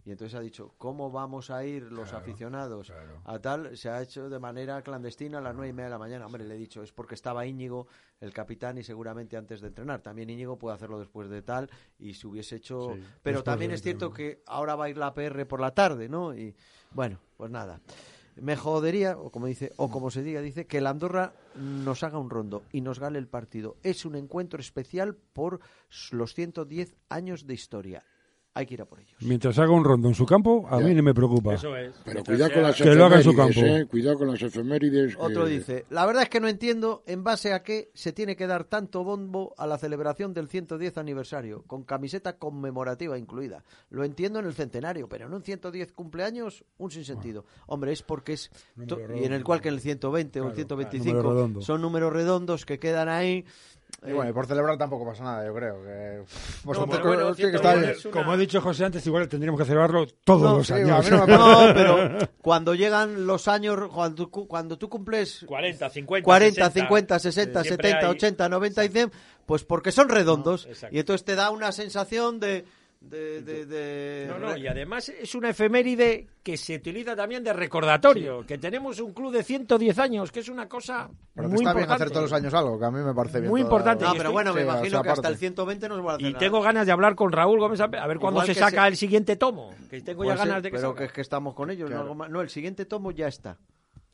S2: Y entonces ha dicho, ¿cómo vamos a ir los
S5: Claro,
S2: aficionados
S5: claro. Ah.
S2: a tal? Se ha hecho de manera clandestina a las nueve y media de la mañana. Hombre, le he dicho, es porque estaba Íñigo, el capitán, y seguramente antes de entrenar. También Íñigo puede hacerlo después de tal y se hubiese hecho...
S5: Sí,
S2: Pero
S5: después
S2: también
S5: del
S2: es cierto
S5: entrenamiento.
S2: que que ahora va a ir la PR por la tarde, ¿no? Y bueno, pues nada. Me jodería, o como dice, o como se diga, dice que la Andorra nos haga un rondo y nos gane el partido. Es un encuentro especial por los 110 años de historia. Hay que ir a por ellos.
S5: Mientras haga un rondo en su campo, a
S4: Ya.
S5: mí no me preocupa.
S3: eso es.
S4: Pero cuidado con las
S5: Que lo haga en su
S4: efemérides,
S5: campo.
S4: ¿eh? Cuidado con las efemérides.
S2: Otro
S5: Eh,
S4: que-
S2: dice, la verdad es que no entiendo en base a qué se tiene que dar tanto bombo a la celebración del 110 aniversario, con camiseta conmemorativa incluida. Lo entiendo en el centenario, pero en un 110 cumpleaños, un sinsentido. Hombre, es porque es...
S5: Número
S2: to- Y en
S5: redondo.
S2: el cual que en el 120 o el
S5: Claro,
S2: 125
S5: número redondo.
S2: son números redondos que quedan
S5: <laughs>
S2: ahí.
S6: Y bueno, y por celebrar tampoco pasa nada, yo creo. Que... Pues
S3: No,
S6: un
S3: pero
S6: poco-
S3: bueno,
S6: tiene que
S3: cierto,
S6: estar
S3: bueno,
S6: bien.
S3: es una-
S5: Como ha dicho José antes, igual tendríamos que celebrarlo todos
S2: No,
S5: los
S6: sí,
S5: años.
S6: a mí no me
S5: Pero
S6: acuerdo.
S2: No, pero cuando llegan los años, cuando tú, cu- cuando tú cumples
S3: 40, 50,
S2: 40, 50, 60,
S3: Siempre
S2: 70,
S3: hay-
S2: 80, 90 y 100, pues porque son redondos.
S3: No, exacto.
S2: y entonces te da una sensación de... de, de, de-
S3: No, no, y además es una efeméride que se utiliza también de recordatorio, que tenemos un club de 110 años, que es una cosa
S6: Pero que
S3: muy
S6: está bien
S3: importante.
S6: hacer todos los años algo, que a mí me parece bien.
S3: Muy
S6: todo-
S3: importante.
S2: No,
S3: y
S2: Ah, pero
S3: estoy-
S2: bueno, me
S6: sí, o
S2: imagino
S6: sea,
S2: que hasta
S6: aparte.
S2: el 120 nos va a hacer
S3: Y
S2: nada.
S3: tengo ganas de hablar con Raúl Gómez Ape- a ver cuándo
S2: Igual
S3: se
S2: que
S3: saca
S2: se-
S3: el siguiente tomo. Que tengo
S2: Puede
S3: ya ganas
S2: ser,
S3: de que
S2: Pues Pero
S3: salga.
S2: que es que estamos con ellos. No,
S6: Claro.
S2: algo más. No, el siguiente tomo ya está.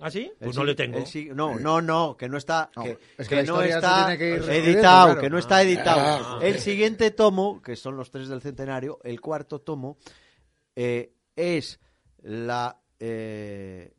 S3: ¿Ah, sí?
S2: El
S3: Pues no le
S2: sig-
S3: tengo. Eh.
S2: el sig- no, no, no, que no está,
S6: No,
S2: que,
S6: es que
S2: que
S6: la
S2: no
S6: historia se
S2: está
S6: tiene que ir reescribiendo,
S2: editado,
S6: claro.
S2: que no está editado.
S4: Ah,
S2: el siguiente tomo, que son los tres del centenario, el cuarto tomo, eh, es la eh,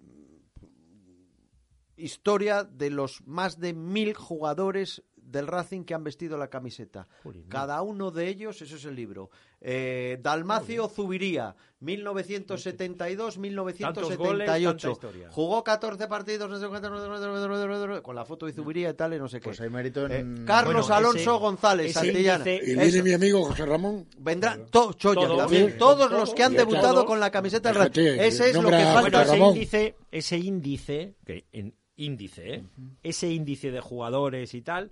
S2: historia de los más de mil jugadores del Racing que han vestido la camiseta.
S3: Jolín,
S2: Cada uno de ellos, eso es el libro. Eh, Dalmacio Zubiría, 1972-1978.
S3: Tantos goles, tanta historia.
S2: Jugó 14 partidos, no sé cuántos, no sé cuántos, no sé cuántos, no sé cuántos, con la foto de Zubiría y tal, y no sé qué.
S6: Pues hay mérito en-
S2: Eh, Carlos
S3: Bueno,
S2: Alonso
S3: ese-
S2: González,
S3: ese
S2: Santillana.
S3: índice-
S4: Y viene
S2: Eso.
S4: mi amigo José Ramón.
S2: Vendrán to- Choya
S3: Todos,
S2: también,
S3: sí,
S2: todos
S3: todos,
S2: los que han
S4: todos.
S2: debutado con la camiseta del
S4: Fíjate,
S2: Real. Ese es lo que
S4: nombra a
S3: Bueno,
S2: falta.
S3: ese
S4: Ramón.
S3: índice, ese índice, que en- índice, ¿eh? ese índice de jugadores y tal,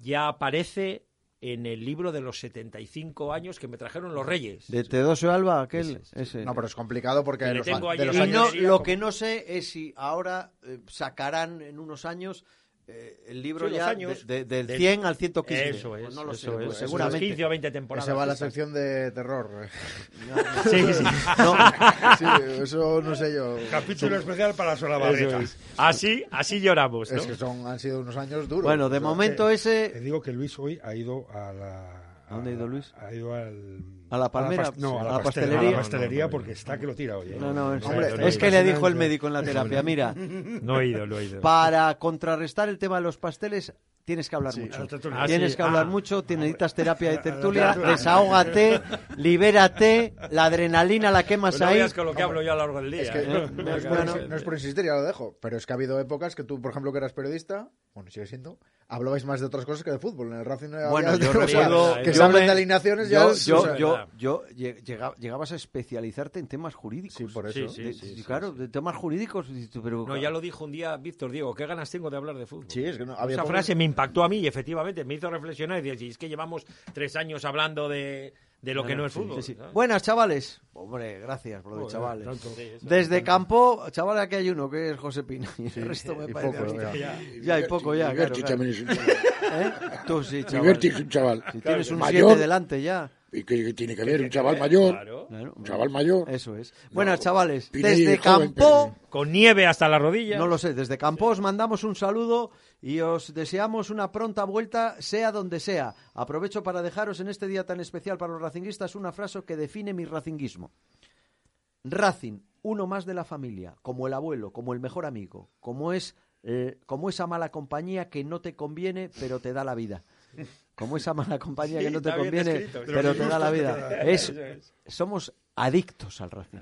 S3: ya aparece en el libro de los 75 años que me trajeron los Reyes.
S2: De Teodosio Alba, aquel. ese.
S6: No, pero es complicado porque
S3: Que le
S6: los,
S3: tengo
S6: de
S3: ahí
S6: los
S3: el-
S2: Y
S6: años...
S2: no,
S3: años-
S2: lo que no sé es si ahora eh, sacarán en unos años eh, el libro
S3: Sí, los
S2: ya
S3: años.
S2: de- de- del
S3: Del-
S2: 100 al 115.
S3: Eso es.
S2: Pues no lo sé,
S3: eso
S2: pues
S3: es. Unas
S2: seguramente.
S3: 15 o 20
S6: Que
S3: temporadas.
S6: se va a la
S3: quizás.
S6: sección de
S3: <laughs>
S6: terror.
S3: Sí, sí.
S2: No,
S6: Sí, eso no sé yo.
S5: <laughs> Capítulo especial para
S3: Eso
S5: Solabarrieta.
S3: es. Así, así lloramos, ¿no?
S6: Es que son, han sido unos años
S2: <laughs>
S6: duros.
S2: bueno, de momento
S5: Eh, Te
S2: ese...
S5: digo que Luis hoy ha ido a la.
S2: ¿A dónde ha ido Luis?
S5: Ha ido al.
S2: ¿A la palmera?
S5: pas- no, a la,
S2: ¿A la
S5: pastelería.
S2: pastelería?
S5: A la pastelería
S3: No, no, no.
S5: porque está que lo tira hoy. ¿eh?
S2: No, no, es,
S6: Hombre,
S2: es que le dijo el médico en la terapia, mira,
S3: No he ido, no he ido.
S2: para contrarrestar el tema de los pasteles tienes que hablar mucho.
S5: la tertulia. Ah,
S2: tienes
S3: sí,
S2: que hablar
S3: ah.
S2: mucho, te necesitas terapia de
S5: a la
S2: tertulia,
S5: tertulia.
S2: desahógate, libérate, la adrenalina la quemas
S3: Pues no
S2: ahí.
S3: veas con lo que hablo yo a lo largo del día.
S6: Es que
S3: ¿eh?
S6: no, no es por,
S2: Bueno.
S6: insi- no es por insistir, ya lo dejo. Pero es que ha habido épocas que tú, por ejemplo, que eras periodista, bueno, sigue siendo, hablabais más de otras cosas que de fútbol. En el Racing no había
S2: Bueno,
S6: otra
S2: yo
S6: cosa.
S2: recuerdo
S6: que
S2: yo
S6: se hablen
S2: me-
S6: de alineaciones ya
S2: yo,
S6: es,
S2: yo,
S6: o sea,
S2: yo, yo lleg- llegaba- llegabas a especializarte en temas jurídicos.
S6: Sí, por
S3: Sí,
S6: eso.
S3: sí.
S2: De- claro, de temas jurídicos. dices tú, Pero,
S3: No, ya lo dijo un día Víctor Diego, qué ganas tengo de hablar de fútbol.
S6: Sí, es que no, había
S3: Esa
S6: pocos-
S3: frase me impactó a mí y efectivamente me hizo reflexionar y decir, "Si es que llevamos tres años hablando de, de lo que no es
S2: Sí,
S3: fútbol.
S2: sí.
S3: ¿sabes?
S2: Buenas, chavales. Hombre, gracias por lo de chavales.
S3: Sí, eso.
S2: Desde campo, chaval, aquí hay uno que es José Pina. Y el resto me
S6: y
S2: parece.
S6: poco,
S2: a mí.
S6: ya.
S2: ya hay poco, ya. Claro,
S4: Liberty
S2: claro.
S4: también es un chaval.
S2: ¿Eh? Tú sí, chaval.
S4: Liberty es un chaval.
S2: Si tienes un 7
S4: mayor.
S2: delante ya.
S4: ¿Y qué qué tiene que ver? Un chaval mayor.
S3: Claro.
S2: Claro,
S4: Un chaval mayor.
S2: Eso es. Buenas, chavales.
S4: Pina
S2: Desde
S4: es joven,
S2: campo.
S3: Con nieve hasta la rodilla.
S2: No lo sé, desde Campo os mandamos un saludo y os deseamos una pronta vuelta, sea donde sea. Aprovecho para dejaros en este día tan especial para los racinguistas una frase que define mi racinguismo. Racing, uno más de la familia, como el abuelo, como el mejor amigo, como es eh, como esa mala compañía que no te conviene pero te da la vida. Como esa mala compañía
S3: Sí,
S2: que no te
S3: está bien
S2: conviene
S3: escrito, está
S2: pero
S3: bien
S2: te da la vida. Es,
S3: Eso es.
S2: somos adictos al Racing.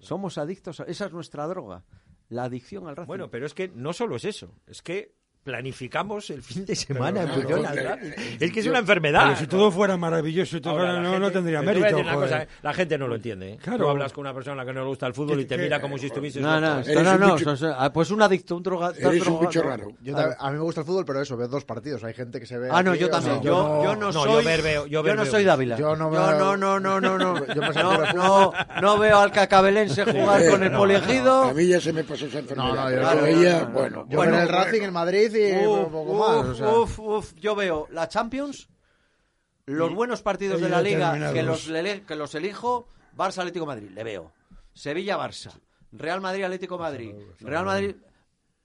S2: Somos adictos, a- esa es nuestra droga, la adicción al Racing.
S3: Bueno, pero es que no solo es eso, es que planificamos el fin de semana en
S4: claro,
S3: función al
S4: claro.
S3: Racing. Es que es una enfermedad.
S5: Pero si todo fuera maravilloso, y todo
S3: Ahora,
S5: fuera-
S3: la
S5: no,
S3: gente-
S5: no tendría
S3: pero te voy
S5: mérito.
S3: a decir una
S5: joder.
S3: cosa, ¿eh? la gente no lo entiende. ¿eh?
S5: Claro.
S3: Tú hablas con una persona que no le gusta el fútbol y te
S5: Que-
S3: mira
S5: que-
S3: como si estuvieses.
S2: No, no,
S3: loco.
S2: esto no,
S4: un
S2: no,
S4: bicho-
S2: eso- ah, pues un adicto, un droga. estás
S4: Eres un
S2: drogado.
S4: bicho raro.
S6: Yo
S2: Claro.
S6: tam- a mí me gusta el fútbol, pero eso, veo dos partidos. Hay gente que se ve.
S2: Ah, no,
S6: aquí,
S2: yo
S6: o
S2: también.
S6: sea,
S2: Yo, yo no
S3: no,
S2: soy.
S3: yo ver veo, yo ver
S2: no
S3: veo.
S2: soy Dávila.
S6: Yo no
S2: Yo
S6: veo-
S2: no, no, no, no, no.
S6: Yo me
S2: no,
S6: saco de
S2: no, no veo al cacabelense jugar
S4: Eh,
S2: con el
S4: no,
S2: polegido.
S4: A mí ya se me pasó esa enfermedad.
S6: no, yo
S4: pero
S2: no,
S4: veía,
S2: no, no, no.
S4: bueno,
S6: Yo
S2: Bueno,
S6: en el Racing, en Madrid y un
S2: Uf,
S6: poco más. o
S2: uf,
S6: sea.
S2: uf, uf. Yo veo la Champions, los buenos partidos de
S5: y
S2: la Liga
S5: determinados.
S2: que los, ele- que los elijo, Barça Atlético de Madrid, le veo. Sevilla Barça, Real Madrid Atlético de Madrid, Real Madrid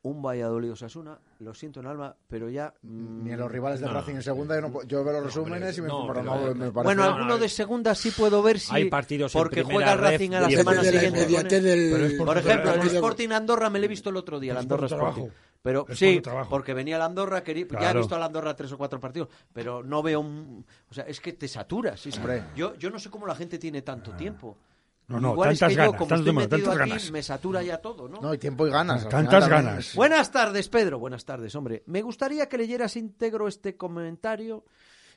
S2: un Valladolid Osasuna, lo siento en alma, pero ya mm,
S6: Ni en los rivales del Racing en segunda. Yo, no- yo veo los resúmenes y me.
S3: no,
S6: pero
S3: pero-
S6: no, me parece-
S2: Bueno,
S3: no,
S2: alguno
S3: no,
S2: de segunda sí puedo ver si
S3: Hay partidos en
S2: porque
S3: primera
S2: juega el
S3: ref
S2: Racing a la
S3: y
S2: semana
S4: depende de la
S2: siguiente.
S4: inmediatez
S2: pone-
S5: Pero es
S4: del...
S2: Por ejemplo, el
S4: partido.
S2: Sporting Andorra me lo he visto el otro día, el
S5: Es
S2: Andorra
S5: por tu trabajo.
S2: Sporting. Pero
S5: Es por
S2: sí,
S5: tu trabajo.
S2: porque venía el Andorra, quería- ya he
S3: Claro.
S2: visto al Andorra tres o cuatro partidos, pero no veo un... O sea, es que te saturas. es que
S6: Hombre.
S2: yo, yo no sé cómo la gente tiene tanto tiempo.
S5: No, no,
S2: Igual es
S5: tantas
S2: que yo,
S5: ganas,
S2: como
S5: tantos
S2: estoy
S5: números,
S2: metido
S5: tantas
S2: aquí,
S5: ganas.
S2: me satura ya todo, ¿no?
S6: No, y tiempo y ganas. al
S5: Tantas
S6: final también.
S5: ganas.
S2: Buenas tardes, Pedro. Buenas tardes, hombre. Me gustaría que leyeras íntegro este comentario.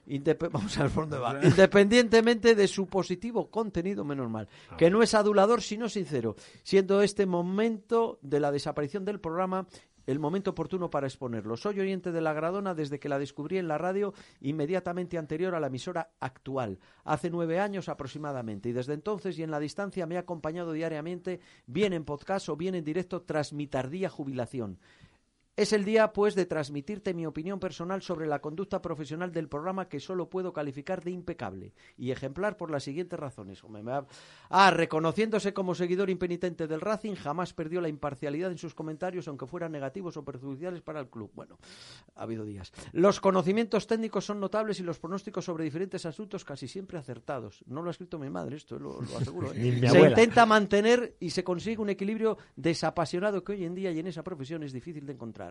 S2: indep- <laughs> Vamos al fondo va. Independientemente de su positivo contenido, menos mal. Que no es adulador, sino sincero. Siendo este momento de la desaparición del programa el momento oportuno para exponerlo. Soy oyente de La Gradona desde que la descubrí en la radio inmediatamente anterior a la emisora actual, hace nueve años aproximadamente. Y desde entonces y en la distancia me ha acompañado diariamente, bien en podcast o bien en directo, tras mi tardía jubilación. Es el día, pues, de transmitirte mi opinión personal sobre la conducta profesional del programa que solo puedo calificar de impecable y ejemplar por las siguientes razones. Hombre, me va- Ah, reconociéndose como seguidor impenitente del Racing, jamás perdió la imparcialidad en sus comentarios, aunque fueran negativos o perjudiciales para el club. Bueno, ha habido días. Los conocimientos técnicos son notables y los pronósticos sobre diferentes asuntos casi siempre acertados. No lo ha escrito mi madre, esto lo, lo aseguro.
S3: <laughs>
S2: ¿eh?
S3: Ni mi
S2: Se
S3: abuela.
S2: intenta intenta mantener y se consigue un equilibrio desapasionado que hoy en día y en esa profesión es difícil de encontrar.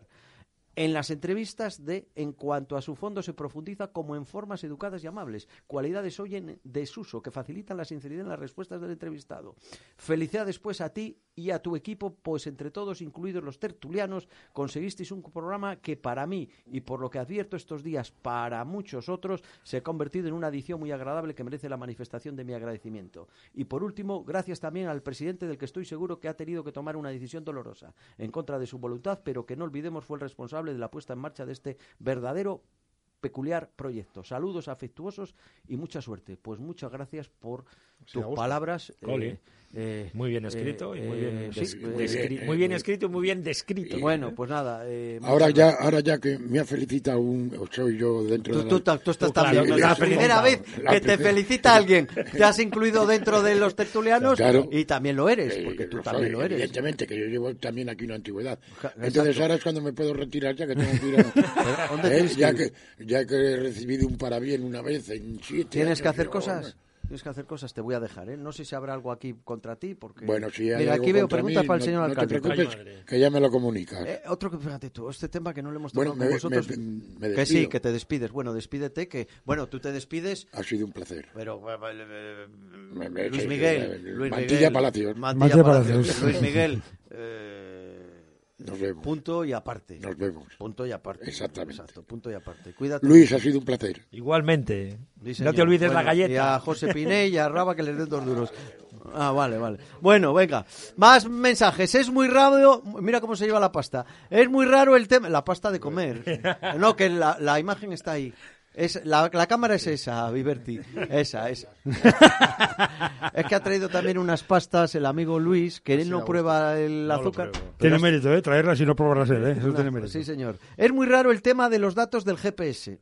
S2: En las entrevistas de En cuanto a su fondo se profundiza como en formas educadas y amables, cualidades hoy en desuso que facilitan la sinceridad en las respuestas del entrevistado. Felicidades pues a ti y a tu equipo, pues entre todos, incluidos los tertulianos, conseguisteis un programa que para mí y por lo que advierto estos días para muchos otros se ha convertido en una adición muy agradable que merece la manifestación de mi agradecimiento. Y por último, gracias también al presidente del que estoy seguro que ha tenido que tomar una decisión dolorosa en contra de su voluntad, pero que no olvidemos fue el responsable de la puesta en marcha de este verdadero peculiar proyecto. Saludos afectuosos y mucha suerte. Pues muchas gracias por
S6: Sí,
S2: tus
S6: da gusto.
S2: palabras. eh,
S3: Ole.
S2: eh,
S3: Muy bien escrito y muy bien,
S2: eh,
S3: des-
S2: sí,
S3: descri-
S4: bien, eh,
S3: muy bien escrito y muy bien descrito.
S2: Bueno, pues nada. eh,
S4: Ahora
S2: muchas
S4: ya, ahora ya que me ha felicitado un, o soy yo dentro
S2: Tú,
S4: de
S2: tú,
S4: la-
S2: ta- tú estás
S3: Tú, claro,
S2: también.
S4: yo
S2: la
S4: estoy
S2: primera vez
S4: contado. La
S2: que te
S4: primera-
S2: felicita alguien, te has incluido dentro de los tertulianos
S4: Claro.
S2: y también lo eres,
S4: Eh,
S2: porque tú
S4: lo
S2: también
S4: soy,
S2: lo eres.
S4: Evidentemente, que yo llevo también aquí una antigüedad.
S2: Ja,
S4: Entonces ahora es cuando me puedo retirar ya que tengo que ir
S2: <laughs>
S4: a...
S2: ¿Dónde
S4: Eh,
S2: tienes
S4: ya,
S2: que
S4: que, ya que he recibido un parabién una vez en siete
S2: Tienes
S4: años,
S2: que hacer
S4: yo,
S2: cosas.
S4: hombre.
S2: Tienes que hacer cosas, te voy a dejar, ¿eh? No sé si habrá algo aquí contra ti, porque...
S4: Bueno, si hay
S2: Mira,
S4: algo
S2: aquí veo
S4: contra
S2: preguntas
S4: mí,
S2: para el
S4: no-
S2: señor alcalde.
S4: No te preocupes, que ya me lo comunicas.
S2: Eh, otro que, fíjate tú, este tema que no le hemos tocado
S4: Bueno, me-
S2: con vosotros.
S4: me- me
S2: que sí,
S4: despido.
S2: que te despides. Bueno, despídete, que... Bueno, tú te despides,
S4: Ha sido un placer.
S2: pero... eh,
S4: Me- me-
S2: Luis
S4: sí,
S2: Miguel,
S4: eh,
S2: Luis
S4: Mantilla
S2: Miguel,
S4: Palacios.
S2: Mantilla
S5: Mantilla
S2: Palacios,
S4: <laughs>
S5: Palacios.
S2: Luis Miguel, eh,
S4: Nos vemos.
S2: punto y aparte.
S4: Nos vemos.
S2: Punto y aparte.
S4: Exactamente.
S2: Exacto, punto y aparte. Cuídate.
S4: Luis, ha sido un placer.
S3: Igualmente.
S2: Sí,
S3: no
S2: señor.
S3: te olvides
S2: Bueno,
S3: la galleta.
S2: Y a José
S3: <laughs>
S2: Piné y a Raba que les den dos duros. Ah, vale, vale. Bueno, venga. Más mensajes. Es muy raro. Mira cómo se lleva la pasta. Es muy raro el tema. La pasta de comer.
S3: <laughs>
S2: No, que la, la imagen está ahí. Es, la, la cámara es esa, Viverti. Esa,
S3: <laughs>
S2: esa. Es que ha traído también unas pastas el amigo Luis, que él no prueba el
S3: No lo
S2: azúcar.
S3: pruebo.
S5: Tiene mérito, ¿eh? Traerlas y no probarlas él, ¿eh? Eso
S2: Una-
S5: tiene mérito.
S2: sí, señor. Es muy raro el tema de los datos del GPS.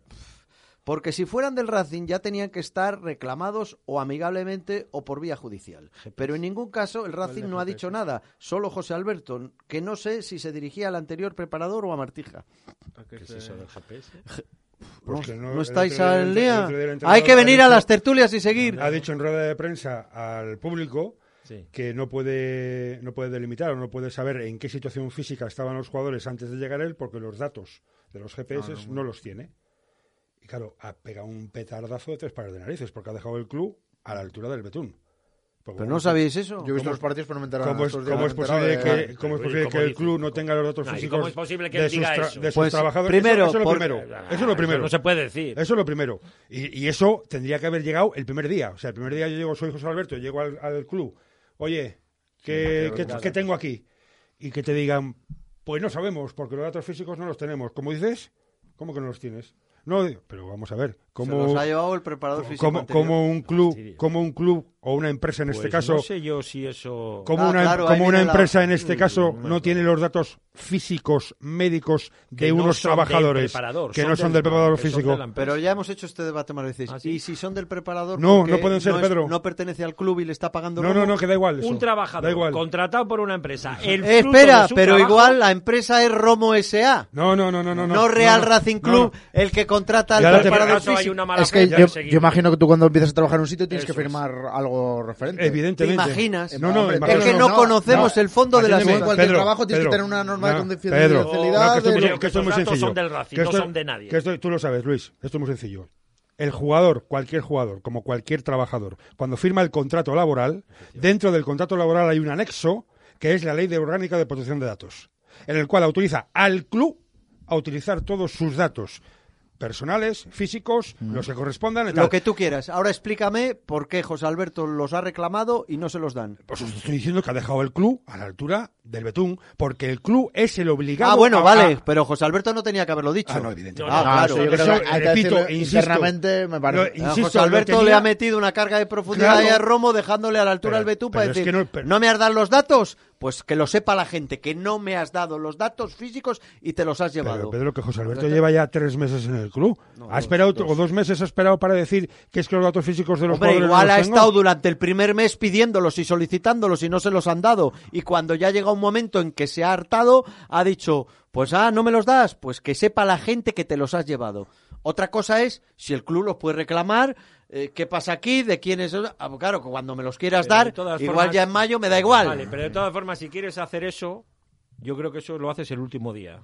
S2: Porque si fueran del Racing ya tenían que estar reclamados o amigablemente o por vía judicial. Pero en ningún caso el Racing no ha dicho nada, solo José Alberto, que no sé si se dirigía al anterior preparador o a Martija.
S5: Pues
S2: No-
S5: que
S2: no,
S5: el otro
S2: estáis
S5: día el
S2: al
S5: entre- el
S2: día.
S5: otro día el entrenador
S2: Hay que
S5: ha
S2: venir a
S5: dicho-
S2: las tertulias y seguir.
S5: Ha dicho en rueda de prensa al público
S3: Sí.
S5: que no puede, no puede delimitar o no puede saber en qué situación física estaban los jugadores antes de llegar él porque los datos de los GPS no, los tiene. Y claro, ha pegado un petardazo de tres pares de narices porque ha dejado el club a la altura del Betún. Porque
S2: Pero
S5: como-
S2: no sabéis eso.
S6: Yo he visto los partidos, pero no me enteraba.
S5: ¿Cómo es,
S6: Estos días
S5: cómo
S6: me
S5: es
S6: he enterado
S5: posible,
S6: de-
S5: que, cómo es
S3: Pero,
S5: posible
S3: ¿y
S5: que
S3: cómo
S5: el club
S3: dice?
S5: no tenga los datos
S3: No, ¿y
S5: físicos
S3: cómo es posible que
S5: de
S3: él
S5: sus,
S3: diga
S5: tra-
S3: eso?
S5: de sus
S2: Pues,
S5: trabajadores?
S2: primero,
S5: eso, eso es
S2: por-
S5: lo primero. Eso es lo primero.
S3: Ah, no se puede decir.
S5: Eso es lo primero. Y, y eso tendría que haber llegado el primer día. O sea, el primer día yo llego, soy José Alberto, llego al, al club. Oye, ¿qué, qué- qué tengo aquí? Y que te digan, pues no sabemos, porque los datos físicos no los tenemos. ¿Cómo dices? ¿Cómo que no los tienes? No, pero vamos a ver.
S2: Se
S5: ¿Cómo,
S2: los ha llevado el preparador físico.
S5: cómo-
S2: anterior.
S5: cómo un club,
S3: Fastidio.
S5: como un club o una empresa en este
S3: Pues
S5: caso,
S3: No sé yo si eso.
S5: como
S2: Ah,
S5: una,
S2: claro, ahí
S5: como una
S2: viene la-
S5: empresa en este
S3: Mm,
S5: caso
S3: bueno.
S5: no tiene los datos físicos, médicos de
S3: que no
S5: unos
S3: son del
S5: trabajadores
S3: preparador,
S5: que no son del preparador
S3: que son de
S5: físico.
S3: la empresa.
S2: Pero ya hemos hecho este debate más veces.
S3: Ah, sí.
S2: Y si son del preparador.
S5: No,
S2: porque
S5: no pueden ser,
S2: es-
S5: Pedro.
S2: No pertenece al club y le está pagando.
S5: No, no,
S2: robo.
S5: no, que da igual. eso.
S3: un
S5: Da
S3: trabajador
S5: igual.
S3: contratado por una empresa. El
S2: Eh,
S3: fruto
S2: espera,
S3: de su
S2: pero
S3: trabajo-
S2: igual la empresa es Romo S.A.
S5: No, no, no, no, no.
S2: No,
S5: No,
S2: Real
S5: no,
S2: Racing
S5: no,
S2: Club,
S5: no.
S2: el que contrata al
S5: Ya la
S2: preparador
S5: temporada
S2: físico.
S3: hay una mala
S6: Es que
S3: fe, ya
S6: yo,
S3: de seguida.
S6: yo imagino que tú cuando empiezas a trabajar en un sitio tienes
S3: Eso
S6: que firmar algo referente.
S5: Evidentemente.
S2: ¿Te imaginas?
S5: No, no,
S6: Hombre,
S5: imagino
S2: es que no,
S6: no,
S2: conocemos
S5: no.
S2: el fondo de las
S5: Atiéndeme,
S6: En cualquier
S5: Pedro,
S6: trabajo tienes que
S5: Pedro,
S6: tener una norma de
S5: no,
S6: confidencialidad,
S5: Pedro, no, que esto es muy-
S6: de lo
S5: que esto es muy
S3: que esos datos
S5: sencillo.
S3: son del Racing,
S5: Que
S3: no
S5: esto-
S3: son de nadie.
S5: que esto- tú lo sabes, Luis. Esto es muy sencillo. El jugador, cualquier jugador, como cualquier trabajador, cuando firma el contrato laboral, dentro del contrato laboral hay un anexo que es la Ley de Orgánica de Protección de Datos, en el cual autoriza al club a utilizar todos sus datos personales, físicos,
S6: Mm.
S5: los que correspondan. y
S2: Lo
S5: tal.
S2: que tú quieras. Ahora explícame por qué José Alberto los ha reclamado y no se los dan.
S5: Pues os estoy diciendo que ha dejado el club a la altura del Betún, porque el club es el obligado.
S2: Ah, bueno,
S5: a-
S2: vale,
S5: a-
S2: pero José Alberto no tenía que haberlo dicho.
S5: Ah, no, evidentemente.
S2: Ah,
S3: No, no,
S2: claro.
S6: eso yo creo
S5: Eso,
S6: que hay que
S5: repito,
S6: decirlo
S5: insisto.
S6: internamente, me
S5: Lo-
S6: parece. Ah, José
S2: A
S5: insisto,
S2: José
S5: lo
S2: Alberto
S5: tenía-
S2: le ha metido una carga de profundidad
S5: Claro.
S2: ahí a Romo dejándole a la altura
S5: Pero-
S2: al Betún
S5: pero
S2: para
S5: es
S2: decir,
S5: que
S2: no,
S5: no- pero-
S2: me has dado los datos? Pues que lo sepa la gente, que no me has dado los datos físicos y te los has
S5: Pero,
S2: llevado.
S5: Pedro, que José Alberto lleva ya tres meses en el club.
S2: No,
S5: ha esperado, o dos meses ha esperado para decir que es que los datos físicos de los
S2: Hombre,
S5: jugadores no
S2: igual
S5: los
S2: ha
S5: tengo.
S2: estado durante el primer mes pidiéndolos y solicitándolos y no se los han dado. Y cuando ya llega un momento en que se ha hartado, ha dicho, pues ah, no me los das, pues que sepa la gente que te los has llevado. Otra cosa es si el club los puede reclamar, eh, qué pasa aquí, de quién es... Ah, claro, que cuando me los quieras
S3: Pero de
S2: dar,
S3: todas
S2: igual
S3: formas-
S2: ya en mayo me da igual.
S3: Vale, pero de todas formas, si quieres hacer eso, yo creo que eso lo haces el último día.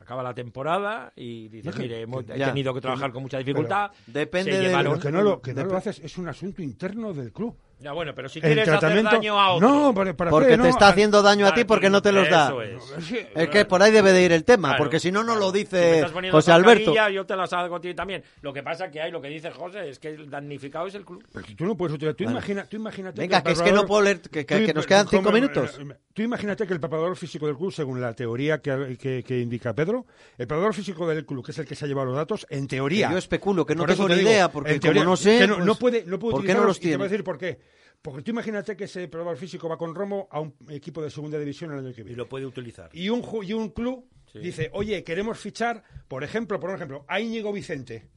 S3: Acaba la temporada y dices, mire, hemos he
S2: Ya.
S3: tenido que trabajar con mucha dificultad.
S2: Depende
S3: se
S2: de-
S5: Pero
S3: llevaron-
S5: que no lo, que no
S2: Dep-
S5: lo haces es un asunto interno del club.
S3: Ya, bueno, pero si
S5: El
S3: quieres hacer
S5: tratamiento-
S3: daño a otro.
S5: No, para, para
S2: Porque
S5: qué,
S2: te
S5: no.
S2: está
S5: Ah,
S2: haciendo daño a
S3: Claro,
S2: ti porque no te los da.
S3: eso es.
S5: es que-
S2: Es que por ahí debe de ir el tema,
S3: Claro,
S2: porque si no, no lo
S3: claro. Si me
S2: dice
S3: estás poniendo
S2: José
S3: zancadilla,
S2: Alberto.
S3: Yo te las hago a ti también. Lo que pasa que hay, lo que dice José, es que el damnificado es el club.
S5: Pero si tú no puedes utilizar. Tú, imagina, tú imagínate.
S2: Venga,
S5: el
S2: que es que
S5: preparador-
S2: no puedo leer- que- que-
S5: tú-
S2: que nos quedan cinco
S5: como-
S2: minutos.
S5: eh, Tú imagínate que el preparador físico del club, según la teoría que, que- que indica Pedro, el preparador físico del club, que es el que se ha llevado los datos, en teoría.
S2: Que yo especulo, que no
S5: Por eso
S2: tengo
S5: te
S2: ni
S5: digo,
S2: idea, porque
S5: en
S2: como no sé,
S5: que no,
S2: pues,
S5: no puede, no puede
S2: ¿por qué no
S5: utilizarlos
S2: los
S5: y te voy
S2: tiene?
S5: a decir por qué. Porque tú imagínate que ese probador físico va con Romo a un equipo de segunda división el año que
S7: Y
S5: viene.
S7: lo puede utilizar.
S5: Y un, ju- y un club
S7: Sí.
S5: dice, oye, queremos fichar, por ejemplo, por un ejemplo, a Íñigo Vicente,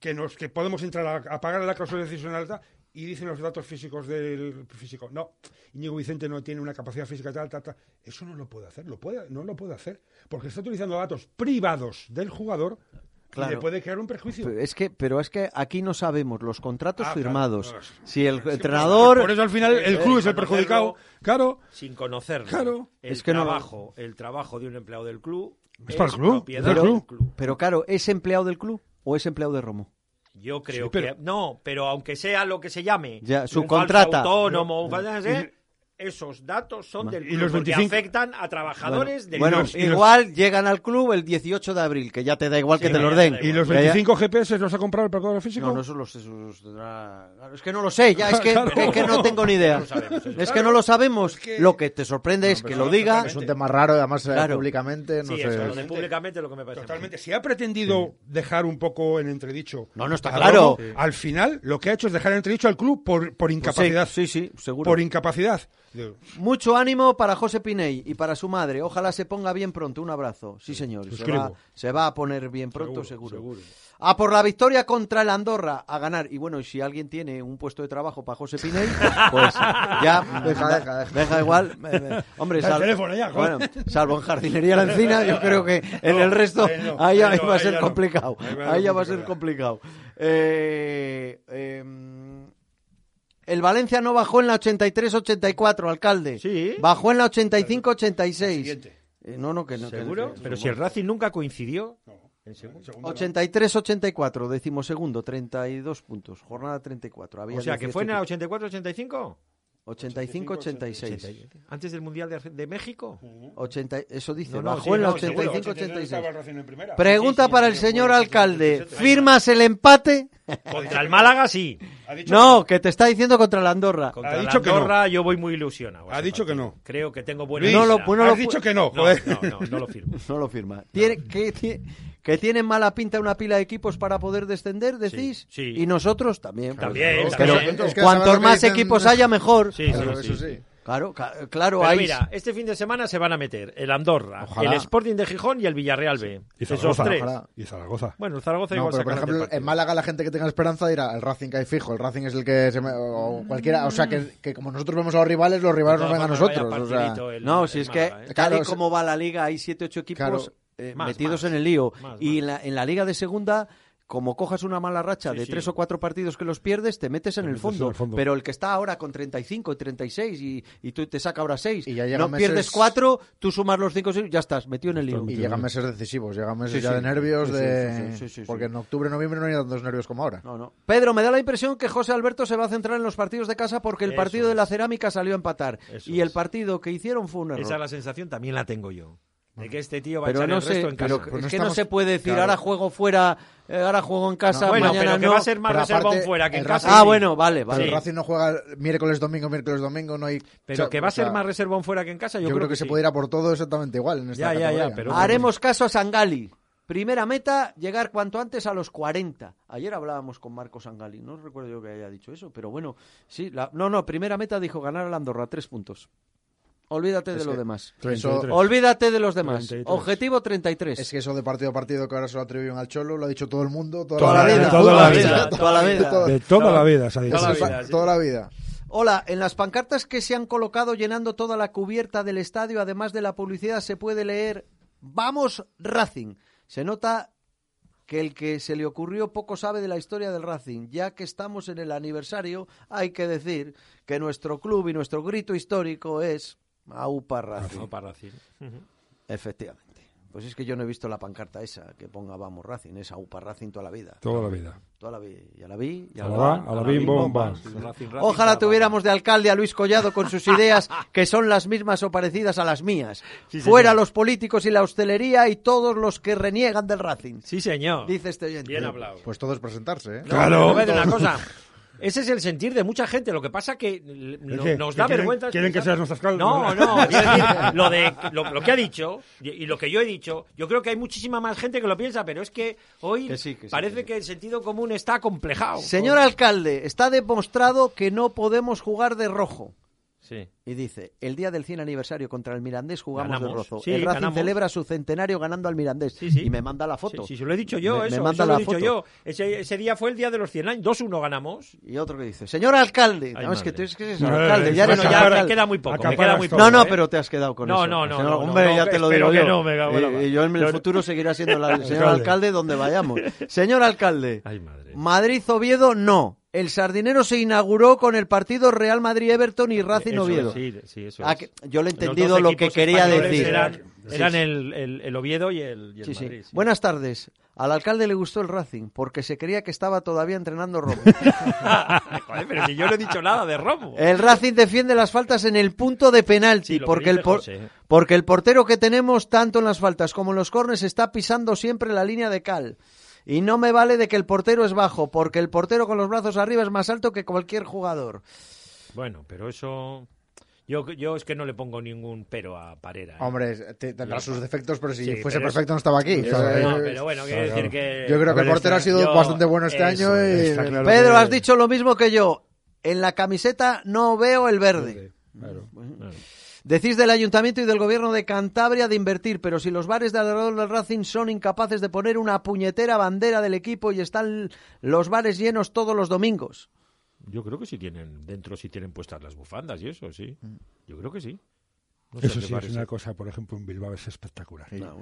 S5: que, nos, que podemos entrar a, a pagar la cláusula decisional tal, y dicen los datos físicos del físico, no, Íñigo Vicente no tiene una capacidad física tal, tal, tal. Eso no lo puede hacer, lo puede, no lo puede hacer, porque está utilizando datos privados del jugador
S2: Claro.
S5: y le puede crear un perjuicio.
S2: Pero es que, pero es que aquí no sabemos los contratos
S5: Ah, claro,
S2: firmados.
S5: claro.
S2: Si el
S5: Sí,
S2: entrenador.
S5: Por eso al final el
S2: eh,
S5: club es el
S7: conocerlo.
S5: perjudicado. Claro.
S7: Sin conocerlo.
S5: Claro.
S7: El
S2: Es que no-
S7: trabajo, el trabajo de un empleado del club
S5: Es para el club,
S7: propiedad
S5: es para el
S7: del
S5: club.
S7: club.
S2: Pero claro, ¿es empleado del club o es empleado de Romo?
S7: Yo creo
S5: Sí, pero-
S7: que no, pero aunque sea lo que se llame,
S2: Ya,
S7: un
S2: subcontrata.
S7: falso autónomo, un falso- ¿eh?
S5: y-
S7: esos datos son del
S5: Y
S7: club
S5: los
S7: porque
S5: 25
S7: afectan a trabajadores del
S2: Bueno,
S5: y
S7: club.
S5: los- y los-
S2: igual llegan al club el 18 de abril, que ya te da igual
S7: Sí,
S2: que te
S7: ya
S2: los
S7: te da
S2: den.
S7: igual.
S5: Eh, ¿Y los
S2: Que ya-
S5: 25 GPS los ha comprado el preparador físico?
S2: No, no, eso los, esos tendrá- claro, es que no lo sé, ya es que,
S5: Claro.
S2: que- que no tengo ni idea.
S7: No lo sabemos, eso.
S2: es que no lo sabemos.
S5: Es que-
S2: Lo que te sorprende es que
S5: pero
S2: lo
S5: no,
S2: diga.
S6: Es un tema raro, además, eh,
S2: Claro.
S6: públicamente, no
S7: Sí,
S6: sé.
S7: eso, lo de públicamente es lo que me parece.
S5: Totalmente. Si ha pretendido dejar un poco en entredicho.
S2: No, no, está
S5: a
S2: claro.
S5: Romo, Al final, lo que ha hecho es dejar en entredicho al club por, por
S2: Pues
S5: incapacidad.
S2: Sí, sí, sí, seguro.
S5: Por incapacidad. Digo,
S2: Mucho ánimo para José Piney y para su madre. Ojalá se ponga bien pronto. Un abrazo. Sí, señor. Se
S5: suscribo.
S2: va, se va a poner bien pronto, seguro,
S5: seguro.
S2: A por la victoria contra el Andorra. A ganar. Y bueno, y si alguien tiene un puesto de trabajo para José
S5: <laughs>
S2: Piney, pues ya.
S6: Deja,
S2: da-
S6: deja, deja.
S2: igual. Eh, eh, Hombre,
S5: Da el
S2: sal-
S5: teléfono ya, joder.
S2: bueno, salvo en jardinería la encina, yo creo
S5: <laughs>
S2: que en el resto
S5: ahí no,
S2: ahí, ya
S5: ahí no,
S2: va a
S5: ahí
S2: ser
S5: ya no.
S2: complicado.
S5: Ahí va a ser
S2: Ahí ya va a ser complicado.
S5: complicado.
S2: Eh, em, el Valencia no bajó en la 83-84, alcalde.
S7: Sí.
S2: Bajó en la 85-86.
S5: Siguiente.
S2: Eh, no, no, que no. que-
S7: ¿Seguro?
S2: que-
S7: Pero si el Racing nunca coincidió. ¿En segundo?
S5: Segundo,
S2: 83-84, decimosegundo, 32 puntos, jornada 34. Había
S7: O sea, que
S2: 18
S7: fue en el
S2: equipos.
S7: 84-85,
S2: 85-86.
S7: antes del Mundial de, Arge- de México.
S2: 80 Eso dice,
S7: No, no,
S2: bajó
S7: sí,
S2: en la
S7: no, seguro,
S5: no,
S2: 85-86.
S5: estaba el Racing en primera.
S2: Pregunta
S7: Sí, sí,
S2: para el
S7: sí,
S2: señor
S7: sí, sí,
S2: alcalde.
S7: sí, sí, sí.
S2: ¿Firmas el empate?
S7: Contra el Málaga sí.
S5: Ha dicho
S2: No, que te está diciendo contra la Andorra.
S7: Contra
S5: Ha
S7: el
S5: dicho que no.
S7: Andorra yo voy muy ilusionado. a
S5: Ha
S7: ese
S5: dicho que no.
S7: Creo que tengo buena
S5: Luis,
S2: No lo-
S7: vibra.
S2: no lo
S5: has
S2: pu-
S5: dicho que no,
S7: No,
S5: joder.
S7: no, no, no lo firmo.
S2: No lo firma. Tiene, que, tie- que tienen mala pinta una pila de equipos para poder descender, decís.
S7: sí.
S2: Y nosotros también. pues,
S7: También,
S2: pero
S7: también.
S6: Es que
S2: cuantos
S6: además lo que
S2: más
S6: dicen-
S2: equipos haya, mejor.
S7: Sí, sí,
S6: Claro,
S7: sí.
S6: eso sí.
S2: Claro, ca- claro,
S7: Pero
S2: hay.
S7: mira, este fin de semana se van a meter el Andorra,
S6: Ojalá.
S7: el Sporting de Gijón y el Villarreal B.
S5: Y
S7: Esos
S5: Zaragoza.
S7: tres.
S6: ojalá.
S5: Y Zaragoza.
S7: Bueno, el Zaragoza
S6: No,
S7: igual
S6: pero por
S7: sacarán del
S6: ejemplo,
S7: partido.
S6: en Málaga la gente que tenga esperanza dirá al Racing que hay fijo, el Racing es el que se me, o cualquiera, o sea que, que como nosotros vemos a los rivales, los
S7: De
S6: rivales nos
S7: todas
S6: ven a
S7: formas,
S6: nosotros.
S7: vaya
S6: o sea.
S7: partidito el-
S2: No,
S7: el
S2: si es que
S7: Málaga, ¿eh?
S2: tal
S6: Claro,
S2: y
S6: se-
S2: como va la liga, hay 7, 8 equipos
S6: Claro.
S2: eh,
S7: Más, más.
S2: metidos en el lío.
S7: Más,
S2: y en
S7: más.
S2: la, en la liga de segunda, como cojas una mala racha de
S7: sí.
S2: 3 o 4 partidos que los pierdes, te metes en, el
S5: metes en
S2: fondo.
S5: el fondo.
S2: Pero el que está ahora con 35, 36 y, y tú te saca ahora 6,
S6: Y ya llegan
S2: no
S6: meses-
S2: pierdes 4, tú sumas los 5, 6, ya estás, metido en el lío.
S6: Y llegan meses decisivos, llegan meses
S2: Sí,
S6: ya
S2: sí.
S6: de nervios,
S2: Sí, sí,
S6: de...
S2: sí, sí, sí, sí.
S6: porque en octubre, noviembre no hay tantos nervios como ahora.
S2: No, no. Pedro, me da la impresión que José Alberto se va a centrar en los partidos de casa porque el
S7: Eso
S2: partido de
S7: es.
S2: la cerámica salió a empatar.
S7: Eso
S2: y el
S7: es.
S2: partido que hicieron fue un error.
S7: ¿eh? Esa es la sensación, también la tengo yo. De que este tío va a
S2: pero
S7: echar
S2: no
S7: el
S2: sé,
S7: resto en casa.
S2: pero
S6: Pues
S2: es
S6: no
S2: que no
S6: estamos-
S2: se puede decir
S6: claro.
S2: ahora juego fuera, eh, ahora juego en casa,
S7: bueno,
S2: mañana
S7: pero que
S2: no.
S7: va a ser más
S6: pero
S7: reservado
S6: aparte,
S7: fuera que en
S6: el
S7: casa.
S2: Ah,
S7: sí.
S2: bueno, vale,
S6: Pero
S2: vale.
S6: el
S7: Sí.
S6: Racing no juega miércoles, domingo, miércoles, domingo, no hay...
S7: Pero
S6: o sea,
S7: que va a
S6: o sea,
S7: ser más reservón fuera que en casa, yo,
S6: Yo, creo, que, se
S7: sí.
S6: puede ir a por todo exactamente igual en
S7: Ya,
S6: esta
S7: ya, ya,
S6: categoría. Ah,
S7: pero-
S2: Haremos caso a Sangali. Primera meta, llegar cuanto antes a los 40. Ayer hablábamos con Marco Sangali, no recuerdo yo que haya dicho eso, pero bueno, sí, la- no, no, primera meta dijo ganar al Andorra, tres puntos. Olvídate de
S6: Es
S2: lo
S6: que-
S2: demás.
S6: Eso,
S5: 33.
S2: Olvídate de los demás.
S5: 33.
S2: Objetivo 33.
S6: es que eso de partido a partido que ahora se lo atribuyen al Cholo, lo ha dicho todo el mundo, <laughs> toda,
S5: Toda
S6: la,
S5: la
S6: vida.
S5: vida, toda la
S7: vida,
S2: toda la vida.
S6: Todo-
S5: De toda la vida se ha dicho.
S7: Toda la
S6: Eso es-
S7: vida, sí.
S6: toda la vida.
S2: Hola, en las pancartas que se han colocado llenando toda la cubierta del estadio, además de la publicidad, se puede leer Vamos Racing. Se nota que el que se le ocurrió poco sabe de la historia del Racing. Ya que estamos en el aniversario, hay que decir que nuestro club y nuestro grito histórico es Aupa Racing.
S7: No, para decir.
S2: Efectivamente. Pues es que yo no he visto la pancarta esa que ponga Vamos Racing, es Aupa Racing toda la vida.
S5: Toda la vida.
S2: Toda la vi, ya la vi, ya
S5: A
S2: la
S5: la
S2: va,
S5: va, a la bim, bom, bam.
S7: Racing, Racing,
S2: Ojalá
S7: para-
S2: tuviéramos de alcalde a Luis Collado con
S3: <laughs>
S2: sus ideas que son las mismas o parecidas a las mías.
S7: Sí, señor.
S2: Fuera los políticos y la hostelería y todos los que reniegan del Racing.
S7: Sí, señor.
S2: Dice este oyente.
S7: Bien hablado.
S6: Pues todo es presentarse, ¿eh?
S7: No, pero voy a decir una cosa.
S3: Ese es el sentir de mucha gente. Lo que pasa que l- no-
S5: qué?
S3: nos
S5: ¿Que
S3: da
S5: quieren-
S3: vergüenza.
S5: quieren que
S3: escuchar-
S5: seas nuestras cal-
S3: No, no. quiero
S5: <laughs>
S3: decir, lo, de, lo, lo que ha dicho y y lo que yo he dicho, yo creo que hay muchísima más gente que lo piensa, pero es que hoy
S2: Que sí, que sí,
S3: parece
S2: que sí.
S3: que el sentido común está complejado.
S2: Señor alcalde, está demostrado que no podemos jugar de rojo.
S3: Sí.
S2: Y dice, el día del 100 aniversario contra el Mirandés jugamos
S3: Ganamos.
S2: de rojo.
S3: Sí,
S2: el Racing
S3: ganamos.
S2: celebra su centenario ganando al Mirandés.
S3: Sí, sí.
S2: Y me manda la foto.
S3: Sí, sí, lo he dicho yo,
S2: Me- me
S3: eso,
S2: manda
S3: eso lo he
S2: la
S3: dicho
S2: foto.
S3: yo. Ese, ese día fue el día de los 100 años, 2-1 ganamos.
S2: Y otro que dice, señor alcalde.
S3: Ay,
S2: no, es que
S3: madre.
S2: tú es que eres
S5: No, no, no,
S2: alcalde.
S5: es-
S2: Ya eres
S3: Bueno, ya
S5: bueno, no, no,
S3: me
S2: alcalde.
S3: queda muy poco, me queda
S5: acaparas
S3: muy poco.
S2: No, no,
S3: ¿eh?
S2: pero te has quedado con
S3: No,
S2: eso.
S3: no, no,
S2: Señor,
S3: no,
S2: hombre,
S3: no,
S2: ya
S3: no,
S2: te lo
S3: espero
S2: digo
S3: que
S2: yo.
S3: no, me cago en la
S2: Eh,
S3: mar.
S2: yo en el
S3: Pero-
S2: futuro seguirá siendo la- el señor
S5: Alcalde.
S2: alcalde donde
S3: <laughs>
S2: vayamos. Señor alcalde,
S3: Ay, madre.
S2: Madrid-Oviedo no. El Sardinero se inauguró con el partido Real Madrid-Everton y
S3: Eso
S2: Racing-Oviedo.
S3: es, sí, sí, eso
S2: Ah,
S3: es.
S2: que- yo le he
S3: Los dos
S2: entendido lo que
S3: equipos
S2: quería
S3: españoles
S2: decir.
S3: Eran,
S2: Sí,
S3: eran
S2: sí.
S3: el, el- el Oviedo y el, y el
S2: Sí, sí.
S3: Madrid. sí.
S2: Buenas tardes. Al alcalde le gustó el Racing porque se creía que estaba todavía entrenando Romo.
S3: <laughs> Joder, pero si yo no he dicho nada de Romo.
S2: el Racing defiende las faltas en el punto de penalti
S3: Sí, lo
S2: porque,
S3: que dice
S2: el por-
S3: José.
S2: porque el portero que tenemos tanto en las faltas como en los cornes está pisando siempre la línea de cal. Y no me vale de que el portero es bajo, porque el portero con los brazos arriba es más alto que cualquier jugador.
S3: Bueno, pero eso. Yo, yo es que no le pongo ningún pero a Parera. ¿eh?
S6: Hombre, te- tendrá sus defectos, pero si
S3: Sí,
S6: fuese
S3: pero es-
S6: perfecto no estaba aquí.
S3: Eso,
S6: O sea,
S3: no,
S6: eh,
S3: pero bueno, quiero
S5: claro.
S3: decir que.
S6: yo creo que el portero ha sido
S3: yo-
S6: bastante bueno este
S3: eso
S6: año. y-
S5: Está claro
S2: Pedro,
S5: que-
S2: has dicho lo mismo que yo. En la camiseta no veo el verde.
S5: Claro.
S2: Decís del ayuntamiento y del gobierno de Cantabria de invertir, pero si los bares de alrededor del Racing son incapaces de poner una puñetera bandera del equipo y están los bares llenos todos los domingos.
S3: Yo creo que sí tienen. Dentro sí tienen puestas las bufandas y eso, sí.
S2: Mm.
S3: Yo creo que sí. No sé
S5: Eso
S3: qué
S5: sí, es
S3: parece.
S5: una cosa, por ejemplo, en Bilbao es espectacular.
S2: Ah,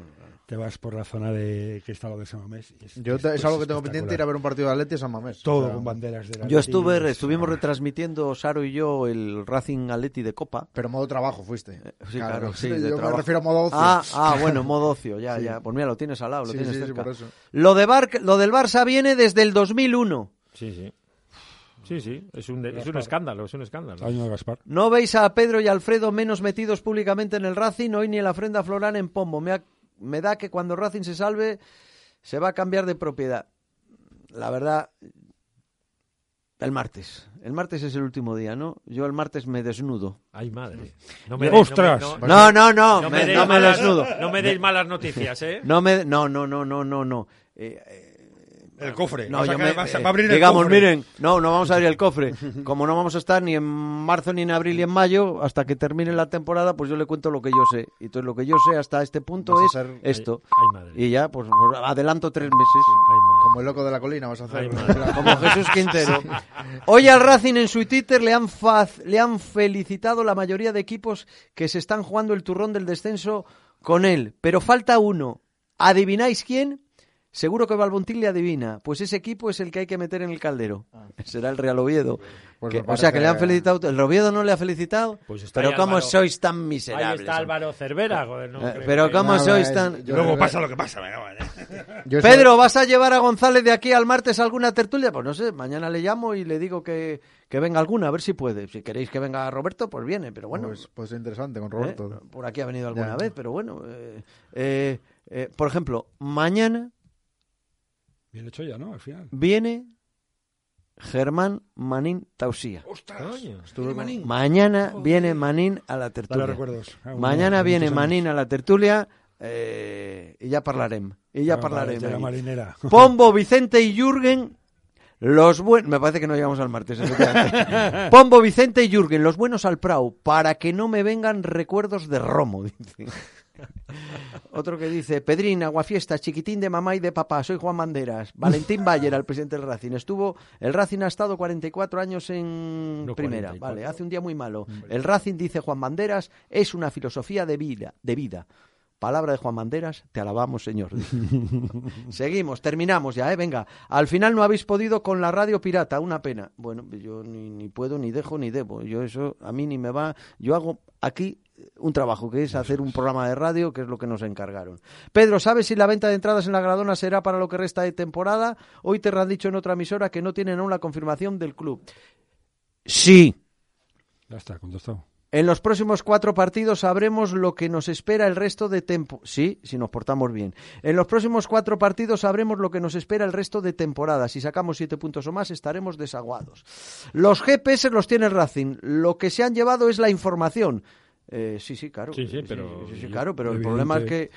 S5: Te vas por la zona de que está lo de San Mamés. y
S6: Yo te- es
S5: pues,
S6: algo que tengo pendiente ir a
S5: espectacular.
S6: ver un partido de Atleti y San Mamés. O
S5: Todo
S6: sea,
S5: con banderas de la
S2: Yo estuve, estuvimos retransmitiendo Saro y yo el Racing Atleti de Copa.
S6: Pero modo trabajo fuiste.
S2: Sí, claro, sí, de
S6: <laughs> yo me
S2: trabajo.
S6: refiero a modo ocio.
S2: Ah, ah,
S6: <laughs>
S2: bueno, modo ocio, ya, ya. Pues mira, lo tienes al lado, lo
S6: Sí,
S2: tienes
S6: sí, sí,
S2: cerca.
S6: por eso.
S2: Lo, de Bar- lo del Barça viene desde el 2001.
S3: Sí, sí. Sí, sí. Es un, es un escándalo, es un escándalo.
S5: Año de Gaspar.
S2: No veis a Pedro y Alfredo menos metidos públicamente en el Racing, hoy ni en la ofrenda floral en Pombo. Me, ha- me da que cuando Racing se salve, se va a cambiar de propiedad. La verdad, el martes. El martes es el último día, ¿no? Yo el martes me desnudo.
S3: Ay, madre. No
S5: Ya.
S3: de- no
S5: ¡Ostras!
S3: no-
S2: No, no, no,
S3: no
S2: me-
S3: deis
S2: no me
S3: malas-
S2: desnudo.
S3: No me deis malas noticias, ¿eh?
S2: No me, no, no, no, no, no, no. Eh, eh,
S5: El cofre.
S2: no,
S5: Vas a
S2: yo
S5: ca-
S2: me-
S5: vas a-
S2: eh,
S5: va a abrir el
S2: digamos,
S5: cofre.
S2: miren, no, no vamos a abrir el
S5: <laughs>
S2: cofre. Como no vamos a estar ni en marzo, ni en abril, ni en mayo, hasta que termine la temporada, pues yo le cuento lo que yo sé. Y entonces lo que yo sé hasta este punto
S6: Vas a
S2: es
S6: ser-
S2: esto.
S3: Ay, madre.
S2: Y ya, pues, pues, adelanto tres meses.
S3: Ay, madre.
S6: Como el loco de la colina vas a hacer.
S3: Ay, madre.
S2: Como Jesús
S3: <laughs>
S2: Quintero. Hoy al Racing en su Twitter le han, faz- le han felicitado la mayoría de equipos que se están jugando el turrón del descenso con él. Pero falta uno. ¿Adivináis quién? Seguro que Valbontín le adivina. Pues ese equipo es el que hay que meter en el caldero.
S3: Ah.
S2: Será el Real Oviedo.
S6: Pues
S2: Que-
S6: me
S2: o sea, que le han
S6: parece-
S2: felicitado. ¿El Oviedo no le ha felicitado?
S3: Pues está
S2: pero
S3: ahí
S2: ¿cómo
S3: Álvaro.
S2: sois tan
S3: Ahí
S2: miserables?
S3: está Álvaro Cervera, joder, no
S2: Eh,
S3: creo
S2: pero
S3: que-
S2: ¿cómo
S6: Nada,
S2: sois
S6: es-
S2: tan...?
S6: yo creo
S5: Luego
S6: que-
S5: pasa lo que pasa. bueno, vale.
S6: Yo
S2: Pedro, ¿vas a llevar a González de aquí al martes a alguna tertulia? Pues no sé, mañana le llamo y le digo que, que venga alguna, a ver si puede. Si queréis que venga Roberto, pues viene, pero bueno,
S6: Pues, pues interesante con
S2: ¿eh?
S6: Roberto.
S2: por aquí ha venido alguna
S6: Ya.
S2: vez, pero bueno. eh, eh, eh, por ejemplo, mañana
S5: Bien hecho ya, ¿no? Al final.
S2: viene Germán Manín Tausía.
S3: Coño.
S2: Mañana viene Manín a la
S5: Dale
S2: tertulia.
S5: recuerdos. Ah, bueno,
S2: Mañana
S5: muchos
S2: viene
S5: años.
S2: Manín a la tertulia eh, y ya parlaremos. Y ya
S5: Ah,
S2: parlaremos.
S5: de la
S2: allí.
S5: marinera.
S2: Pombo, Vicente y Jürgen, los buenos. Me parece que no llegamos al martes. efectivamente. Pombo, Vicente y Jürgen, los buenos al Prau, para que no me vengan recuerdos de Romo, dice. Otro que dice, Pedrín, Aguafiestas, Chiquitín de mamá y de papá, soy Juan Banderas. Valentín Bayer, el presidente del Racing. Estuvo, el Racing ha estado 44 años en
S3: No,
S2: primera,
S3: 44.
S2: vale, hace un día muy malo. El Racing, dice Juan Banderas, es una filosofía de vida, de vida. Palabra de Juan Banderas, te alabamos, señor. Seguimos, terminamos ya, ¿eh? Venga, al final no habéis podido con la radio pirata, una pena. Bueno, yo ni, ni puedo, ni dejo, ni debo. Yo eso, a mí ni me va. Yo hago aquí eh, un trabajo, que es hacer un programa de radio, que es lo que nos encargaron. Pedro, ¿sabes si la venta de entradas en la Gradona será para lo que resta de temporada? Hoy te lo han dicho en otra emisora que no tienen aún la confirmación del club. Sí.
S5: Ya está, contestado.
S2: En los próximos cuatro partidos sabremos lo que nos espera el resto de tempo. Sí, si nos portamos bien. En los próximos cuatro partidos sabremos lo que nos espera el resto de temporada. Si sacamos siete puntos o más, estaremos desaguados. Los GPS los tiene el Racing. Lo que se han llevado es la información. Eh, sí, sí, claro.
S3: Sí, sí, pero-
S2: sí, sí, claro, pero el problema es que,